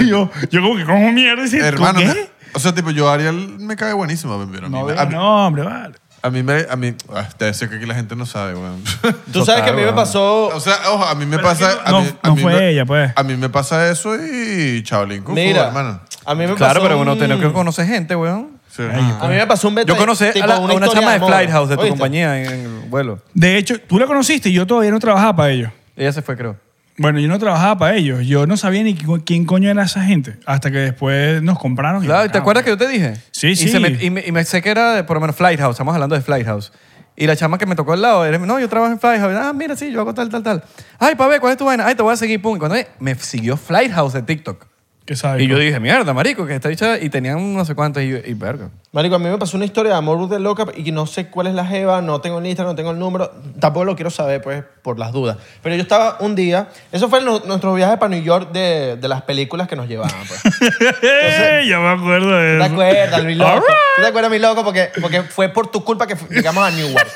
[SPEAKER 1] Y yo, yo como que, ¿cómo mierda? ¿Sí?
[SPEAKER 4] hermano.
[SPEAKER 1] ¿Con
[SPEAKER 4] me-
[SPEAKER 1] qué?
[SPEAKER 4] O sea, tipo, yo Ariel me cae buenísimo, pero a mí,
[SPEAKER 1] No,
[SPEAKER 4] me- a, mí-
[SPEAKER 1] no, hombre, vale.
[SPEAKER 4] a mí me... A mí, ah, te decía que aquí la gente no sabe, weón.
[SPEAKER 2] Tú sabes que a mí me
[SPEAKER 3] Total,
[SPEAKER 2] pasó.
[SPEAKER 4] o sea, ojo, a mí me
[SPEAKER 1] Pero es
[SPEAKER 4] pasa...
[SPEAKER 1] que no-
[SPEAKER 4] a mí, a
[SPEAKER 1] no
[SPEAKER 4] mí
[SPEAKER 1] fue
[SPEAKER 4] me-
[SPEAKER 1] ella, pues.
[SPEAKER 4] A mí me pasa eso y chavalín con fútbol,
[SPEAKER 2] Mira,
[SPEAKER 4] hermano.
[SPEAKER 2] a mí me pasó.
[SPEAKER 3] Claro, pero uno
[SPEAKER 2] un-
[SPEAKER 3] tiene que conocer gente, weón.
[SPEAKER 4] Sí.
[SPEAKER 2] A mí me pasó un beta.
[SPEAKER 3] Yo conocí a,
[SPEAKER 2] Este, tipo,
[SPEAKER 3] la- a una,
[SPEAKER 2] historia
[SPEAKER 3] chama de
[SPEAKER 2] amor.
[SPEAKER 3] Flight House de tu
[SPEAKER 2] ¿Oíste?
[SPEAKER 3] compañía en, en el vuelo.
[SPEAKER 1] De hecho, tú la conociste y yo todavía no trabajaba para ellos.
[SPEAKER 3] Ella se fue, creo.
[SPEAKER 1] Bueno, yo no trabajaba para ellos. Yo no sabía ni qui- quién coño era esa gente. Hasta que después nos compraron. y-
[SPEAKER 3] Claro, ¿te
[SPEAKER 1] ah,
[SPEAKER 3] acuerdas que yo te dije?
[SPEAKER 1] Sí,
[SPEAKER 3] Y,
[SPEAKER 1] sí.
[SPEAKER 3] se me, y, me, y me- sé que era, de, por lo menos, Flight House. Estamos hablando de Flight House. Y la chama que me tocó al lado, era, no, yo trabajo en Flight House. Ah, mira, sí, yo hago tal, tal, tal. Ay, pa' ver, ¿cuál es tu vaina? Ay, te voy a seguir, pum. Y cuando me- me siguió Flight House de TikTok.
[SPEAKER 1] Que sabe.
[SPEAKER 3] Y yo dije, mierda, marico, que está dicha. Y tenían no sé cuántos. Y, yo, y verga.
[SPEAKER 2] Marico, a mí me pasó una historia de amor de loca y que no sé cuál es la jeva, no tengo el Instagram, no tengo el número, tampoco lo quiero saber, pues, por las dudas. Pero yo estaba un día, eso fue nu- nuestro viaje para New York de, de las películas que nos llevaban, pues.
[SPEAKER 1] ya me acuerdo de
[SPEAKER 2] ¿Te
[SPEAKER 1] eso.
[SPEAKER 2] acuerdas, mi loco?
[SPEAKER 1] All right.
[SPEAKER 2] ¿Tú te acuerdas, mi loco? Porque, porque fue por tu culpa que fu- llegamos a Newark.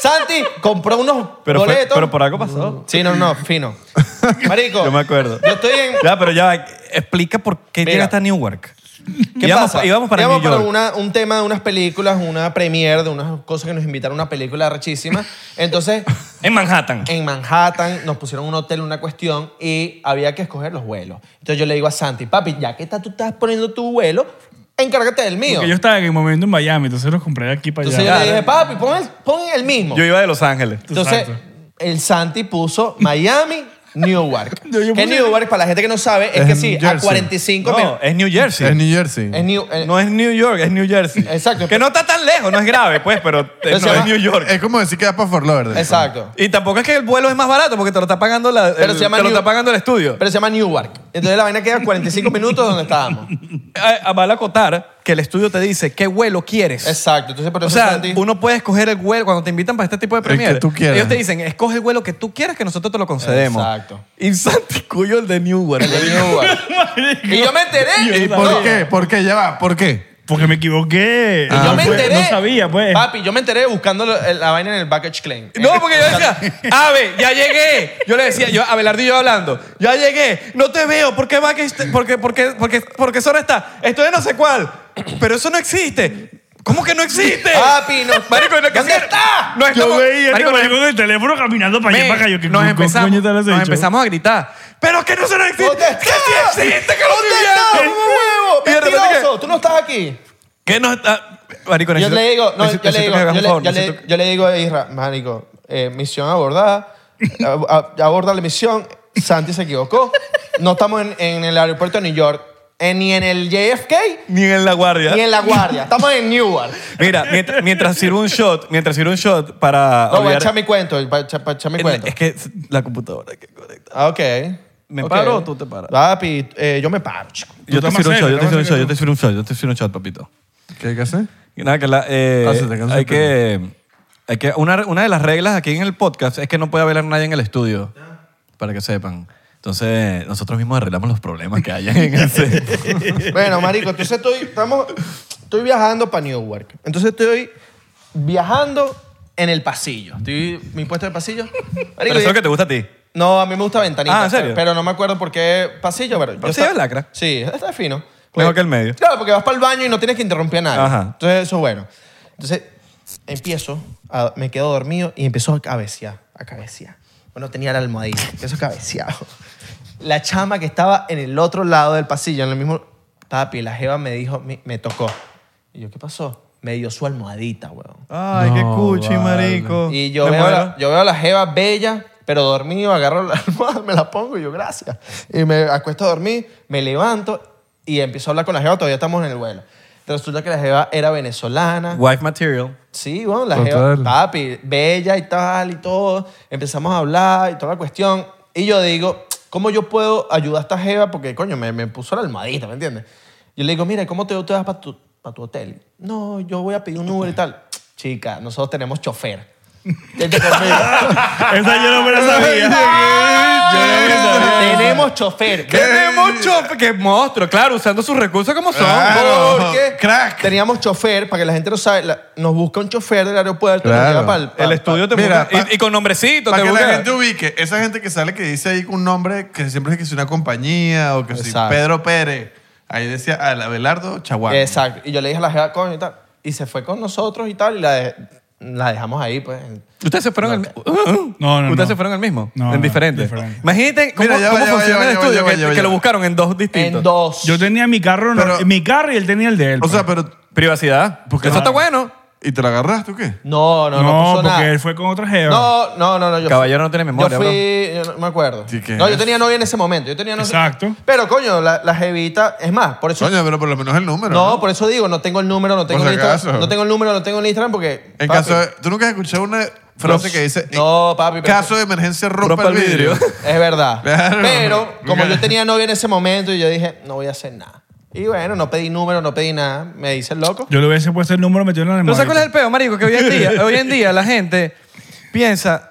[SPEAKER 2] Santi compró unos
[SPEAKER 3] Pero, fue-
[SPEAKER 2] boletos.
[SPEAKER 3] pero por algo pasó.
[SPEAKER 2] Sí, no, no, fino. Marico.
[SPEAKER 3] Yo me acuerdo.
[SPEAKER 2] Yo estoy en...
[SPEAKER 3] Ya, pero ya, explica por qué
[SPEAKER 2] Mira.
[SPEAKER 3] llegaste a Newark.
[SPEAKER 2] ¿Qué
[SPEAKER 3] íbamos,
[SPEAKER 2] pasa?
[SPEAKER 3] Íbamos para
[SPEAKER 2] Íbamos
[SPEAKER 3] New York.
[SPEAKER 2] una- un tema de unas películas, una premiere de unas cosas que nos invitaron a una película rechísima. Entonces,
[SPEAKER 3] En Manhattan.
[SPEAKER 2] en Manhattan nos pusieron un hotel, una cuestión, y había que escoger los vuelos. Entonces yo le digo a Santi, papi, ya que está, tú estás poniendo tu vuelo, encárgate del mío.
[SPEAKER 1] Porque yo estaba en el momento en Miami, entonces los compré de aquí para
[SPEAKER 2] Entonces
[SPEAKER 1] allá.
[SPEAKER 2] yo le
[SPEAKER 3] Ya.
[SPEAKER 2] dije, papi, pon el, pon el mismo.
[SPEAKER 3] Yo iba de Los Ángeles.
[SPEAKER 2] Entonces,
[SPEAKER 1] Exacto.
[SPEAKER 2] el Santi puso Miami, Newark.
[SPEAKER 1] Yo- yo puse-
[SPEAKER 2] que Newark, para la gente que no sabe, es,
[SPEAKER 4] Es
[SPEAKER 2] que
[SPEAKER 4] en
[SPEAKER 2] sí, a
[SPEAKER 4] Jersey.
[SPEAKER 2] 45
[SPEAKER 3] No,
[SPEAKER 2] minutos.
[SPEAKER 3] es New Jersey.
[SPEAKER 4] Es New Jersey.
[SPEAKER 2] Es New- eh,
[SPEAKER 3] No es New York, es New Jersey.
[SPEAKER 2] Exacto.
[SPEAKER 3] Que no está tan lejos, no es grave, pues, pero eh,
[SPEAKER 2] Pero se
[SPEAKER 3] no es
[SPEAKER 2] llama-
[SPEAKER 3] New York.
[SPEAKER 4] Es como decir que vas para Fort Lauderdale.
[SPEAKER 2] Exacto.
[SPEAKER 3] Y tampoco es que el vuelo es más barato porque te lo está pagando, la,
[SPEAKER 2] Pero
[SPEAKER 3] el,
[SPEAKER 2] se llama
[SPEAKER 3] te lo
[SPEAKER 2] New-
[SPEAKER 3] está pagando el estudio.
[SPEAKER 2] Pero se llama Newark. Entonces la vaina queda 45 minutos donde estábamos.
[SPEAKER 3] A- a- Eh, Vale acotar que el estudio te dice qué vuelo quieres.
[SPEAKER 2] Exacto. Entonces, por
[SPEAKER 3] O
[SPEAKER 2] eso
[SPEAKER 3] sea,
[SPEAKER 2] Santi-
[SPEAKER 3] uno puede escoger el vuelo cuando te invitan para este tipo de
[SPEAKER 4] que
[SPEAKER 3] premier.
[SPEAKER 4] tú quieras.
[SPEAKER 3] Ellos te dicen, escoge el vuelo que tú quieras que nosotros te lo concedemos.
[SPEAKER 2] Exacto.
[SPEAKER 3] Y Santi Cuyo, el de Newark.
[SPEAKER 2] el de Newark. y yo me enteré.
[SPEAKER 4] ¿Y por qué? ¿Por qué? Ya va, ¿por qué?
[SPEAKER 1] Porque me equivoqué.
[SPEAKER 2] Yo
[SPEAKER 1] Ah, No
[SPEAKER 2] me
[SPEAKER 1] fue-
[SPEAKER 2] enteré.
[SPEAKER 1] No sabía, pues.
[SPEAKER 2] Papi, yo me enteré buscando la, la vaina en el baggage claim.
[SPEAKER 3] No, porque yo decía, Ave, ya llegué. Yo le decía, yo, Abelardo y yo hablando, ya llegué, no te veo, ¿por qué va que este- por qué, por qué, por qué, por qué zona está? Estoy en no sé cuál, pero eso no existe. ¿Cómo que no existe?
[SPEAKER 1] Ah,
[SPEAKER 2] Papi, no.
[SPEAKER 3] eh. Marico, no,
[SPEAKER 2] ¿Dónde está?
[SPEAKER 1] Yo
[SPEAKER 3] No estamos-
[SPEAKER 1] veía
[SPEAKER 3] Marico,
[SPEAKER 1] marico,
[SPEAKER 3] nos-
[SPEAKER 1] con el teléfono caminando para allá y
[SPEAKER 3] men,
[SPEAKER 1] para acá. Yo, ¿qué
[SPEAKER 3] nos
[SPEAKER 1] co- co-
[SPEAKER 3] empezamos,
[SPEAKER 1] coño te lo has
[SPEAKER 3] nos
[SPEAKER 1] hecho?
[SPEAKER 3] empezamos a gritar, pero que no eso no existe.
[SPEAKER 2] ¿Dónde
[SPEAKER 3] que sí existe, que
[SPEAKER 2] ¿Dónde
[SPEAKER 3] lo
[SPEAKER 2] está?
[SPEAKER 3] estoy
[SPEAKER 2] ¡Mamá
[SPEAKER 3] viendo.
[SPEAKER 2] huevo!
[SPEAKER 3] Y de repente
[SPEAKER 2] ¡Mentiroso! ¡Tú no estás aquí!
[SPEAKER 3] que, que no está... Marico,
[SPEAKER 2] Yo
[SPEAKER 3] necesito-
[SPEAKER 2] le digo, no,
[SPEAKER 3] necesito-
[SPEAKER 2] yo le
[SPEAKER 3] necesito
[SPEAKER 2] digo,
[SPEAKER 3] que hagas un
[SPEAKER 2] yo le,
[SPEAKER 3] favor,
[SPEAKER 2] yo le-
[SPEAKER 3] necesito-
[SPEAKER 2] yo le digo a Isra, marico, eh, misión abordada, a- a- aborda la misión, Santi se equivocó, no estamos en, en el aeropuerto de New York, eh, ni en el JFK,
[SPEAKER 3] Ni en la guardia.
[SPEAKER 2] ni en La Guardia, estamos en Newark.
[SPEAKER 3] Mira, mientras, mientras sirvo un shot, mientras sirvo un shot para
[SPEAKER 2] No, voy a
[SPEAKER 3] olvidar-
[SPEAKER 2] echar mi cuento, para echar, para echar mi cuento.
[SPEAKER 3] Es que la computadora que conecta.
[SPEAKER 2] Ah, ok.
[SPEAKER 3] eh, ¿Me
[SPEAKER 2] Ok.
[SPEAKER 3] paro o tú te paras?
[SPEAKER 2] Papi, eh, yo me paro, chico.
[SPEAKER 3] Yo te
[SPEAKER 1] tomas
[SPEAKER 3] sirvo un
[SPEAKER 1] serio,
[SPEAKER 3] shot, yo te
[SPEAKER 1] tomas
[SPEAKER 3] sirvo un shot,
[SPEAKER 1] serio
[SPEAKER 3] yo te sirvo un shot, yo te sirvo un shot, papito.
[SPEAKER 4] ¿Qué hay que hacer?
[SPEAKER 3] Y nada, que la, eh,
[SPEAKER 4] Ah, se te cansó
[SPEAKER 3] hay
[SPEAKER 4] el
[SPEAKER 3] que, hay que una, una de las reglas aquí en el podcast es que no puede haber nadie en el estudio, para que sepan. Entonces, nosotros mismos arreglamos los problemas que hayan en el set.
[SPEAKER 2] Bueno, marico, entonces estoy, estamos, estoy viajando para Newark. Entonces estoy viajando en el pasillo. Estoy, mi puesto de pasillo. Marico,
[SPEAKER 3] Pero eso es
[SPEAKER 2] y-
[SPEAKER 3] lo que te gusta a ti.
[SPEAKER 2] No, a mí me gusta ventanita.
[SPEAKER 3] Ah, ¿en serio?
[SPEAKER 2] Pero no me acuerdo por qué pasillo. Pero yo
[SPEAKER 3] Pasillo
[SPEAKER 2] esta-
[SPEAKER 3] es lacra.
[SPEAKER 2] Sí, está fino.
[SPEAKER 3] Mejor
[SPEAKER 2] Porque-
[SPEAKER 3] que el medio.
[SPEAKER 2] Claro, porque vas para el baño y no tienes que interrumpir a nadie.
[SPEAKER 3] Ajá.
[SPEAKER 2] Entonces, eso es bueno. Entonces, empiezo, a- me quedo dormido y empiezo a cabecear, a cabecear. Bueno, tenía la almohadilla, empiezo cabeceado. La chama que estaba en el otro lado del pasillo, en el mismo... Papi, la jeva me dijo, me, me tocó. Y yo, ¿qué pasó? Me dio su almohadita, weón.
[SPEAKER 3] Ay, qué cuchi, marico.
[SPEAKER 2] Y yo
[SPEAKER 3] Me
[SPEAKER 2] veo,
[SPEAKER 3] muero.
[SPEAKER 2] la, yo veo a la jeva bella, pero dormido, agarro la almohada, me la pongo y yo, gracias. Y me acuesto a dormir, me levanto y empiezo a hablar con la jeva, todavía estamos en el vuelo. Resulta que la jeva era venezolana.
[SPEAKER 3] Wife material.
[SPEAKER 2] Sí, bueno, la
[SPEAKER 4] Total.
[SPEAKER 2] jeva, papi, bella y tal y todo. Empezamos a hablar y toda la cuestión. Y yo digo, ¿cómo yo puedo ayudar a esta jeva? Porque, coño, me, me puso la almohadita, ¿me entiendes? Yo le digo, mira, ¿cómo te, te vas para tu, pa' tu hotel? No, yo voy a pedir un Uber y tal. Chica, nosotros tenemos chofer. Vente conmigo.
[SPEAKER 1] Esa yo no me la sabía.
[SPEAKER 2] tenemos chofer.
[SPEAKER 3] ¡Tenemos chofer! ¡Qué monstruo! Claro, usando sus recursos como son.
[SPEAKER 4] Ah. Claro.
[SPEAKER 2] Porque
[SPEAKER 4] Crack.
[SPEAKER 2] teníamos chofer, para que la gente lo sabe, la- nos busca un chofer del aeropuerto.
[SPEAKER 4] Claro.
[SPEAKER 3] El estudio te
[SPEAKER 4] Mira,
[SPEAKER 3] busca-
[SPEAKER 4] pa-
[SPEAKER 3] y, y con nombrecito
[SPEAKER 4] Para
[SPEAKER 3] te
[SPEAKER 4] que
[SPEAKER 3] busca.
[SPEAKER 4] la gente ubique, esa gente que sale que dice ahí un nombre que siempre es que es una compañía o que si
[SPEAKER 2] Exacto.
[SPEAKER 4] Pedro Pérez. Ahí decía al Abelardo Chaguán.
[SPEAKER 2] Exacto. Y yo le dije a la jefa, coño, y tal. Y se fue con nosotros y tal. Y la, de- la dejamos ahí, pues.
[SPEAKER 3] Ustedes se fueron al uh,
[SPEAKER 1] No, no,
[SPEAKER 3] Ustedes
[SPEAKER 1] no.
[SPEAKER 3] se fueron al mismo.
[SPEAKER 1] No,
[SPEAKER 3] en
[SPEAKER 1] no,
[SPEAKER 3] diferente.
[SPEAKER 1] diferente.
[SPEAKER 3] Imagínate cómo,
[SPEAKER 4] Mira, ya va,
[SPEAKER 3] cómo
[SPEAKER 4] ya va,
[SPEAKER 3] funciona
[SPEAKER 4] ya va,
[SPEAKER 3] el
[SPEAKER 4] ya va,
[SPEAKER 3] estudio.
[SPEAKER 4] ya va,
[SPEAKER 3] que,
[SPEAKER 4] ya va,
[SPEAKER 3] que
[SPEAKER 4] ya
[SPEAKER 3] lo
[SPEAKER 4] va.
[SPEAKER 3] buscaron en dos distintos.
[SPEAKER 2] En dos.
[SPEAKER 1] Yo tenía mi carro, no-
[SPEAKER 4] Pero-
[SPEAKER 1] mi carro y él tenía el de él.
[SPEAKER 4] O sea,
[SPEAKER 1] pues.
[SPEAKER 4] pero.
[SPEAKER 3] Privacidad.
[SPEAKER 4] Porque-
[SPEAKER 3] Eso está bueno.
[SPEAKER 4] ¿Y te la agarraste o qué?
[SPEAKER 2] No, no, no,
[SPEAKER 1] no,
[SPEAKER 2] puso
[SPEAKER 1] porque
[SPEAKER 2] nada.
[SPEAKER 1] él fue con otra jeva.
[SPEAKER 2] No, no, no, no. Yo
[SPEAKER 3] Caballero
[SPEAKER 2] fui-
[SPEAKER 3] no tiene memoria,
[SPEAKER 2] Yo fui, yo no me acuerdo.
[SPEAKER 4] Sí, ¿qué
[SPEAKER 2] No, yo
[SPEAKER 4] es?
[SPEAKER 2] tenía novia en ese momento. Yo tenía no sé-
[SPEAKER 1] Exacto.
[SPEAKER 2] Pero, coño, la, la jevita, es más, por eso.
[SPEAKER 4] Coño, pero por lo menos el número.
[SPEAKER 2] no, por eso digo, no tengo el número, no tengo
[SPEAKER 4] Por
[SPEAKER 2] el
[SPEAKER 4] si
[SPEAKER 2] Instagram.
[SPEAKER 4] acaso.
[SPEAKER 2] No tengo el número, no tengo el Instagram porque.
[SPEAKER 4] En
[SPEAKER 2] papi,
[SPEAKER 4] caso de- ¿Tú nunca has escuchado una frase
[SPEAKER 2] los-
[SPEAKER 4] que dice.
[SPEAKER 2] No, papi.
[SPEAKER 4] En
[SPEAKER 2] pero-
[SPEAKER 4] caso de emergencia, rompa,
[SPEAKER 3] Rompa
[SPEAKER 4] el
[SPEAKER 3] el
[SPEAKER 4] vidrio.
[SPEAKER 3] vidrio.
[SPEAKER 2] Es verdad.
[SPEAKER 4] Claro.
[SPEAKER 2] Pero como
[SPEAKER 4] Claro.
[SPEAKER 2] yo tenía novia en ese momento y yo dije, no voy a hacer nada. Y bueno, no pedí número, no pedí nada. Me dice el loco.
[SPEAKER 1] Yo le hubiese puesto el número metido en la
[SPEAKER 3] ¿No
[SPEAKER 1] memoria.
[SPEAKER 3] sabes cuál es el peo, marico? Que hoy en día, hoy en día la gente piensa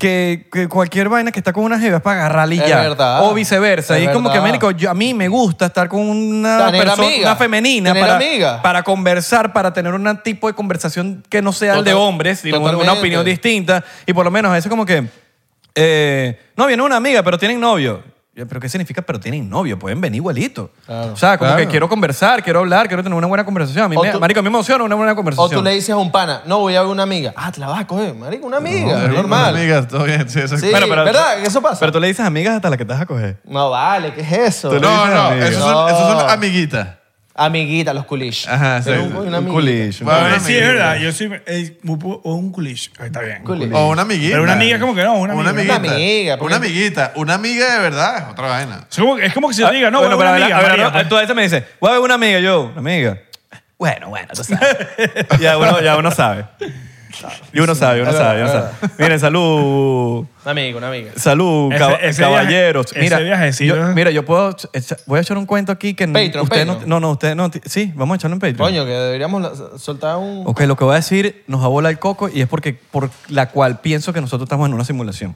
[SPEAKER 3] que, que cualquier vaina que está con una jeva es para agarrarla y
[SPEAKER 2] Es
[SPEAKER 3] ya.
[SPEAKER 2] verdad.
[SPEAKER 3] O viceversa.
[SPEAKER 2] Es
[SPEAKER 3] y es como que,
[SPEAKER 2] verdad.
[SPEAKER 3] marico, yo- a mí me gusta estar con una
[SPEAKER 2] Tener
[SPEAKER 3] persona,
[SPEAKER 2] amiga.
[SPEAKER 3] una femenina
[SPEAKER 2] Tener
[SPEAKER 3] para,
[SPEAKER 2] amiga.
[SPEAKER 3] para conversar, para tener un tipo de conversación que no sea el de
[SPEAKER 2] Total-
[SPEAKER 3] hombres, sino una- una
[SPEAKER 2] totalmente.
[SPEAKER 3] opinión distinta. Y por lo menos a veces como que, eh, no, viene una amiga, pero tienen novio. Yo, ¿Pero qué significa? Pero tienen novio, pueden venir igualito.
[SPEAKER 2] Claro.
[SPEAKER 3] O sea, como
[SPEAKER 4] Claro.
[SPEAKER 3] que quiero conversar, quiero hablar, quiero tener una buena conversación. A mí,
[SPEAKER 2] O
[SPEAKER 3] me-
[SPEAKER 2] tú-
[SPEAKER 3] marico, a mí me emociona una buena conversación.
[SPEAKER 2] O tú le dices a un pana, no, voy a ver una amiga. Ah, te la vas a coger, marico, una amiga,
[SPEAKER 4] Marico,
[SPEAKER 2] normal.
[SPEAKER 4] Amigas, todo bien. Sí, eso-
[SPEAKER 2] Sí, ¿verdad? ¿Eso pasa?
[SPEAKER 3] Pero tú le dices amigas hasta la que te vas a coger.
[SPEAKER 2] No, vale, ¿qué es eso?
[SPEAKER 3] Tú le
[SPEAKER 4] No,
[SPEAKER 3] dices
[SPEAKER 4] no,
[SPEAKER 3] amigas.
[SPEAKER 4] esos son,
[SPEAKER 2] No.
[SPEAKER 4] esos son amiguitas.
[SPEAKER 2] Amiguita, los culish.
[SPEAKER 4] Ajá,
[SPEAKER 2] Pero
[SPEAKER 4] sí,
[SPEAKER 2] un- una
[SPEAKER 4] un
[SPEAKER 2] amiguita.
[SPEAKER 3] Coolidge.
[SPEAKER 4] Bueno,
[SPEAKER 1] A ver,
[SPEAKER 4] una
[SPEAKER 1] sí, es
[SPEAKER 4] amiguita.
[SPEAKER 1] verdad. Yo sí. me- eh, o un culish. Ahí está bien.
[SPEAKER 2] Culish.
[SPEAKER 4] O una amiguita.
[SPEAKER 1] Pero una amiga como que no, una
[SPEAKER 4] Una
[SPEAKER 1] amiga.
[SPEAKER 2] Una
[SPEAKER 4] amiguita.
[SPEAKER 2] amiga, porque-
[SPEAKER 4] Una amiguita. Una amiga de verdad es otra vaina.
[SPEAKER 1] Es como, es como que se te diga, no,
[SPEAKER 3] Ah, bueno,
[SPEAKER 1] bueno, una
[SPEAKER 3] pero
[SPEAKER 1] amiga.
[SPEAKER 3] a ver, a ver,
[SPEAKER 1] María,
[SPEAKER 3] no,
[SPEAKER 1] pues.
[SPEAKER 3] tú a veces me dices, voy a ver una amiga, yo, una amiga. Bueno, bueno, tú sabes. ya, uno, ya uno sabe. Y uno sabe, uno
[SPEAKER 2] Es
[SPEAKER 3] sabe, uno
[SPEAKER 2] verdad,
[SPEAKER 3] sabe.
[SPEAKER 2] es
[SPEAKER 3] Miren, salud.
[SPEAKER 2] Una amiga, una amiga.
[SPEAKER 3] Salud,
[SPEAKER 1] Ese-
[SPEAKER 3] caba-
[SPEAKER 1] ese
[SPEAKER 3] caballeros.
[SPEAKER 1] viaje- ese viajecito.
[SPEAKER 3] yo- mira, yo puedo. echa- voy a echar un cuento aquí que.
[SPEAKER 2] Patreon,
[SPEAKER 3] usted no-
[SPEAKER 2] Patreon.
[SPEAKER 3] No, no, usted no. Sí, vamos a echarlo en Patreon.
[SPEAKER 2] Coño, que deberíamos la- soltar un...
[SPEAKER 3] Ok, lo que voy a decir nos abola el coco y es porque por la cual pienso que nosotros estamos en una simulación.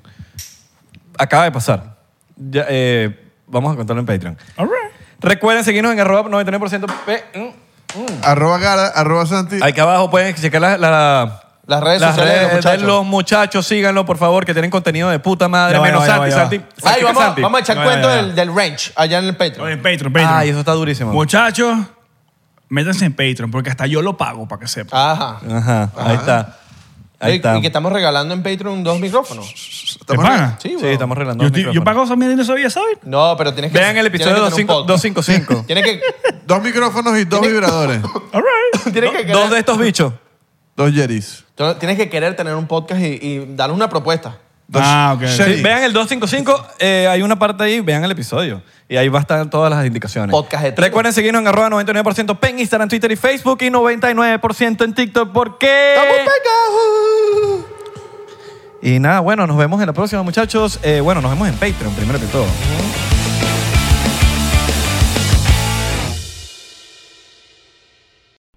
[SPEAKER 3] Acaba de pasar. Ya, eh, vamos a contarlo en Patreon.
[SPEAKER 1] All right.
[SPEAKER 3] Recuerden seguirnos en arroba 99% P. mm, mm.
[SPEAKER 4] Arroba Gara, arroba Santi.
[SPEAKER 3] Aquí abajo pueden checar la- la-
[SPEAKER 2] Las redes sociales de los
[SPEAKER 3] redes de
[SPEAKER 2] muchachos.
[SPEAKER 3] los muchachos. Síganlo, por favor, que tienen contenido de puta madre.
[SPEAKER 1] Ya va, ya
[SPEAKER 3] menos
[SPEAKER 1] va, ya
[SPEAKER 3] Santi,
[SPEAKER 1] va, ya va.
[SPEAKER 3] Santi.
[SPEAKER 2] Ay,
[SPEAKER 3] Oh, Santi,
[SPEAKER 2] vamos,
[SPEAKER 3] Santi.
[SPEAKER 2] vamos a echar
[SPEAKER 1] No,
[SPEAKER 2] cuento
[SPEAKER 1] no, no.
[SPEAKER 2] del, del ranch allá en el
[SPEAKER 1] Oye,
[SPEAKER 2] Patreon.
[SPEAKER 1] Patreon, Patreon.
[SPEAKER 3] Ay, Ah, eso está durísimo.
[SPEAKER 1] Muchachos, métanse en Patreon porque hasta yo lo pago para que sepan.
[SPEAKER 2] Ajá.
[SPEAKER 3] Ajá, ahí está. Ahí
[SPEAKER 2] Y-
[SPEAKER 3] está.
[SPEAKER 2] Y que estamos regalando en Patreon dos micrófonos.
[SPEAKER 1] ¿Te pagan?
[SPEAKER 2] Sí,
[SPEAKER 3] Sí,
[SPEAKER 2] weón.
[SPEAKER 3] estamos arreglando
[SPEAKER 1] Yo,
[SPEAKER 3] los
[SPEAKER 1] estoy- yo
[SPEAKER 3] micrófonos.
[SPEAKER 1] pago esa mierda y no sabía, ¿sabes?
[SPEAKER 2] No, pero tienes que.
[SPEAKER 3] Vean el episodio
[SPEAKER 2] tienes que tener un
[SPEAKER 3] 255.
[SPEAKER 2] podcast. Tienes que.
[SPEAKER 4] Dos micrófonos y dos vibradores.
[SPEAKER 1] All right.
[SPEAKER 2] Tienes que, querer,
[SPEAKER 3] Dos de estos bichos.
[SPEAKER 4] Dos Yeris.
[SPEAKER 2] tú tienes que querer tener un podcast y, y darle una propuesta.
[SPEAKER 4] Dos
[SPEAKER 1] Ah, ok.
[SPEAKER 4] Sherry.
[SPEAKER 3] Sí, vean el 255, eh, hay una parte ahí, vean el episodio. Y ahí va a estar todas las indicaciones.
[SPEAKER 2] Podcast de todo.
[SPEAKER 3] Recuerden seguirnos en arroba 99% en Instagram, Twitter y Facebook y 99% en TikTok porque...
[SPEAKER 2] ¡Estamos pegados!
[SPEAKER 3] Y nada, bueno, nos vemos en la próxima, muchachos. Eh, bueno, nos vemos en Patreon, primero que todo.